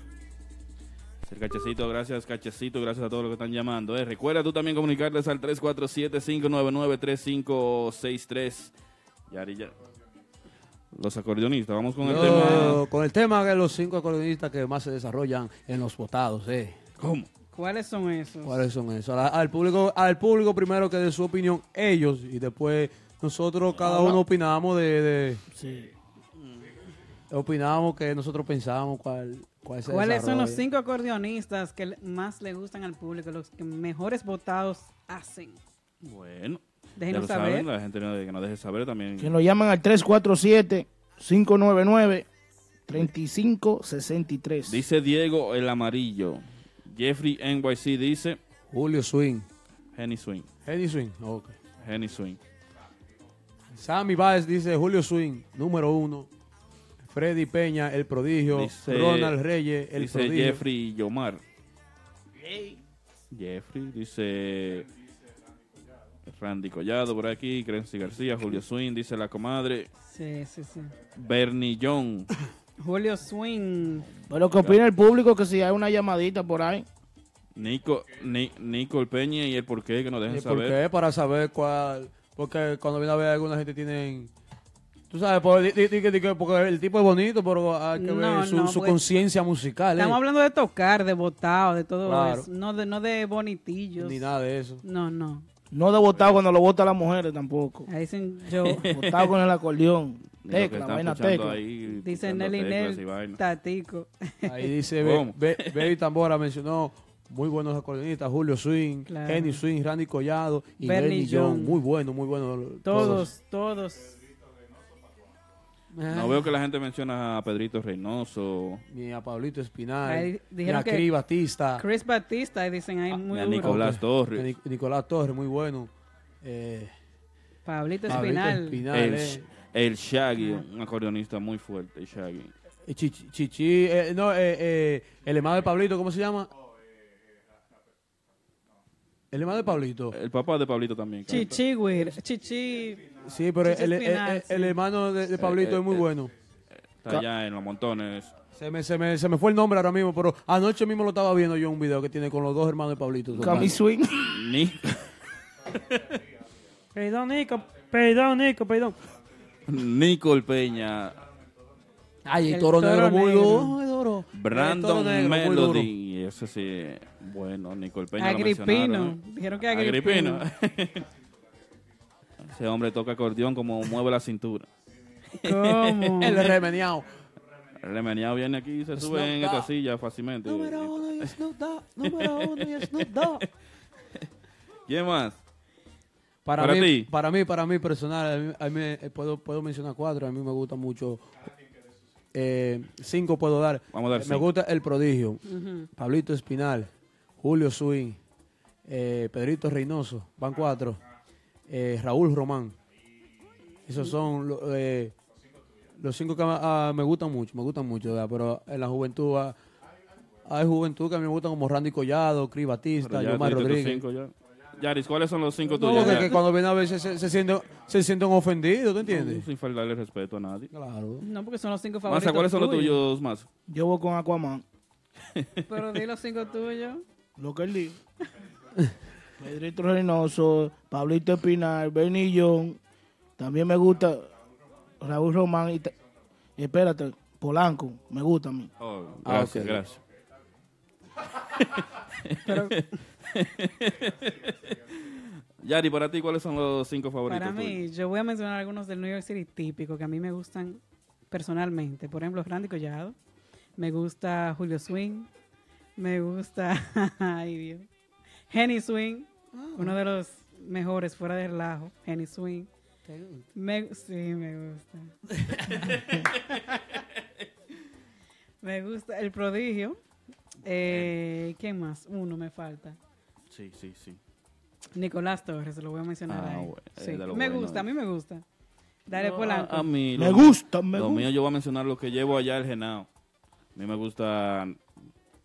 Speaker 2: El cachecito, gracias, cachecito, gracias a todos los que están llamando. ¿eh? Recuerda tú también comunicarles al 347-599-3563. Yari, ya. Los acordeonistas, vamos con el
Speaker 7: Yo,
Speaker 2: tema.
Speaker 7: Con el tema de los cinco acordeonistas que más se desarrollan en los votados, ¿eh?
Speaker 2: ¿Cómo?
Speaker 6: ¿Cuáles son esos?
Speaker 7: ¿Cuáles son esos? Al, al público, al público primero que dé su opinión ellos y después nosotros cada
Speaker 8: Ahora-
Speaker 7: uno opinamos de, de-
Speaker 8: Sí.
Speaker 7: opinamos que nosotros pensamos cuál cuál se
Speaker 6: ¿Cuáles son los
Speaker 7: desarrolla.
Speaker 6: cinco acordeonistas que le- más le gustan al público, los que mejores votados hacen?
Speaker 2: Bueno,
Speaker 6: Déjenos
Speaker 2: ya lo saben,
Speaker 6: saber.
Speaker 2: la gente no- que nos deje saber también.
Speaker 8: Que nos llaman al 347-599-3563.
Speaker 2: Dice Diego el Amarillo. Jeffrey NYC dice.
Speaker 7: Julio Swing.
Speaker 2: Henny Swing.
Speaker 7: Eddie Swing, ok.
Speaker 2: Henny Swing.
Speaker 7: Sammy Baez dice Julio Swing, número uno. Freddy Peña, el prodigio.
Speaker 2: Dice-
Speaker 7: Ronald Reyes, el
Speaker 2: dice
Speaker 7: prodigio.
Speaker 2: Jeffrey Yomar. Jeffrey dice Randy Collado por aquí, Crency García, Julio Swing, dice la comadre,
Speaker 6: Sí, sí, sí.
Speaker 2: Bernie John.
Speaker 6: Julio Swing.
Speaker 8: Pero que opina el público que si hay una llamadita por ahí.
Speaker 2: Nico, Ni- Nicole Peña y el por qué que nos dejen
Speaker 7: ¿Y por
Speaker 2: saber.
Speaker 7: qué? Eh, Para saber cuál. Porque cuando viene a ver, alguna gente tienen. Tú sabes, por- di- di- di- di- que- porque el tipo es bonito, pero hay que
Speaker 6: No,
Speaker 7: ver su,
Speaker 6: no,
Speaker 7: su
Speaker 6: pues,
Speaker 7: conciencia musical. ¿eh?
Speaker 6: Estamos hablando de tocar, de votado, Ah, de todo
Speaker 7: Claro.
Speaker 6: eso. No de, no de bonitillos.
Speaker 7: Ni nada de eso.
Speaker 6: No, no.
Speaker 8: No de votar cuando lo votan las mujeres tampoco.
Speaker 6: Ahí dicen yo.
Speaker 8: Votado con el acordeón.
Speaker 6: Ni lo que
Speaker 8: Tecla,
Speaker 6: están
Speaker 8: vaina
Speaker 6: escuchando
Speaker 8: tecla.
Speaker 2: ahí,
Speaker 6: Dice Nelly
Speaker 2: teclas y
Speaker 6: Nel,
Speaker 2: vaina.
Speaker 6: Tatico.
Speaker 7: Ahí dice Be- Be- Baby Tambora mencionó muy buenos acordeonistas, Julio Swing,
Speaker 6: Claro.
Speaker 7: Kenny Swing, Randy Collado y
Speaker 6: Bernie
Speaker 7: Bernie John.
Speaker 6: John.
Speaker 7: Muy bueno, muy bueno.
Speaker 6: Todos, todos.
Speaker 7: Ah,
Speaker 2: No veo que la gente menciona a Pedrito Reynoso,
Speaker 7: Pues, eh. Ni a Pablito Espinal,
Speaker 6: Ahí
Speaker 7: ni
Speaker 6: dijeron
Speaker 7: a
Speaker 6: que-
Speaker 7: Cris Batista.
Speaker 6: Chris Batista, ahí dicen ahí muy
Speaker 2: ni Ah, a
Speaker 6: duro.
Speaker 2: Nicolás Torres.
Speaker 7: Nic- Nicolás Torres, muy bueno. Eh,
Speaker 6: Pablito
Speaker 7: Pablito
Speaker 6: Espinal.
Speaker 7: Espinal,
Speaker 2: el,
Speaker 7: eh.
Speaker 2: el Shaggy, un acordeonista muy fuerte, Shaggy.
Speaker 7: Eh, Chichi, Chichi, eh, no, eh, eh, el hermano de Pablito, ¿cómo se llama?
Speaker 2: Oh, eh,
Speaker 7: El hermano de Pablito.
Speaker 2: El papá de Pablito también. canta.
Speaker 6: Chichi, güey. Chichi.
Speaker 7: Sí, pero
Speaker 6: Chichi
Speaker 7: el, el-
Speaker 6: Espinal,
Speaker 7: el-
Speaker 6: sí.
Speaker 7: el hermano de, de Pablito
Speaker 2: Eh, eh,
Speaker 7: es muy
Speaker 2: eh.
Speaker 7: bueno.
Speaker 2: Está allá en los montones.
Speaker 7: Se me, se, me, se me fue el nombre ahora mismo, pero anoche mismo lo estaba viendo yo un video que tiene con los dos hermanos de Pablito.
Speaker 8: Cami Swing.
Speaker 2: Ni-
Speaker 20: Perdón, Nico. Perdón, Nico, perdón.
Speaker 2: Nicole Peña, Eh,
Speaker 7: Ay, el
Speaker 20: El
Speaker 7: toro,
Speaker 20: Toro
Speaker 7: negro, muy
Speaker 20: Negro.
Speaker 7: duro, muy duro.
Speaker 2: Brandon
Speaker 7: El Toro Negro, muy duro.
Speaker 2: Melody, ese sí, bueno, Nicole Peña. lo
Speaker 6: Agripino,
Speaker 2: mencionaron, ¿eh?
Speaker 6: dijeron que Agripino.
Speaker 2: Agripino. ese hombre toca acordeón como mueve la cintura.
Speaker 6: ¿Cómo?
Speaker 7: El remeniao.
Speaker 2: El remeniado viene aquí y se
Speaker 7: Snoop
Speaker 2: sube en
Speaker 7: Dogg.
Speaker 2: esta silla fácilmente.
Speaker 7: Número uno y Snoop Dogg. Número uno y Snoop Dogg.
Speaker 2: ¿Quién más?
Speaker 7: Para,
Speaker 2: Para
Speaker 7: mí,
Speaker 2: ti.
Speaker 7: para mí, para mí personal, a mí, a mí, eh, puedo, puedo mencionar cuatro, a mí me gusta mucho. eh, cinco puedo dar.
Speaker 2: Vamos a dar
Speaker 7: Eh, Me
Speaker 2: cinco.
Speaker 7: gusta El Prodigio,
Speaker 2: Ujú.
Speaker 7: Pablito Espinal, Julio Swing, eh, Pedrito Reynoso, van cuatro, eh, Raúl Román. Esos son lo- eh, los cinco que ah, me gustan mucho, me gustan mucho, ¿verdad? pero en la juventud ah, hay juventud que a mí me gustan como Randy Collado, Cris Batista,
Speaker 2: Pero ya
Speaker 7: Yomar
Speaker 2: tuviste tus
Speaker 7: Rodríguez.
Speaker 2: cinco ya. Yaris, ¿cuáles son los cinco
Speaker 7: No,
Speaker 2: tuyos?
Speaker 7: porque
Speaker 2: ya?
Speaker 7: que cuando ven a veces se, se sienten, se sienten ofendidos, ¿tú entiendes?
Speaker 2: Sin faltarle respeto a nadie.
Speaker 7: Claro.
Speaker 6: No, porque son los cinco favoritos.
Speaker 2: Masa, ¿cuáles son los
Speaker 6: tuyos?
Speaker 2: tuyos, más?
Speaker 8: Yo voy con Aquaman.
Speaker 6: Pero di los cinco tuyos.
Speaker 8: Lo que él dijo. Pedrito Reynoso, Pablito Espinar, Benny John. También me gusta Raúl Román. Y ta- espérate, Polanco. Me gusta a mí.
Speaker 2: Oh,
Speaker 7: Ah,
Speaker 2: gracias,
Speaker 7: ok.
Speaker 2: gracias. Yari, para ti, ¿cuáles son los cinco favoritos?
Speaker 6: Para
Speaker 2: tuyos?
Speaker 6: mí, yo voy a mencionar algunos del New York City típico que a mí me gustan personalmente. Por ejemplo, Randy Collado. Me gusta Julio Swing. Me gusta. Ay, Dios. Henny Swing.
Speaker 8: Ah.
Speaker 6: Uno de los mejores fuera de relajo. Henny Swing.
Speaker 17: ¿Te gusta?
Speaker 6: Me, sí, me gusta. me gusta El Prodigio. Eh, ¿Quién más? Uno me falta.
Speaker 2: Sí, sí, sí.
Speaker 6: Nicolás Torres, lo voy a mencionar
Speaker 2: Ah,
Speaker 6: ahí.
Speaker 2: bueno,
Speaker 6: Sí.
Speaker 2: es de lo
Speaker 6: Me
Speaker 2: bueno,
Speaker 6: gusta, a mí me gusta. Dale
Speaker 2: No,
Speaker 7: ah,
Speaker 6: Polanco.
Speaker 2: a- a mí
Speaker 8: Me
Speaker 2: lo-
Speaker 8: gusta, me
Speaker 2: lo
Speaker 8: gusta.
Speaker 2: mío yo voy a mencionar lo que llevo allá el Genao. A mí me gusta,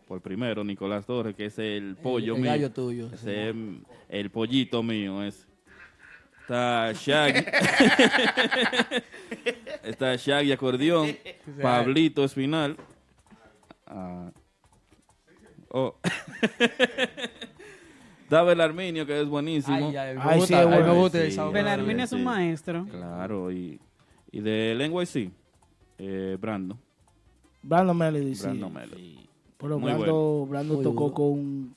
Speaker 2: por primero, Nicolás Torres, que es el pollo
Speaker 7: el
Speaker 2: mío.
Speaker 7: gallo tuyo,
Speaker 2: Ese
Speaker 7: sí.
Speaker 2: es m- el pollito mío, es. Está Shaggy. Está Shaggy Acordeón. Pablito Espinal. Ah. Oh. Está Belarminio, que es buenísimo.
Speaker 7: Ay, ay, me Ay, gusta, sí, es ay, me bueno. gusta el sabor.
Speaker 6: Belarminio es un maestro.
Speaker 2: Claro, y, y de lengua y sí, eh, Brando.
Speaker 8: Brandon Melody, sí.
Speaker 2: Brando Melo.
Speaker 8: Pero
Speaker 2: Muy
Speaker 8: Brando,
Speaker 2: bueno.
Speaker 8: Brando
Speaker 2: Muy
Speaker 8: tocó
Speaker 2: duro.
Speaker 8: con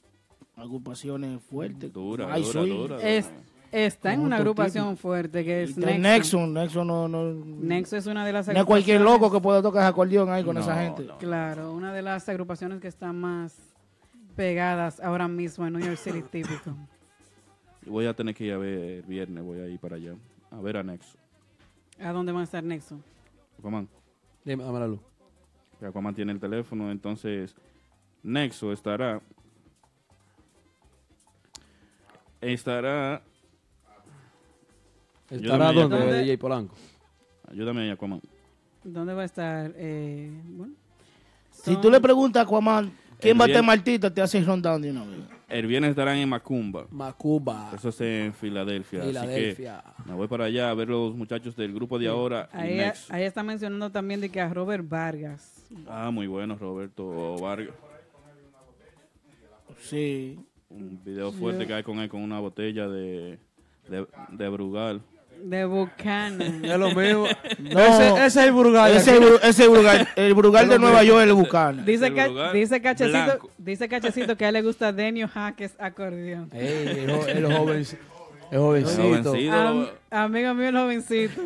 Speaker 8: agrupaciones fuertes.
Speaker 2: Dura,
Speaker 8: Ay,
Speaker 2: dura,
Speaker 8: sí.
Speaker 2: dura,
Speaker 6: Es- está en
Speaker 8: Con
Speaker 6: una
Speaker 8: otro
Speaker 6: agrupación
Speaker 8: tipo.
Speaker 6: fuerte que es
Speaker 8: Y está
Speaker 6: Nexo.
Speaker 8: Nexon, Nexon no, no,
Speaker 6: Nexo es una de las
Speaker 8: No es cualquier
Speaker 6: agrupaciones-
Speaker 8: loco que pueda tocar ese acordeón ahí con esa gente.
Speaker 6: Claro, una de las agrupaciones que están más pegadas ahora mismo en New York City típico.
Speaker 2: Voy a tener que ir a ver el viernes, voy a ir para allá. A ver a Nexo.
Speaker 6: ¿A dónde van a estar Nexo?
Speaker 2: Aquaman.
Speaker 7: Dime, dame la luz.
Speaker 2: Que Aquaman tiene el teléfono, entonces Nexo estará. Estará.
Speaker 7: ¿Estará
Speaker 2: Ayúdame,
Speaker 7: dónde,
Speaker 2: Aquaman.
Speaker 7: DJ Polanco?
Speaker 2: Ayúdame, Aquaman.
Speaker 6: ¿Dónde va a estar? Eh, bueno,
Speaker 8: Si tú le preguntas a Aquaman quién
Speaker 2: El
Speaker 8: va a estar
Speaker 2: bien-
Speaker 8: Martita, te hace rundown de una vez.
Speaker 2: El viernes estarán en Macumba.
Speaker 7: Macumba.
Speaker 2: Eso es en Filadelfia.
Speaker 6: Filadelfia.
Speaker 2: Así que me voy para allá a ver los muchachos del grupo de ahora. y
Speaker 6: ahí,
Speaker 2: Nexo.
Speaker 6: ahí está mencionando también de que a Robert Vargas.
Speaker 2: Ah, muy bueno, Roberto Vargas.
Speaker 8: Sí.
Speaker 2: Un video fuerte
Speaker 6: Yo-
Speaker 2: que hay con él con una botella de, de, de Brugal.
Speaker 6: De Buchanan.
Speaker 7: Es lo mismo.
Speaker 8: No, Ese es el, Bru- ese es el Brugal. El Brugal de Nueva York es el Bucana.
Speaker 6: Dice, Ca-
Speaker 8: Brugal
Speaker 6: dice,
Speaker 8: blanco.
Speaker 6: cachecito, dice Cachecito que a él le gusta Denio Jaques acordeón.
Speaker 7: Ey, eh, el, jo- el joven, el jovencito.
Speaker 6: Am-
Speaker 2: Ah.
Speaker 6: amigo mío, el jovencito.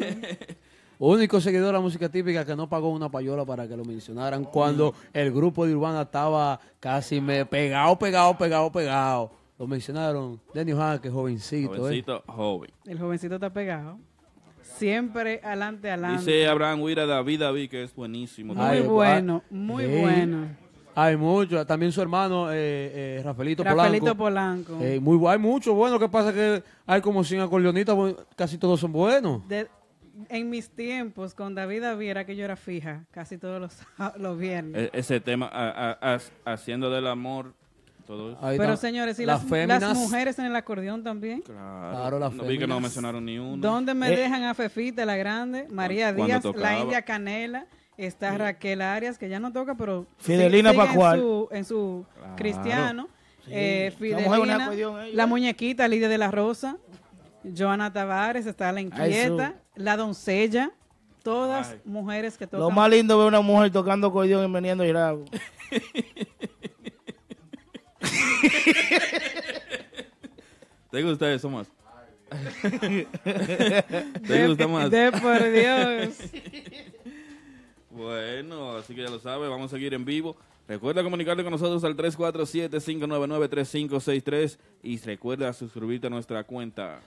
Speaker 7: Único seguidor de la música típica que no pagó una payola para que lo mencionaran cuando el grupo de Urbana estaba casi me pegado, pegado, pegado, pegado. Lo mencionaron. Denny Jaque, jovencito. ¿eh?
Speaker 2: Jovencito, joven.
Speaker 6: El jovencito está pegado. Siempre adelante, adelante.
Speaker 2: Dice Abraham Huira David David que es buenísimo.
Speaker 6: Muy bueno, muy
Speaker 7: Ey,
Speaker 6: bueno.
Speaker 7: pues, ah, Hay mucho. También su hermano, eh, eh, Rafaelito,
Speaker 6: Rafaelito
Speaker 7: Polanco.
Speaker 6: Polanco.
Speaker 7: Eh, muy, bu- hay mucho bueno. que pasa? Que hay como 100 acordeonistas, bu- casi todos son buenos.
Speaker 6: De- en mis tiempos, con David Aviera, que yo era fija, casi todos los, los viernes.
Speaker 2: E- ese tema, a- a- as- haciendo del amor, todo eso.
Speaker 6: Pero señores, y las, las mujeres en el acordeón también.
Speaker 2: Claro,
Speaker 7: Claro, las
Speaker 2: no vi que no
Speaker 7: féminas.
Speaker 2: mencionaron ni uno.
Speaker 6: ¿Dónde me
Speaker 2: Eh,
Speaker 6: dejan a Fefita la Grande, María
Speaker 2: cuando
Speaker 6: Díaz,
Speaker 2: tocaba.
Speaker 6: la India Canela, está Raquel Arias, que ya no toca, pero
Speaker 8: Fidelina
Speaker 6: sigue
Speaker 8: Pascual.
Speaker 6: en su, en su
Speaker 8: Claro.
Speaker 6: cristiano.
Speaker 8: Sí.
Speaker 6: Eh,
Speaker 8: Esa mujer es una
Speaker 6: Fidelina,
Speaker 8: acordeón, ella.
Speaker 6: la muñequita Lidia de la Rosa, Joana Tavares, está la inquieta, la doncella, todas mujeres que tocan.
Speaker 8: Lo más lindo es ver una mujer tocando acordeón y veniendo Irago.
Speaker 2: ¿Te gusta eso más? ¿Te gusta más?
Speaker 6: De por Dios.
Speaker 2: Bueno, así que ya lo sabe, vamos a seguir en vivo. Recuerda comunicarte con nosotros al 347-599-3563 y recuerda suscribirte a nuestra cuenta.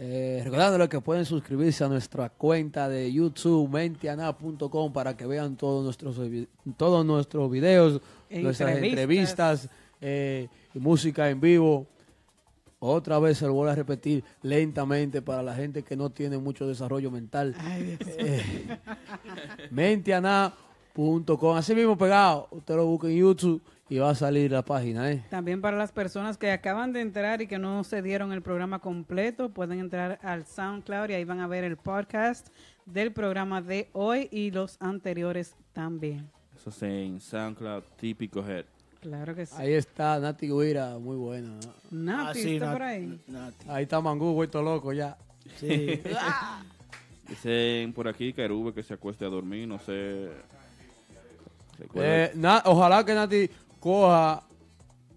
Speaker 7: Eh, recordándole que pueden suscribirse a nuestra cuenta de YouTube, mentiana.com, para que vean todos nuestros vi- todos nuestros videos,
Speaker 6: E
Speaker 7: nuestras
Speaker 6: entrevistas.
Speaker 7: entrevistas, eh, y música en vivo. Otra vez se lo voy a repetir lentamente para la gente que no tiene mucho desarrollo mental. Eh, mentiana.com, así mismo pegado, usted lo busca en YouTube y va a salir la página, ¿eh?
Speaker 6: También para las personas que acaban de entrar y que no se dieron el programa completo, pueden entrar al SoundCloud y ahí van a ver el podcast del programa de hoy y los anteriores también.
Speaker 2: Eso es en SoundCloud, típico head.
Speaker 6: Claro que sí.
Speaker 7: Ahí está Nati Guira, muy buena.
Speaker 6: Nati, Ah, sí, está Nat- por ahí.
Speaker 7: Ahí está Mangú, vuelto loco ya.
Speaker 6: Sí.
Speaker 2: Dicen por aquí que Erube que se acueste a dormir, no sé. Recuerda- Ah.
Speaker 7: Eh, na- ojalá que Nati coja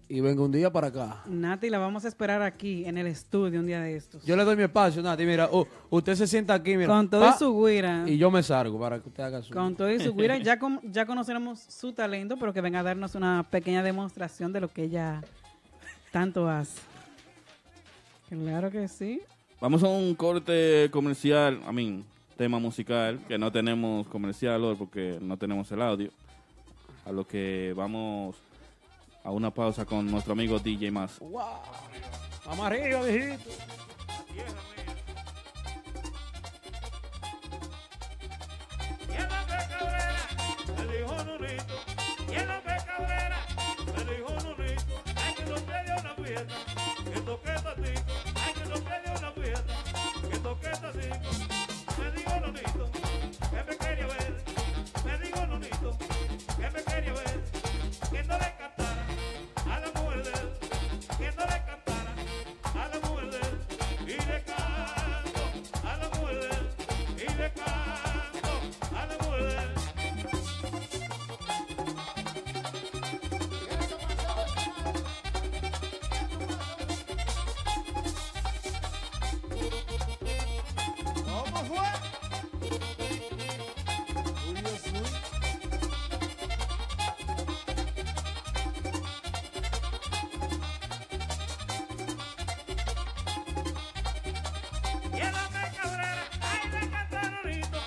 Speaker 7: y venga un día para acá.
Speaker 6: Nati, la vamos a esperar aquí en el estudio un día de estos.
Speaker 7: Yo le doy mi espacio, Nati. Mira, oh, usted se sienta aquí, mira.
Speaker 6: Con todo
Speaker 7: pa,
Speaker 6: y su guira.
Speaker 7: Y yo me salgo para que usted haga su.
Speaker 6: Con todo y su guira. Ya, con- ya conoceremos su talento, pero que venga a darnos una pequeña demostración de lo que ella tanto hace. Claro que sí.
Speaker 2: Vamos a un corte comercial, a mí, tema musical, que no tenemos comercial hoy porque no tenemos el audio. A lo que vamos a una pausa con nuestro amigo DJ Más.
Speaker 7: Guau. Vamos arriba, viejito.
Speaker 1: Me dijo Nonito, y en la fe cabrera, me dijo Nonito, hay que nos pegue una fiesta, que toque tatico, hay que nos pegue una fiesta, que este toque tatico. Me dijo Nonito, que me quería ver, me dijo Nonito, que me quería ver, que no le cantara a la mujer de él, que no le cantara a la mujer de él, y le canto a la mujer de él, y le canto a la mujer de él.
Speaker 16: ¿Cómo fue?
Speaker 1: Llévame cabrera, ay la cantanolito,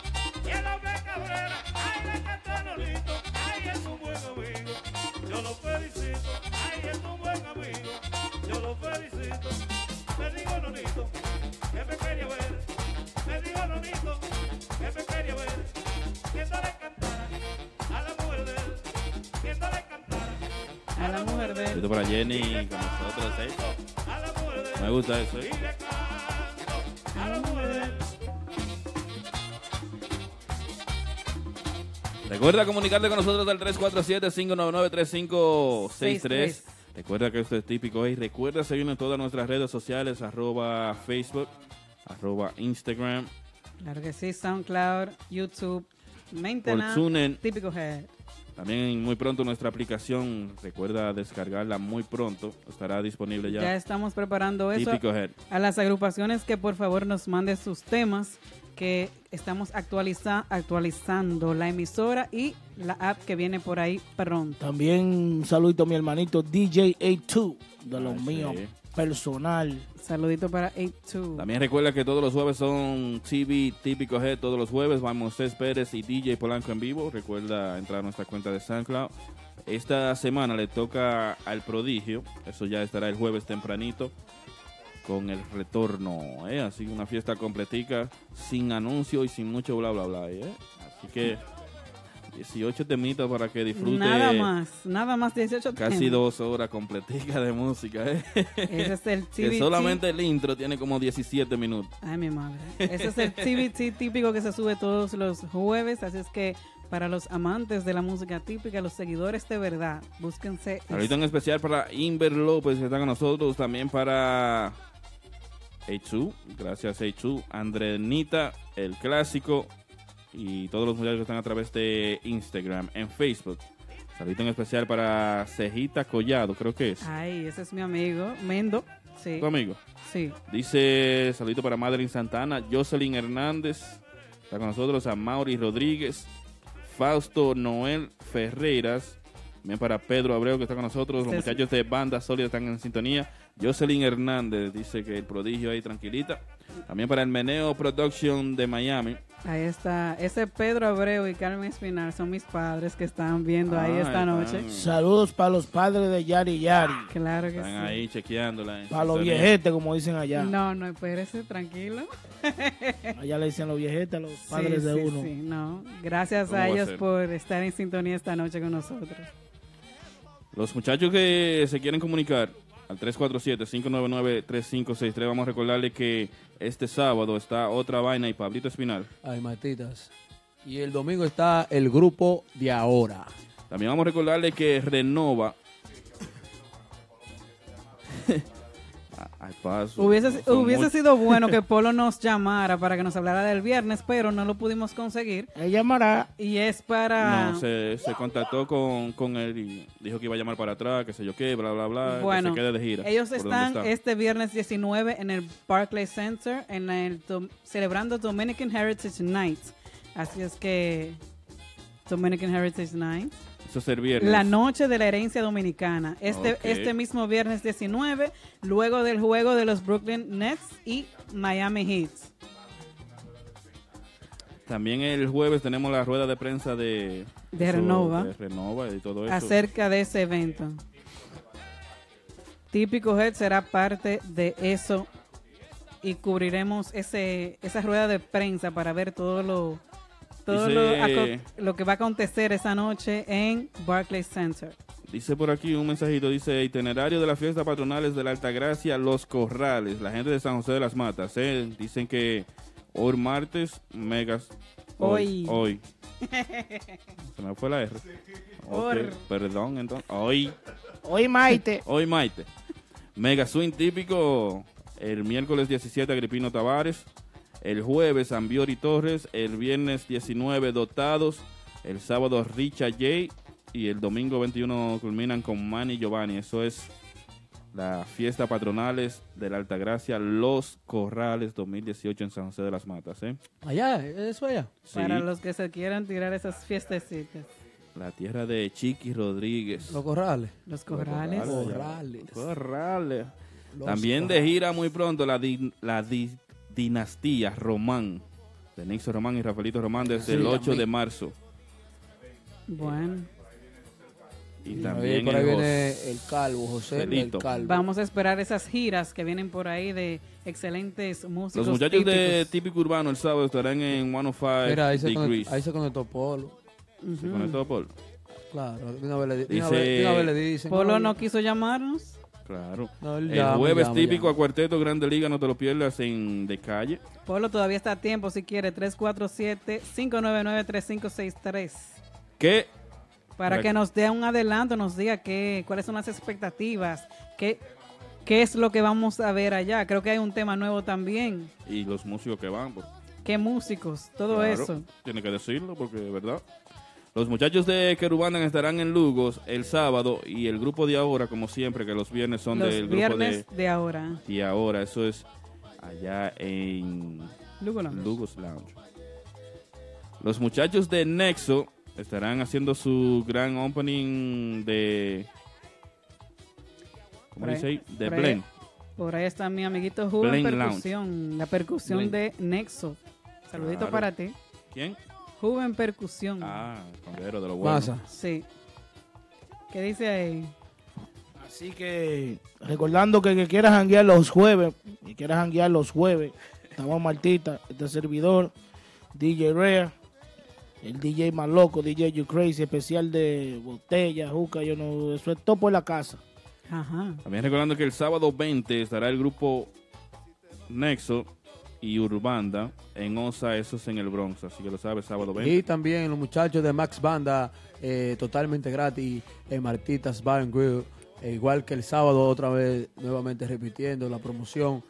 Speaker 1: llévame cabrera, ay la cantanolito, ay es un buen amigo, yo lo felicito, ay es un buen amigo, yo lo felicito, me digo nonito, que me quería ver, me digo nonito, que me quería ver, que no le cantara a la mujer de él, que no le cantara
Speaker 6: a la mujer de
Speaker 2: Esto para Jenny, con nosotros, ¿eh? Me gusta eso, ¿eh?
Speaker 1: a la mujer de él.
Speaker 2: Recuerda comunicarte con nosotros al 347-599-3563.
Speaker 6: 63.
Speaker 2: Recuerda que esto es típico y recuerda seguirnos en todas nuestras redes sociales, arroba Facebook, arroba Instagram,
Speaker 6: Claro que sí. SoundCloud, YouTube,
Speaker 2: TuneIn.
Speaker 6: Maintenance, típico head.
Speaker 2: también muy pronto nuestra aplicación, recuerda descargarla muy pronto, estará disponible ya.
Speaker 6: Ya estamos preparando eso.
Speaker 2: Típico Head.
Speaker 6: A las agrupaciones que por favor nos manden sus temas, que estamos actualiza- actualizando la emisora y la app que viene por ahí pronto.
Speaker 8: También un saludito a mi hermanito DJ A2, de los
Speaker 2: Ah,
Speaker 8: míos,
Speaker 2: sí.
Speaker 8: personal.
Speaker 6: Saludito para A2.
Speaker 2: También recuerda que todos los jueves son TV Típico Head, todos los jueves vamos Cés Pérez y DJ Polanco en vivo. Recuerda entrar a nuestra cuenta de SoundCloud. Esta semana le toca al prodigio, eso ya estará el jueves tempranito con el retorno, ¿eh? así una fiesta completica sin anuncio y sin mucho bla bla bla, ¿eh? así que 18 temitas para que disfrute
Speaker 6: Nada más, nada más 18
Speaker 2: Casi
Speaker 6: temas.
Speaker 2: dos horas completicas de música, ¿eh?
Speaker 6: Ese es el
Speaker 2: Que
Speaker 6: TBT.
Speaker 2: solamente el intro tiene como 17 minutos.
Speaker 6: Ay, mi madre. Ese es el TBT típico que se sube todos los jueves, así es que para los amantes de la música típica, los seguidores de verdad, búsquense.
Speaker 2: Ahorita en especial para Inver López, que está con nosotros. También para Eichu. Gracias, Eichu. Andrenita, el clásico. Y todos los muchachos que están a través de Instagram, en Facebook. Saludito en especial para Cejita Collado, creo que es.
Speaker 6: Ay, ese es mi amigo, Mendo. Ah, Sí.
Speaker 2: Tu amigo.
Speaker 6: Sí.
Speaker 2: Dice, saludito para Madeline Santana, Jocelyn Hernández, está con nosotros, a Mauri Rodríguez, Fausto Noel Ferreras, también para Pedro Abreu que está con nosotros, los
Speaker 6: Sí, sí.
Speaker 2: muchachos de Banda Sólida están en sintonía, Jocelyn Hernández dice que el prodigio ahí tranquilita, también para el Meneo Production de Miami.
Speaker 6: Ahí está. Ese Pedro Abreu y Carmen Espinar son mis padres que están viendo ahí
Speaker 2: Ah,
Speaker 6: esta
Speaker 2: están.
Speaker 6: noche.
Speaker 8: Saludos para los padres de Yari Yari.
Speaker 6: Claro que
Speaker 2: Están
Speaker 6: sí.
Speaker 2: ahí chequeándola. en
Speaker 8: Para los
Speaker 2: sintonía.
Speaker 8: viejetes, como dicen allá.
Speaker 6: No, no, espérese, tranquilo.
Speaker 8: Allá le dicen los viejetes a los
Speaker 6: Sí,
Speaker 8: padres de
Speaker 6: sí,
Speaker 8: uno.
Speaker 6: sí, no. Gracias
Speaker 2: ¿Cómo va
Speaker 6: a
Speaker 2: a
Speaker 6: ellos
Speaker 2: ser?
Speaker 6: por estar en sintonía esta noche con nosotros.
Speaker 2: Los muchachos que se quieren comunicar al 347-599-3563, vamos a recordarle que este sábado está otra vaina y Pablito Espinal.
Speaker 7: Ay, matitas. Y el domingo está el grupo de ahora.
Speaker 2: También vamos a recordarle que Renova. Ay, paso.
Speaker 6: Hubiese,
Speaker 2: No, son
Speaker 6: hubiese
Speaker 2: muchos.
Speaker 6: sido bueno que Polo nos llamara para que nos hablara del viernes, pero no lo pudimos conseguir.
Speaker 8: Él llamará.
Speaker 6: Y es para...
Speaker 2: No, se, se contactó con, con él y dijo que iba a llamar para atrás, que sé yo qué, bla, bla, bla.
Speaker 6: Bueno,
Speaker 2: que se quede de gira.
Speaker 6: ellos
Speaker 2: por donde
Speaker 6: están
Speaker 2: está.
Speaker 6: este viernes 19 en el Barclays Center en el dom- celebrando Dominican Heritage Night. Así es que Dominican Heritage Night.
Speaker 2: Eso es el viernes.
Speaker 6: La noche de la herencia dominicana. Este,
Speaker 2: Ok.
Speaker 6: este mismo viernes 19, luego del juego de los Brooklyn Nets y Miami Heat.
Speaker 2: También el jueves tenemos la rueda de prensa de...
Speaker 6: De
Speaker 2: eso,
Speaker 6: Renova.
Speaker 2: De Renova y todo eso.
Speaker 6: acerca de ese evento. Típico Head será parte de eso y cubriremos ese esa rueda de prensa para ver todo lo todo lo,
Speaker 2: Dice-
Speaker 6: aco- lo que va a acontecer esa noche en Barclays Center.
Speaker 2: Dice por aquí un mensajito, dice itinerario de las fiestas patronales de la Altagracia, Los Corrales, la gente de San José de las Matas, eh, dicen que hoy martes, megas, hoy,
Speaker 6: Hoy.
Speaker 2: hoy, se me fue la R, Ok,
Speaker 8: Or.
Speaker 2: perdón, entonces, hoy,
Speaker 8: Hoy Maite.
Speaker 2: hoy Maite, mega swing típico, el miércoles 17 Agripino Tavares, el jueves Ambiori Torres, el viernes 19 Dotados, el sábado Richa J y el domingo 21 culminan con Manny Giovanni. Eso es la fiesta patronales de la Altagracia Los Corrales 2018 en San José de las Matas. ¿eh?
Speaker 7: Allá, eso allá.
Speaker 2: Sí,
Speaker 6: Para los que se quieran tirar esas fiestecitas.
Speaker 2: la tierra de Chiqui Rodríguez.
Speaker 7: Los corrales.
Speaker 6: Los corrales.
Speaker 2: Corrales. Corrales.
Speaker 7: Los
Speaker 2: Pues También de gira muy pronto la, din- la di- dinastía Román. De Nixon Román y Rafaelito Román desde
Speaker 6: Sí,
Speaker 2: el
Speaker 6: también.
Speaker 2: 8 de marzo.
Speaker 6: Bueno.
Speaker 2: Y
Speaker 7: Oye,
Speaker 2: también
Speaker 7: por ahí
Speaker 2: el
Speaker 7: viene
Speaker 2: Jos-
Speaker 7: el calvo, José el
Speaker 2: Celito.
Speaker 7: calvo.
Speaker 6: Vamos a esperar esas giras que vienen por ahí de excelentes músicos.
Speaker 2: Los muchachos de
Speaker 6: típicos.
Speaker 2: Típico Urbano el sábado estarán en 105
Speaker 7: Mira, ahí se,
Speaker 2: Degrees.
Speaker 7: conectó, ahí se conectó Polo.
Speaker 2: Se conectó Paul.
Speaker 7: Claro, de una vez le, di- de una
Speaker 2: Dice-
Speaker 7: vez- de una vez le dicen.
Speaker 6: Polo
Speaker 7: "Oye,
Speaker 6: no quiso llamarnos.
Speaker 2: Claro.
Speaker 7: No,
Speaker 2: el
Speaker 7: llama,
Speaker 2: jueves
Speaker 7: llama,
Speaker 2: típico a Cuarteto Grande Liga, no te lo pierdas en De Calle.
Speaker 6: Polo todavía está a tiempo si quiere. 347-599-3563.
Speaker 2: Que
Speaker 6: Para
Speaker 2: Para
Speaker 6: que
Speaker 2: que-
Speaker 6: nos dé un adelanto, nos diga qué, cuáles son las expectativas, qué, qué es lo que vamos a ver allá. Creo que hay un tema nuevo también.
Speaker 2: y los músicos que van. por-
Speaker 6: ¿Qué músicos? Todo
Speaker 2: Claro,
Speaker 6: eso.
Speaker 2: Tiene que decirlo porque es verdad. Los muchachos de Querubanan estarán en Lugos el sábado y el grupo de ahora, como siempre, que los viernes son
Speaker 6: Los
Speaker 2: del
Speaker 6: viernes
Speaker 2: grupo de,
Speaker 6: de ahora.
Speaker 2: Y ahora, eso es allá en
Speaker 6: Lugo Lounge.
Speaker 2: Lugos Lounge. Los muchachos de Nexo estarán haciendo su gran opening de. ¿Cómo
Speaker 6: Por ahí-
Speaker 2: dice ahí? De
Speaker 6: por ahí-
Speaker 2: Blend.
Speaker 6: Por ahí está mi amiguito Juven
Speaker 2: Blend Lounge.
Speaker 6: Percusión. La percusión
Speaker 2: Blend.
Speaker 6: de Nexo. Saludito
Speaker 2: Claro.
Speaker 6: para ti.
Speaker 2: ¿Quién?
Speaker 6: Juven Percusión.
Speaker 2: Ah, conguero de lo bueno.
Speaker 7: Masa.
Speaker 6: Sí. ¿Qué dice ahí?
Speaker 8: Así que recordando que, que quieras janguear los jueves, y quieras janguear los jueves, estamos Martita, este servidor, DJ Rea, el DJ más loco, DJ You Crazy, especial de botella, juca, yo no, eso es todo por la casa.
Speaker 6: Ajá.
Speaker 2: También recordando que el sábado 20 estará el grupo Nexo y Urbanda en OSA, eso es en el Bronx, así que lo sabes, sábado 20.
Speaker 7: Y también los muchachos de Max Banda, eh, totalmente gratis, en Martitas Bar and Grill. E igual que el sábado, otra vez, nuevamente repitiendo la promoción.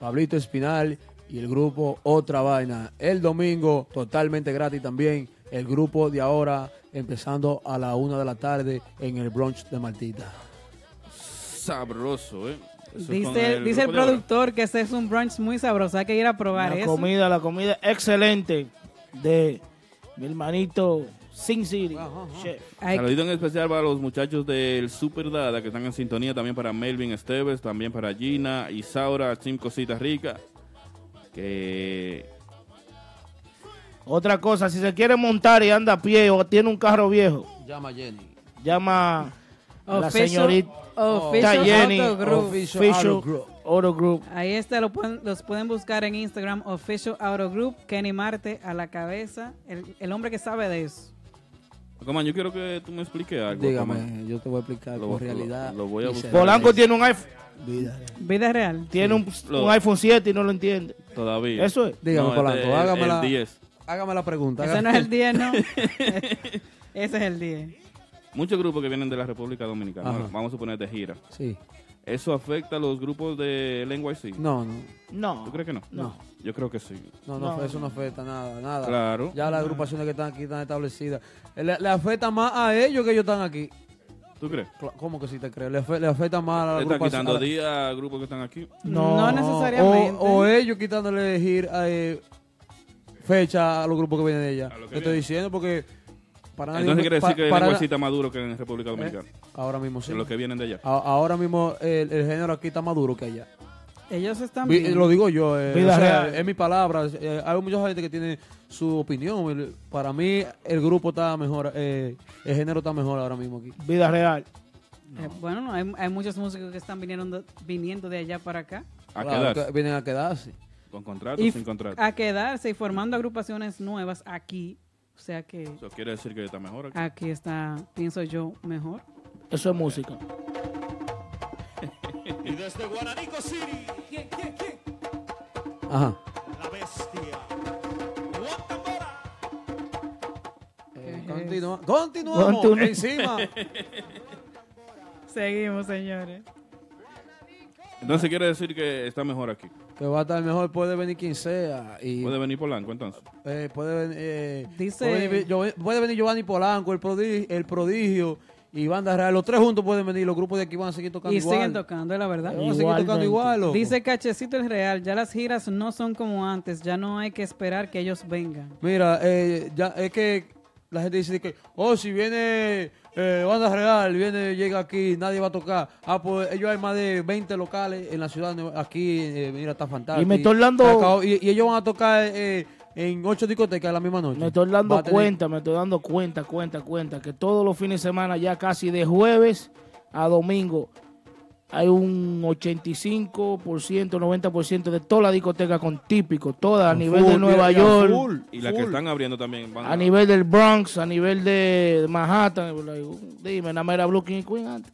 Speaker 7: Pablito Espinal y el grupo Otra Vaina. El domingo, totalmente gratis también, el grupo de ahora, empezando a la una de la tarde en el brunch de Martita.
Speaker 2: Sabroso, ¿eh? Eso es con
Speaker 6: Dice el, dice el
Speaker 2: grupo de ahora.
Speaker 6: productor que ese es un brunch muy sabroso. Hay que ir a probar
Speaker 8: la
Speaker 6: eso.
Speaker 8: comida, la comida excelente de mi hermanito Sin City, chef.
Speaker 2: Saludito en especial para los muchachos del Super Dada que están en sintonía, también para Melvin Esteves, también para Gina, Isaura, Chim Cositas Rica, que
Speaker 8: Otra cosa, si se quiere montar y anda a pie o tiene un carro viejo,
Speaker 7: Llama Jenny.
Speaker 8: llama a la
Speaker 6: Official-
Speaker 8: señorita
Speaker 6: Official
Speaker 8: Jenny,
Speaker 6: Auto Group.
Speaker 8: Official Auto Group. Auto Group.
Speaker 6: Ahí está, lo pueden- los pueden buscar en Instagram, Official Auto Group, Kenny Marte a la cabeza, el, el hombre que sabe de eso.
Speaker 2: Aquaman, yo quiero que tú me expliques algo.
Speaker 7: Dígame,
Speaker 2: Aquaman.
Speaker 7: yo te voy a explicar
Speaker 2: Lo-
Speaker 7: con
Speaker 2: lo-
Speaker 7: realidad.
Speaker 2: lo voy a
Speaker 7: y
Speaker 2: buscar.
Speaker 7: seriedad.
Speaker 8: Polanco tiene un iPhone.
Speaker 7: Vida.
Speaker 6: Vida real.
Speaker 8: Tiene un,
Speaker 2: Lo-
Speaker 8: un iPhone 7 y no lo entiende.
Speaker 2: Todavía.
Speaker 8: Eso es.
Speaker 7: Dígame,
Speaker 2: No,
Speaker 7: Polanco,
Speaker 2: este, el-
Speaker 7: hágame, la,
Speaker 2: el 10.
Speaker 7: hágame la pregunta.
Speaker 6: Ese no es el 10, ¿no? Ese es el 10.
Speaker 2: Muchos grupos que vienen de la República Dominicana,
Speaker 7: Ajá.
Speaker 2: vamos a suponer de gira.
Speaker 7: Sí.
Speaker 2: ¿Eso afecta a los grupos de NYC?
Speaker 7: No, no.
Speaker 8: No.
Speaker 2: ¿Tú crees que no?
Speaker 7: No.
Speaker 2: Yo creo que sí.
Speaker 7: No, no, eso no afecta nada, nada.
Speaker 2: Claro.
Speaker 7: Ya las agrupaciones que están aquí están establecidas. Eh, Le, le afecta más a ellos que ellos están aquí.
Speaker 2: ¿Tú crees?
Speaker 7: Cla- ¿Cómo que sí te creo? Le, afe- le afecta más a la
Speaker 2: ¿Le están
Speaker 7: agrupación.
Speaker 2: quitando
Speaker 7: a la-
Speaker 2: días a grupos que están aquí?
Speaker 7: o- O, ellos quitándole gir- eh, fecha a los grupos que vienen de ella. Te estoy diciendo porque... Para nadie-
Speaker 2: Entonces quiere
Speaker 7: pa-
Speaker 2: decir que
Speaker 7: para
Speaker 2: el
Speaker 7: na-
Speaker 2: lenguacita está maduro que en República Dominicana.
Speaker 7: Ahora mismo sí.
Speaker 2: De los que vienen de allá.
Speaker 7: A- ahora mismo el, el género aquí está más duro que allá.
Speaker 6: Ellos están
Speaker 7: Vi-
Speaker 6: bien.
Speaker 7: lo digo yo, eh,
Speaker 8: Vida
Speaker 7: o sea,
Speaker 8: real.
Speaker 7: es mi palabra. eh, hay mucha gente que tiene su opinión. el- para mí, el grupo está mejor, eh, el género está mejor ahora mismo aquí.
Speaker 8: Vida real.
Speaker 6: Eh, bueno, no, hay, hay muchos músicos que están viniendo de, viniendo de allá para acá.
Speaker 2: A
Speaker 7: Claro,
Speaker 2: quedarse.
Speaker 7: que Vienen a quedarse.
Speaker 2: Con contrato
Speaker 6: Y ah.
Speaker 2: o sin contrato.
Speaker 6: a quedarse y formando agrupaciones nuevas aquí. O sea que
Speaker 2: Eso quiere decir que está mejor aquí.
Speaker 6: aquí está, pienso yo, mejor.
Speaker 8: Eso es música.
Speaker 1: Y desde Guaranico City. ¿Quién, quién, quién?
Speaker 7: Ajá.
Speaker 1: La bestia. Guatemala.
Speaker 7: Eh, continua- continuamos.
Speaker 6: Continu-
Speaker 7: Encima.
Speaker 6: Seguimos, señores.
Speaker 2: Entonces quiere decir que está mejor aquí.
Speaker 7: que va a estar mejor, puede venir quien sea. Y,
Speaker 2: Puede venir Polanco entonces.
Speaker 7: eh, puede, ven- eh,
Speaker 6: Dice-
Speaker 7: puede venir, Giov- puede venir Giovanni Polanco, el prodigio, el prodigio y Banda Real. Los tres juntos pueden venir. Los grupos de aquí van a seguir tocando
Speaker 6: Y
Speaker 7: igual.
Speaker 6: siguen tocando, es la verdad.
Speaker 7: Van a seguir tocando igual. loco.
Speaker 6: Dice Cachecito el Real, ya las giras no son como antes, ya no hay que esperar que ellos vengan.
Speaker 7: Mira, eh, ya, es que la gente dice que, oh, si viene eh, Banda Real, viene, llega aquí, nadie va a tocar. Ah, pues ellos hay más de 20 locales en la ciudad, ¿no? aquí, eh, mira, está fantástico.
Speaker 8: Y me estoy dando-
Speaker 7: Y, y ellos van a tocar eh, en ocho discotecas la misma noche.
Speaker 8: Me estoy
Speaker 7: Va
Speaker 8: dando
Speaker 7: a tener-
Speaker 8: cuenta, me estoy dando cuenta, cuenta, cuenta, que todos los fines de semana, ya casi de jueves a domingo, hay un 85%, 90% de toda la discoteca con típico, toda a nivel de
Speaker 2: Full,
Speaker 8: Nueva
Speaker 2: mira,
Speaker 8: York,
Speaker 2: full, y las que están abriendo también. van
Speaker 8: a nivel del Bronx, a nivel de Manhattan. Dime, nada más era Blue King Queen antes.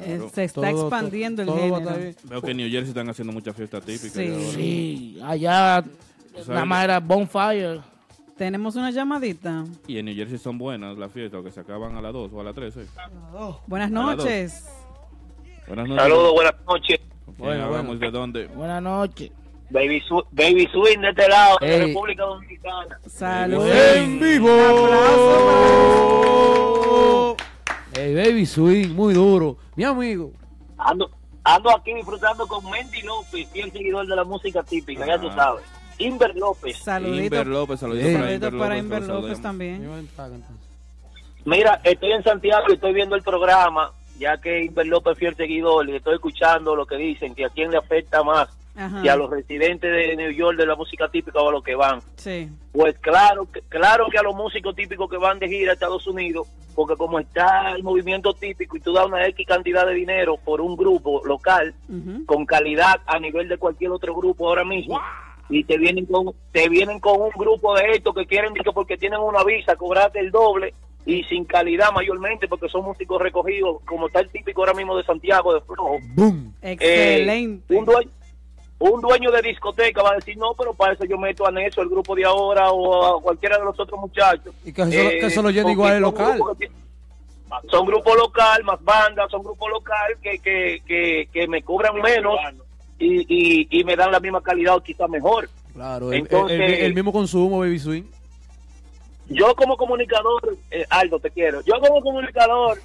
Speaker 6: Eh, se está Todo- expandiendo el todo va a género. estar bien.
Speaker 2: Veo que en New Jersey están haciendo muchas fiestas típicas.
Speaker 6: Sí.
Speaker 2: y ahora-
Speaker 8: Sí, allá
Speaker 2: sabes
Speaker 8: nada
Speaker 2: que-
Speaker 8: más era Bonfire.
Speaker 6: Tenemos una llamadita.
Speaker 2: Y en New Jersey son buenas las fiestas, que se acaban a las 2 o a las 3. ¿eh?
Speaker 8: Oh.
Speaker 6: Buenas
Speaker 2: A las dos.
Speaker 6: noches.
Speaker 2: Buenas noches.
Speaker 21: Saludos, buenas noches.
Speaker 2: ¿Quién
Speaker 21: Bueno,
Speaker 2: hablamos de dónde?
Speaker 8: Buenas noches.
Speaker 21: Baby, Su- Baby Swing de este lado, de
Speaker 2: Ey.
Speaker 21: República Dominicana.
Speaker 6: Saludos.
Speaker 7: En vivo. El Baby Swing, muy duro. Mi amigo.
Speaker 21: Ando, ando aquí disfrutando con Mendy López, fiel seguidor de la música típica, ya tú
Speaker 2: Ah.
Speaker 21: sabes. Inver López.
Speaker 6: Saluditos.
Speaker 2: Inver López, saluditos
Speaker 6: Saluditos
Speaker 2: para
Speaker 6: para
Speaker 2: Inver López,
Speaker 6: Inver
Speaker 2: lo
Speaker 6: López
Speaker 2: saludamos.
Speaker 6: también.
Speaker 21: Mira, estoy en Santiago y estoy viendo el programa, ya que Inver López es fiel seguidor y estoy escuchando lo que dicen, que a quién le afecta más,
Speaker 6: Ajá.
Speaker 21: y a los residentes de New York de la música típica o a los que van.
Speaker 6: Sí.
Speaker 21: Pues claro, que- claro que a los músicos típicos que van de gira a Estados Unidos, porque como está el movimiento típico y tú das una X cantidad de dinero por un grupo local con calidad a nivel de cualquier otro grupo ahora mismo. Y te vienen con te vienen con un grupo de estos que quieren que porque tienen una visa cobrarte el doble y sin calidad mayormente porque son músicos recogidos como está el típico ahora mismo de Santiago de Flojo. Eh,
Speaker 6: Excelente.
Speaker 21: un dueño un dueño de discoteca va a decir, no, pero para eso yo meto a Neso, el grupo de ahora, o a cualquiera de los otros muchachos.
Speaker 7: Y que eso- que eso lo llena igual el
Speaker 21: porque son
Speaker 7: local.
Speaker 21: grupos que tienen- Son grupos local, más bandas, son grupos local que, que, que, que me cobran menos y, y, y me dan la misma calidad o quizá mejor.
Speaker 7: Claro, el- el-
Speaker 21: Entonces-
Speaker 7: el, el mismo consumo, Baby Swing.
Speaker 21: Yo como comunicador, eh, Aldo, te quiero. Yo como comunicador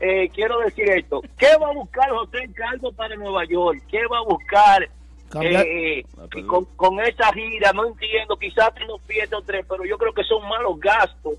Speaker 21: eh, quiero decir esto. ¿Qué va a buscar José Calvo para Nueva York? ¿Qué va a buscar
Speaker 8: Cambiar-
Speaker 21: eh, con, con esa gira? No entiendo. Quizás tiene unos pies o tres, pero yo creo que son malos gastos.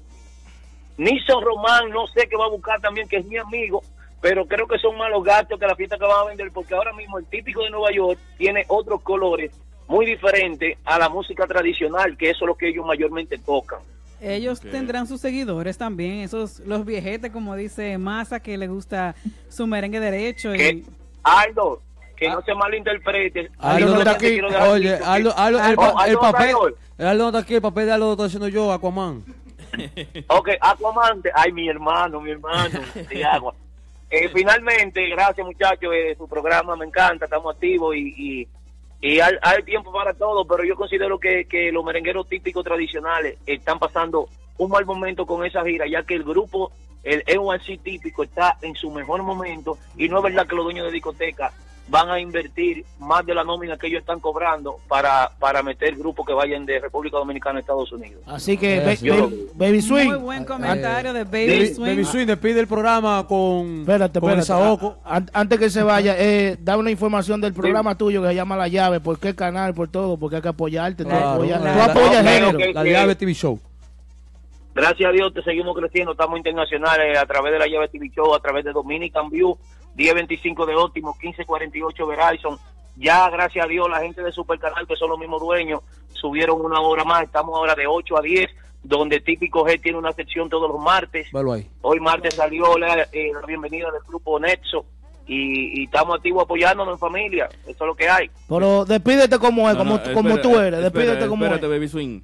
Speaker 21: Nison Román, no sé qué va a buscar también, que es mi amigo, pero creo que son malos gastos que la fiesta que van a vender, porque ahora mismo el típico de Nueva York tiene otros colores muy diferentes a la música tradicional, que eso es lo que ellos mayormente tocan.
Speaker 6: Ellos
Speaker 21: Ok.
Speaker 6: tendrán sus seguidores también, esos los viejetes, como dice Massa, que le gusta su merengue derecho. Y,
Speaker 21: Aldo, que no se malinterprete.
Speaker 7: Aldo no está aquí. Oye, Aldo,
Speaker 2: Ah,
Speaker 7: Aldo, el, pa-
Speaker 21: Oh, Aldo
Speaker 7: el
Speaker 21: no está
Speaker 7: papel.
Speaker 21: hoy.
Speaker 7: Aldo no está aquí, el papel de Aldo lo estoy haciendo yo, Aquaman.
Speaker 21: Ok, Aquaman, te- ay, mi hermano, mi hermano, de agua. Eh, finalmente, gracias muchachos, eh, su programa me encanta, estamos activos y, y, y hay, hay tiempo para todo, pero yo considero que, que los merengueros típicos tradicionales están pasando un mal momento con esa gira, ya que el grupo, el NYC típico, está en su mejor momento y no es verdad que los dueños de discoteca van a invertir más de la nómina que ellos están cobrando para, para meter grupos que vayan de República Dominicana a Estados Unidos.
Speaker 8: Así que, ba-
Speaker 21: Yo-
Speaker 8: ba- Baby Swing.
Speaker 6: Muy buen comentario de Baby
Speaker 7: Baby,
Speaker 6: Swing.
Speaker 7: Baby Swing despide el programa con,
Speaker 8: Espérate,
Speaker 7: con el
Speaker 8: espérate.
Speaker 7: Saoco.
Speaker 8: A- an- Antes que se vaya, eh, da una información del programa tuyo que se llama La Llave. ¿Por qué canal? Por todo. Porque hay que apoyarte. tú
Speaker 7: Claro,
Speaker 8: apoyas-
Speaker 7: la-
Speaker 8: tú apoyas el
Speaker 21: la-
Speaker 8: género.
Speaker 21: la- la llave
Speaker 7: TV Show.
Speaker 21: Gracias a Dios te seguimos creciendo, estamos internacionales a través de la llave TV Show, a través de Dominican View, 1025 de Óptimo, 1548 Verizon. Ya, gracias a Dios, la gente de Supercanal, que son los mismos dueños, subieron una hora más. Estamos ahora de 8 a 10, donde Típico G tiene una sección todos los martes.
Speaker 7: Velo ahí.
Speaker 21: Hoy martes salió la, eh, la bienvenida del grupo Nexo y, y estamos activos apoyándonos en familia. Eso es lo que hay.
Speaker 8: Pero despídete como es,
Speaker 2: No,
Speaker 8: como,
Speaker 2: no,
Speaker 8: como
Speaker 2: espera,
Speaker 8: tú eres. Despídete
Speaker 2: espera,
Speaker 8: como
Speaker 2: Espérate, Baby Swing.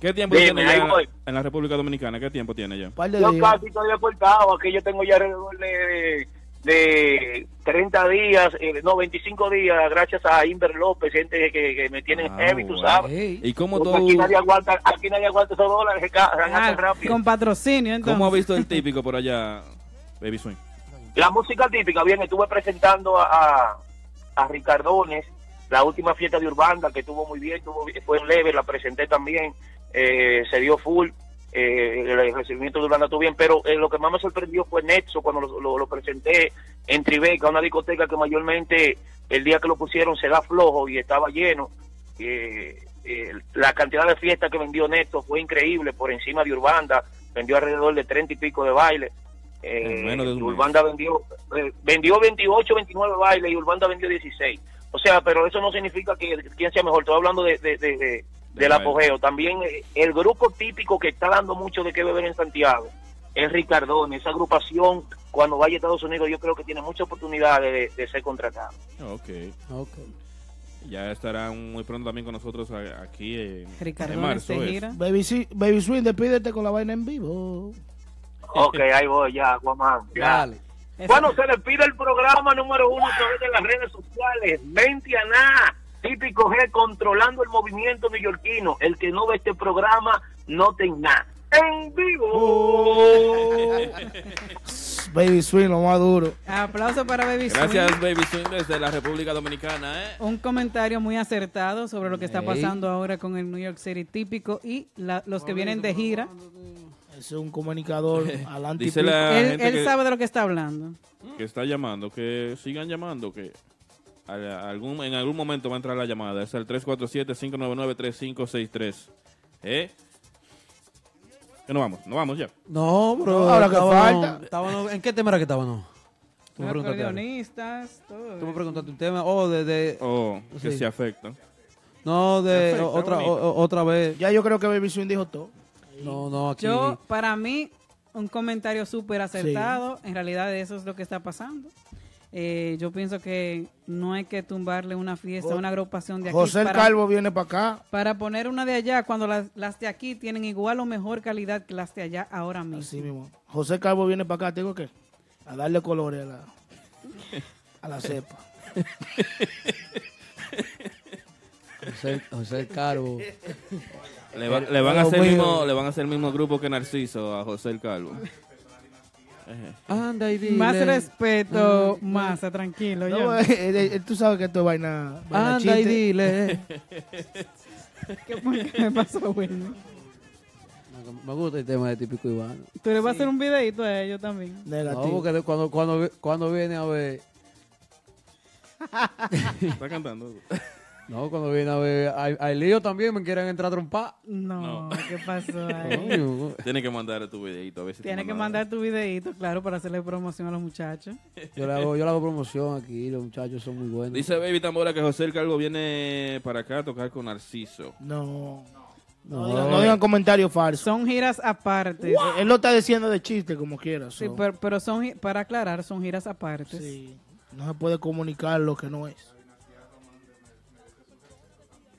Speaker 2: ¿Qué tiempo
Speaker 21: Dime,
Speaker 2: tiene ya
Speaker 21: ahí voy.
Speaker 2: en la República Dominicana? ¿Qué tiempo tiene ya?
Speaker 8: Par de
Speaker 21: Yo
Speaker 8: días.
Speaker 21: casi estoy deportado. Aquí yo tengo ya alrededor de, de 30 días, eh, no, 25 días, gracias a Inver López, gente que, que me tienen heavy, tú sabes.
Speaker 2: ¿Y cómo
Speaker 21: Porque aquí
Speaker 2: tú,
Speaker 21: nadie aguanta, aquí nadie aguanta esos dólares, se ca- se gastan rápido.
Speaker 6: Con patrocinio, entonces.
Speaker 2: cómo ha visto el típico por allá, Baby Swing?
Speaker 21: La música típica, bien, estuve presentando a, a, a Ricardones, la última fiesta de Urbanda que estuvo muy bien, estuvo bien, fue leve, la presenté también, eh, se dio full, eh, el recibimiento de Urbanda estuvo bien, pero eh, lo que más me sorprendió fue Nexo cuando lo, lo- lo presenté en Tribeca, una discoteca que mayormente el día que lo pusieron se da flojo y estaba lleno. Eh, eh, la cantidad de fiestas que vendió Nexo fue increíble, por encima de Urbanda, vendió alrededor de 30 y pico de bailes. Eh,
Speaker 2: En menos de un mes.
Speaker 21: Urbanda vendió, eh, vendió 28, 29 bailes y Urbanda vendió 16. O sea, pero eso no significa que quien sea mejor. Estoy hablando de, de- de- de- del
Speaker 2: baile.
Speaker 21: apogeo. También eh, el grupo típico que está dando mucho de qué beber en Santiago es Ricardone. Esa agrupación, cuando vaya a Estados Unidos, yo creo que tiene muchas oportunidades de, de ser contratada.
Speaker 2: Ok. Ya estarán muy pronto también con nosotros a- aquí en,
Speaker 6: Ricardo,
Speaker 2: en marzo. es.
Speaker 8: Baby, Si- Baby Swing, despídete con la vaina en vivo.
Speaker 21: Ok, ahí voy, ya, Guamán. ya. Bueno, se les pide el programa número uno a través de las redes sociales. Vente a nada. Típico G controlando el movimiento neoyorquino. El que no ve este programa no tenga en vivo.
Speaker 8: Baby Swing, lo más duro.
Speaker 6: Aplauso para Baby
Speaker 2: Gracias,
Speaker 6: Swing.
Speaker 2: Baby Swing, desde la República Dominicana. ¿eh?
Speaker 6: Un comentario muy acertado sobre lo que está
Speaker 2: Ey.
Speaker 6: pasando ahora con el New York City típico y la- los que vienen de gira.
Speaker 8: Es un comunicador adelante. y
Speaker 2: Dice
Speaker 8: pico.
Speaker 2: la
Speaker 6: Él,
Speaker 2: gente
Speaker 6: él
Speaker 2: que-
Speaker 6: sabe de lo que está hablando.
Speaker 2: Mm. Que está llamando, que sigan llamando, que a- a algún, en algún momento va a entrar la llamada. Es el 347-599-3563. ¿Eh? Que no vamos, no vamos ya.
Speaker 7: No, bro.
Speaker 2: No, ahora que
Speaker 7: estábamos-
Speaker 2: falta.
Speaker 7: estábamos- ¿En qué tema era que estábamos? Tú me preguntaste algo.
Speaker 6: Acordeonistas, todo.
Speaker 7: Tú me
Speaker 6: eso.
Speaker 7: preguntaste un tema. Oh, de. de
Speaker 2: Oh, que
Speaker 7: sí.
Speaker 2: se afectan.
Speaker 7: No, de
Speaker 8: Perfecto,
Speaker 7: o- otra,
Speaker 8: bonito.
Speaker 7: o- o- otra vez.
Speaker 8: Ya yo creo que Baby Swing dijo todo.
Speaker 7: No, no, aquí.
Speaker 6: Yo, para mí, un comentario súper acertado. En realidad, eso es lo que está pasando. Eh, yo pienso que no hay que tumbarle una fiesta a una agrupación de aquí.
Speaker 8: José el
Speaker 6: para-
Speaker 8: Calvo viene para acá.
Speaker 6: Para poner una de allá, cuando las, las de aquí tienen igual o mejor calidad que las de allá ahora mismo.
Speaker 8: Así mismo. José Calvo viene para acá, ¿te digo qué? A darle colores a la, a la cepa.
Speaker 7: José, José Carbo.
Speaker 2: Le, va- le van a hacer el mismo, le van a hacer el mismo grupo que Narciso a José el Calvo. Ejé.
Speaker 7: Anda y dile.
Speaker 6: Más respeto, masa, tranquilo.
Speaker 8: No,
Speaker 6: yo.
Speaker 8: eh, eh, eh, tú sabes que esto es vaina. vaina
Speaker 7: Anda y
Speaker 8: chiste.
Speaker 7: dile.
Speaker 6: ¿Qué fue que me pasó, Wilmer?
Speaker 7: Me gusta el tema de típico Iván.
Speaker 6: Tú le vas a hacer un videito a ellos también.
Speaker 7: No, porque de- cuando, cuando, vi- cuando viene a ver.
Speaker 2: Está cantando.
Speaker 7: No, cuando viene a ver. Hay, hay lío también, me quieren entrar a trompar.
Speaker 6: No, ¿qué pasó ahí?
Speaker 7: Coño.
Speaker 2: Tiene que mandar tu videito. A ver si te
Speaker 6: Tienes que
Speaker 2: mandan
Speaker 6: mandar tu videito, claro, para hacerle promoción a los muchachos.
Speaker 7: Yo le, hago, yo le hago promoción aquí, los muchachos son muy buenos.
Speaker 2: Dice Baby Tambora que José el Calvo viene para acá a tocar con Narciso.
Speaker 8: No. No, digan, no digan comentarios falsos.
Speaker 6: Son giras aparte.
Speaker 8: Él lo está diciendo de chiste, como quiera.
Speaker 6: Sí,
Speaker 8: so,
Speaker 6: pero, pero son, gi- para aclarar, son giras aparte.
Speaker 8: No se puede comunicar lo que no es.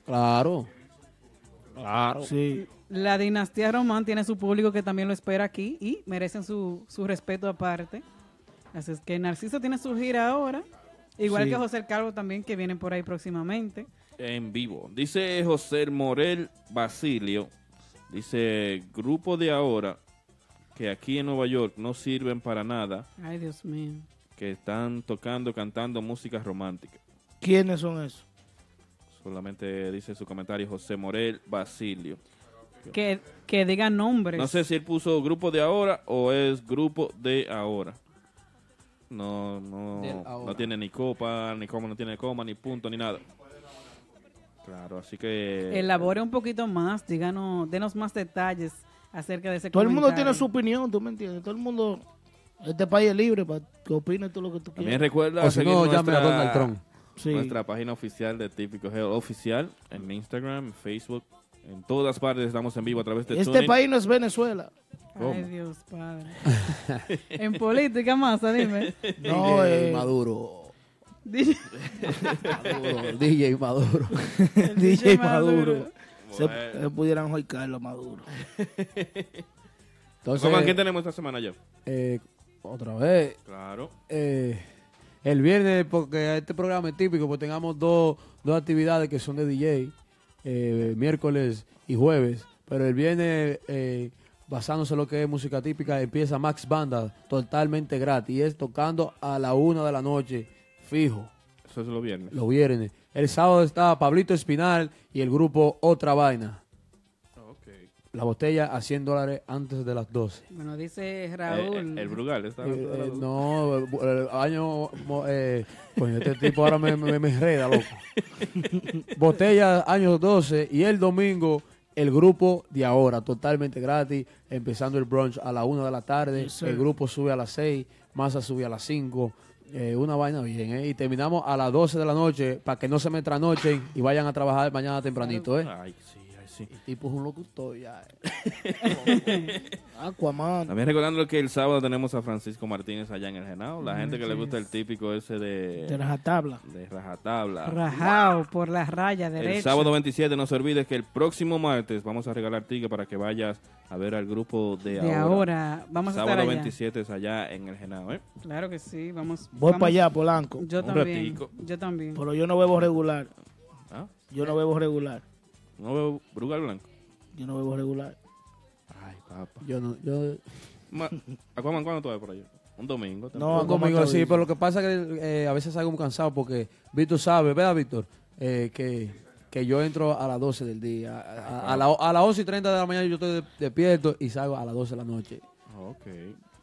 Speaker 7: Claro.
Speaker 2: Claro.
Speaker 8: Sí.
Speaker 6: La dinastía Román tiene su público que también lo espera aquí y merecen su, su respeto aparte. Así es que Narciso tiene su gira ahora, igual
Speaker 2: Sí.
Speaker 6: que José el Calvo también, que vienen por ahí próximamente.
Speaker 2: En vivo. Dice José Morel Basilio. Dice, grupo de ahora que aquí en Nueva York no sirven para nada.
Speaker 6: Ay, Dios mío.
Speaker 2: que están tocando, cantando música romántica.
Speaker 8: ¿Quiénes son esos?
Speaker 2: Solamente dice en su comentario José Morel Basilio.
Speaker 6: Que, que diga nombres.
Speaker 2: No sé si él puso grupo de ahora o es grupo de ahora. No, no,
Speaker 6: Del ahora.
Speaker 2: no tiene ni copa, ni coma, no tiene coma, ni punto, ni nada. Claro, así que...
Speaker 6: Elabore un poquito más, díganos, denos más detalles acerca de ese
Speaker 8: Todo el mundo
Speaker 6: comentario.
Speaker 8: tiene su opinión, ¿tú me entiendes? Todo el mundo. Este país es libre para que opines tú lo que tú quieras.
Speaker 2: También recuerda
Speaker 7: O si
Speaker 2: seguir
Speaker 7: no, llame a
Speaker 2: nuestra,
Speaker 7: Donald Trump.
Speaker 8: Sí.
Speaker 2: nuestra página oficial de Típico Geo Oficial en Instagram, en Facebook, en todas partes estamos en vivo a través de
Speaker 8: Este
Speaker 2: TuneIn.
Speaker 8: país no es Venezuela.
Speaker 2: ¿Cómo?
Speaker 6: Ay, Dios, padre. en política, masa, dime.
Speaker 7: DJ
Speaker 6: eh,
Speaker 7: Maduro.
Speaker 6: DJ
Speaker 7: Maduro, DJ Maduro.
Speaker 8: DJ Maduro. Se,
Speaker 2: Bueno.
Speaker 8: se pudieran joicarlo Maduro.
Speaker 7: Entonces,
Speaker 2: Román, ¿quién tenemos esta semana ya?
Speaker 7: eh, otra vez.
Speaker 2: Claro.
Speaker 7: eh, el viernes, porque este programa es típico, pues tengamos dos, dos actividades que son de DJ, eh, miércoles y jueves. Pero el viernes, eh, basándose en lo que es música típica, empieza Max Banda totalmente gratis. Y es tocando a la una de la noche, fijo.
Speaker 2: Eso es los viernes.
Speaker 7: Los viernes. El sábado está Pablito Espinal y el grupo Otra Vaina. La botella a 100 dólares antes de las 12.
Speaker 6: Bueno, dice Raúl.
Speaker 2: Eh, el Brugal está...
Speaker 7: Eh, eh, no, eh, bu- eh, año. mo- eh, coño, este tipo ahora me, me, me enreda, loco. Botella años 12 y el domingo el grupo de ahora, totalmente gratis, empezando el brunch a la 1 de la tarde.
Speaker 8: Yes, sir.
Speaker 7: el grupo sube a las 6, Masa sube a las 5. eh, una vaina bien, ¿eh? Y terminamos a las 12 de la noche para que no se me tranochen y vayan a trabajar mañana tempranito, ¿eh?
Speaker 2: Ay, sí, ay, sí.
Speaker 7: Y pues un locutor ya.
Speaker 8: eh. Aquaman.
Speaker 2: También recordando que el sábado tenemos a Francisco Martínez allá en el Genao. La
Speaker 8: Mm,
Speaker 2: gente que le
Speaker 8: yes.
Speaker 2: gusta el típico ese de...
Speaker 8: De rajatabla.
Speaker 2: De rajatabla.
Speaker 6: Rajao por la raya derecha.
Speaker 2: El sábado 27, no se olvide que el próximo martes vamos a regalar tickets para que vayas a ver al grupo de,
Speaker 6: De ahora. Vamos a
Speaker 2: sábado
Speaker 6: estar allá.
Speaker 2: 27 es allá en el Genao, ¿eh?
Speaker 6: Claro que sí, vamos.
Speaker 8: Voy
Speaker 6: vamos-
Speaker 8: para allá, Polanco.
Speaker 6: Yo
Speaker 2: Un
Speaker 6: también.
Speaker 2: ratico.
Speaker 6: Yo también.
Speaker 8: Pero yo no bebo regular.
Speaker 2: ¿Ah?
Speaker 8: Yo no bebo regular.
Speaker 2: No veo Brugal Blanco.
Speaker 8: Yo no bebo regular.
Speaker 2: Ay, papá.
Speaker 7: Yo no, yo.
Speaker 2: Ma- Aquaman, ¿cuándo tú vas por allá? Un domingo.
Speaker 7: No, conmigo sí, pero lo que pasa es que eh, a veces salgo muy cansado porque Víctor sabe, ¿verdad, Víctor? Eh, que, que yo entro a las 12 del día. A, a- a la- a las 11 y 30 de la mañana yo estoy de- despierto y salgo a las 12 de la noche.
Speaker 2: Ok.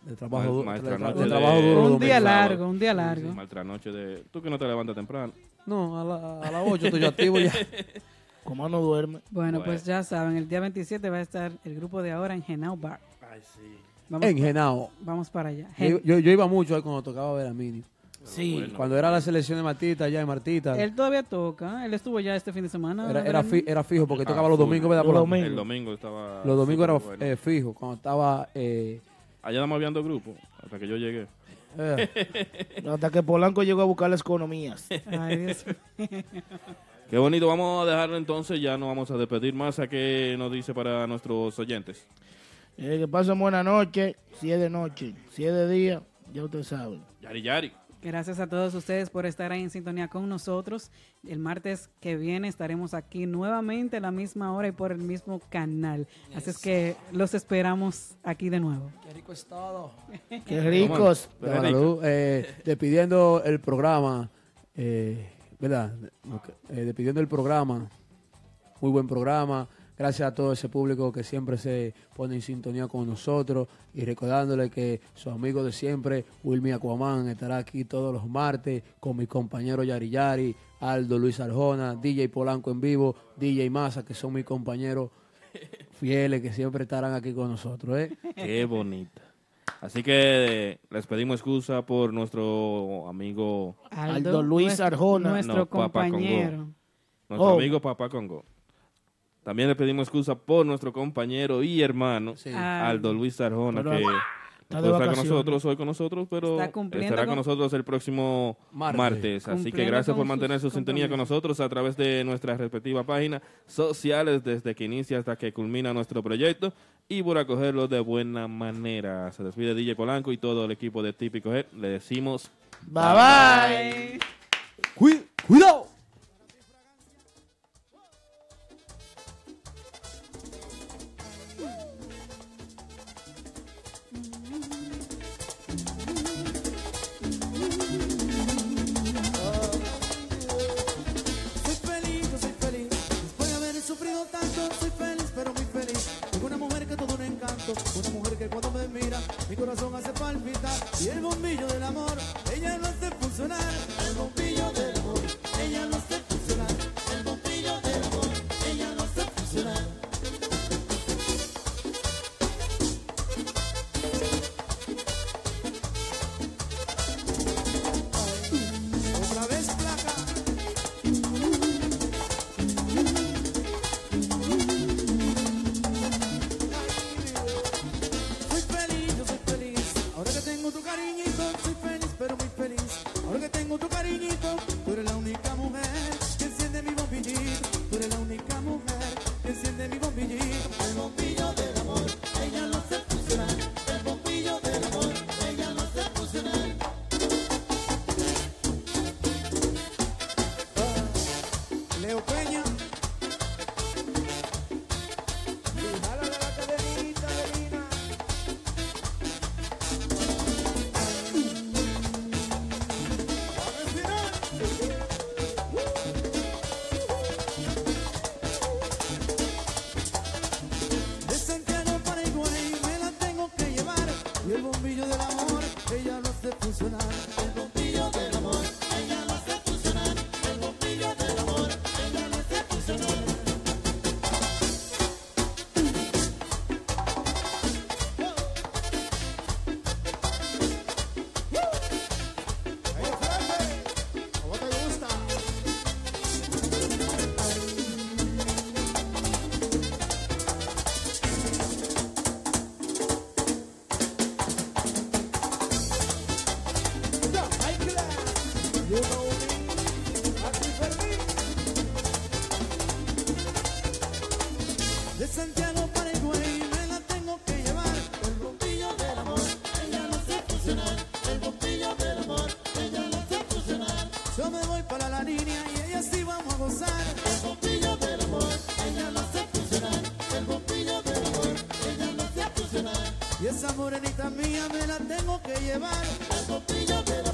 Speaker 7: De trabajo duro-
Speaker 2: Maestra
Speaker 7: de tra-
Speaker 2: noche
Speaker 7: de trabajo duro Un
Speaker 6: día
Speaker 2: domingo.
Speaker 6: largo, un día largo.
Speaker 2: Sí, sí, maestra noche de... Tú que no te levantas temprano.
Speaker 7: No, a, la- a las 8 estoy yo activo ya.
Speaker 8: Como no duerme.
Speaker 6: Bueno, pues ya saben, el día 27 va a estar el grupo de ahora en Genao Bar.
Speaker 2: Ay, sí.
Speaker 7: En Genao.
Speaker 6: Vamos para allá.
Speaker 7: Yo, yo- yo iba mucho ahí cuando tocaba ver a Mini.
Speaker 8: Sí.
Speaker 6: Bueno.
Speaker 7: Cuando era la selección de Martita, allá de Martita.
Speaker 6: Él todavía toca. Él estuvo ya este fin de semana.
Speaker 7: Era, era, fi- era fijo porque
Speaker 2: Ah,
Speaker 7: tocaba los
Speaker 2: full.
Speaker 7: domingos, ¿verdad?
Speaker 2: Los
Speaker 7: Polanco?
Speaker 2: domingos. El domingo estaba
Speaker 7: Los domingos era
Speaker 2: súper bueno.
Speaker 7: eh, fijo. Cuando estaba. eh,
Speaker 2: Allá estamos viendo grupo, hasta que yo llegué. Eh.
Speaker 8: Hasta que Polanco llegó a buscar las economías.
Speaker 6: Ay, Dios
Speaker 2: Qué bonito, vamos a dejarlo entonces, ya no vamos a despedir más a que nos dice para nuestros oyentes.
Speaker 8: Eh, que pasen buena noche. Si es de noche, si es de día, ya ustedes saben.
Speaker 2: Yari Yari.
Speaker 6: Gracias a todos ustedes por estar ahí en sintonía con nosotros. El martes que viene estaremos aquí nuevamente a la misma hora y por el mismo canal. Así es que los esperamos aquí de nuevo.
Speaker 7: Qué rico es todo.
Speaker 8: Qué ricos.
Speaker 7: De Malalú, eh, despidiendo el programa, eh, ¿verdad? Lo que- eh, despidiendo el programa, muy buen programa. Gracias a todo ese público que siempre se pone en sintonía con nosotros y recordándole que su amigo de siempre, Wilmy Aquaman, estará aquí todos los martes con mi compañero Yari Yari, Aldo Luis Arjona, DJ Polanco en vivo, DJ Maza, que son mis compañeros fieles que siempre estarán aquí con nosotros. ¿eh?
Speaker 2: Qué bonita. Así que eh, les pedimos excusa por nuestro amigo
Speaker 8: Aldo Aldo Luis nuestro- Arjona. nuestro
Speaker 2: Papá Congo.
Speaker 8: compañero.
Speaker 2: Nuestro
Speaker 8: Oh.
Speaker 2: amigo Papá Congo. También le pedimos excusa por nuestro compañero y hermano
Speaker 6: Ay.
Speaker 2: Aldo Luis Arjona
Speaker 6: Pero,
Speaker 2: que
Speaker 6: ah, de
Speaker 2: no puede estar con
Speaker 6: vacaciones.
Speaker 2: nosotros hoy con nosotros, pero
Speaker 6: Está cumpliendo
Speaker 2: estará con
Speaker 6: con-
Speaker 2: nosotros el próximo
Speaker 6: Martes.
Speaker 2: martes. Así que
Speaker 6: Cumpliendo
Speaker 2: gracias por
Speaker 6: con
Speaker 2: mantener su
Speaker 6: sus
Speaker 2: sintonía con nosotros a través de nuestras respectivas páginas sociales desde que inicia hasta que culmina nuestro proyecto y por acogerlo de buena manera. Se despide DJ Polanco y todo el equipo de Típico Head. Le decimos
Speaker 8: Bye bye.
Speaker 7: ¡Cuidado!
Speaker 9: Thank
Speaker 16: Ah, De Santiago para Higüey me la tengo que llevar. El bombillo del amor, ella no sé funcionar. El bombillo del amor, ella no sé funcionar. Yo me voy para la línea y ella sí vamos a gozar. El bombillo del amor, ella no sé funcionar. El bombillo del amor, ella no sé funcionar. Y esa morenita mía me la tengo que llevar. El bombillo del amor.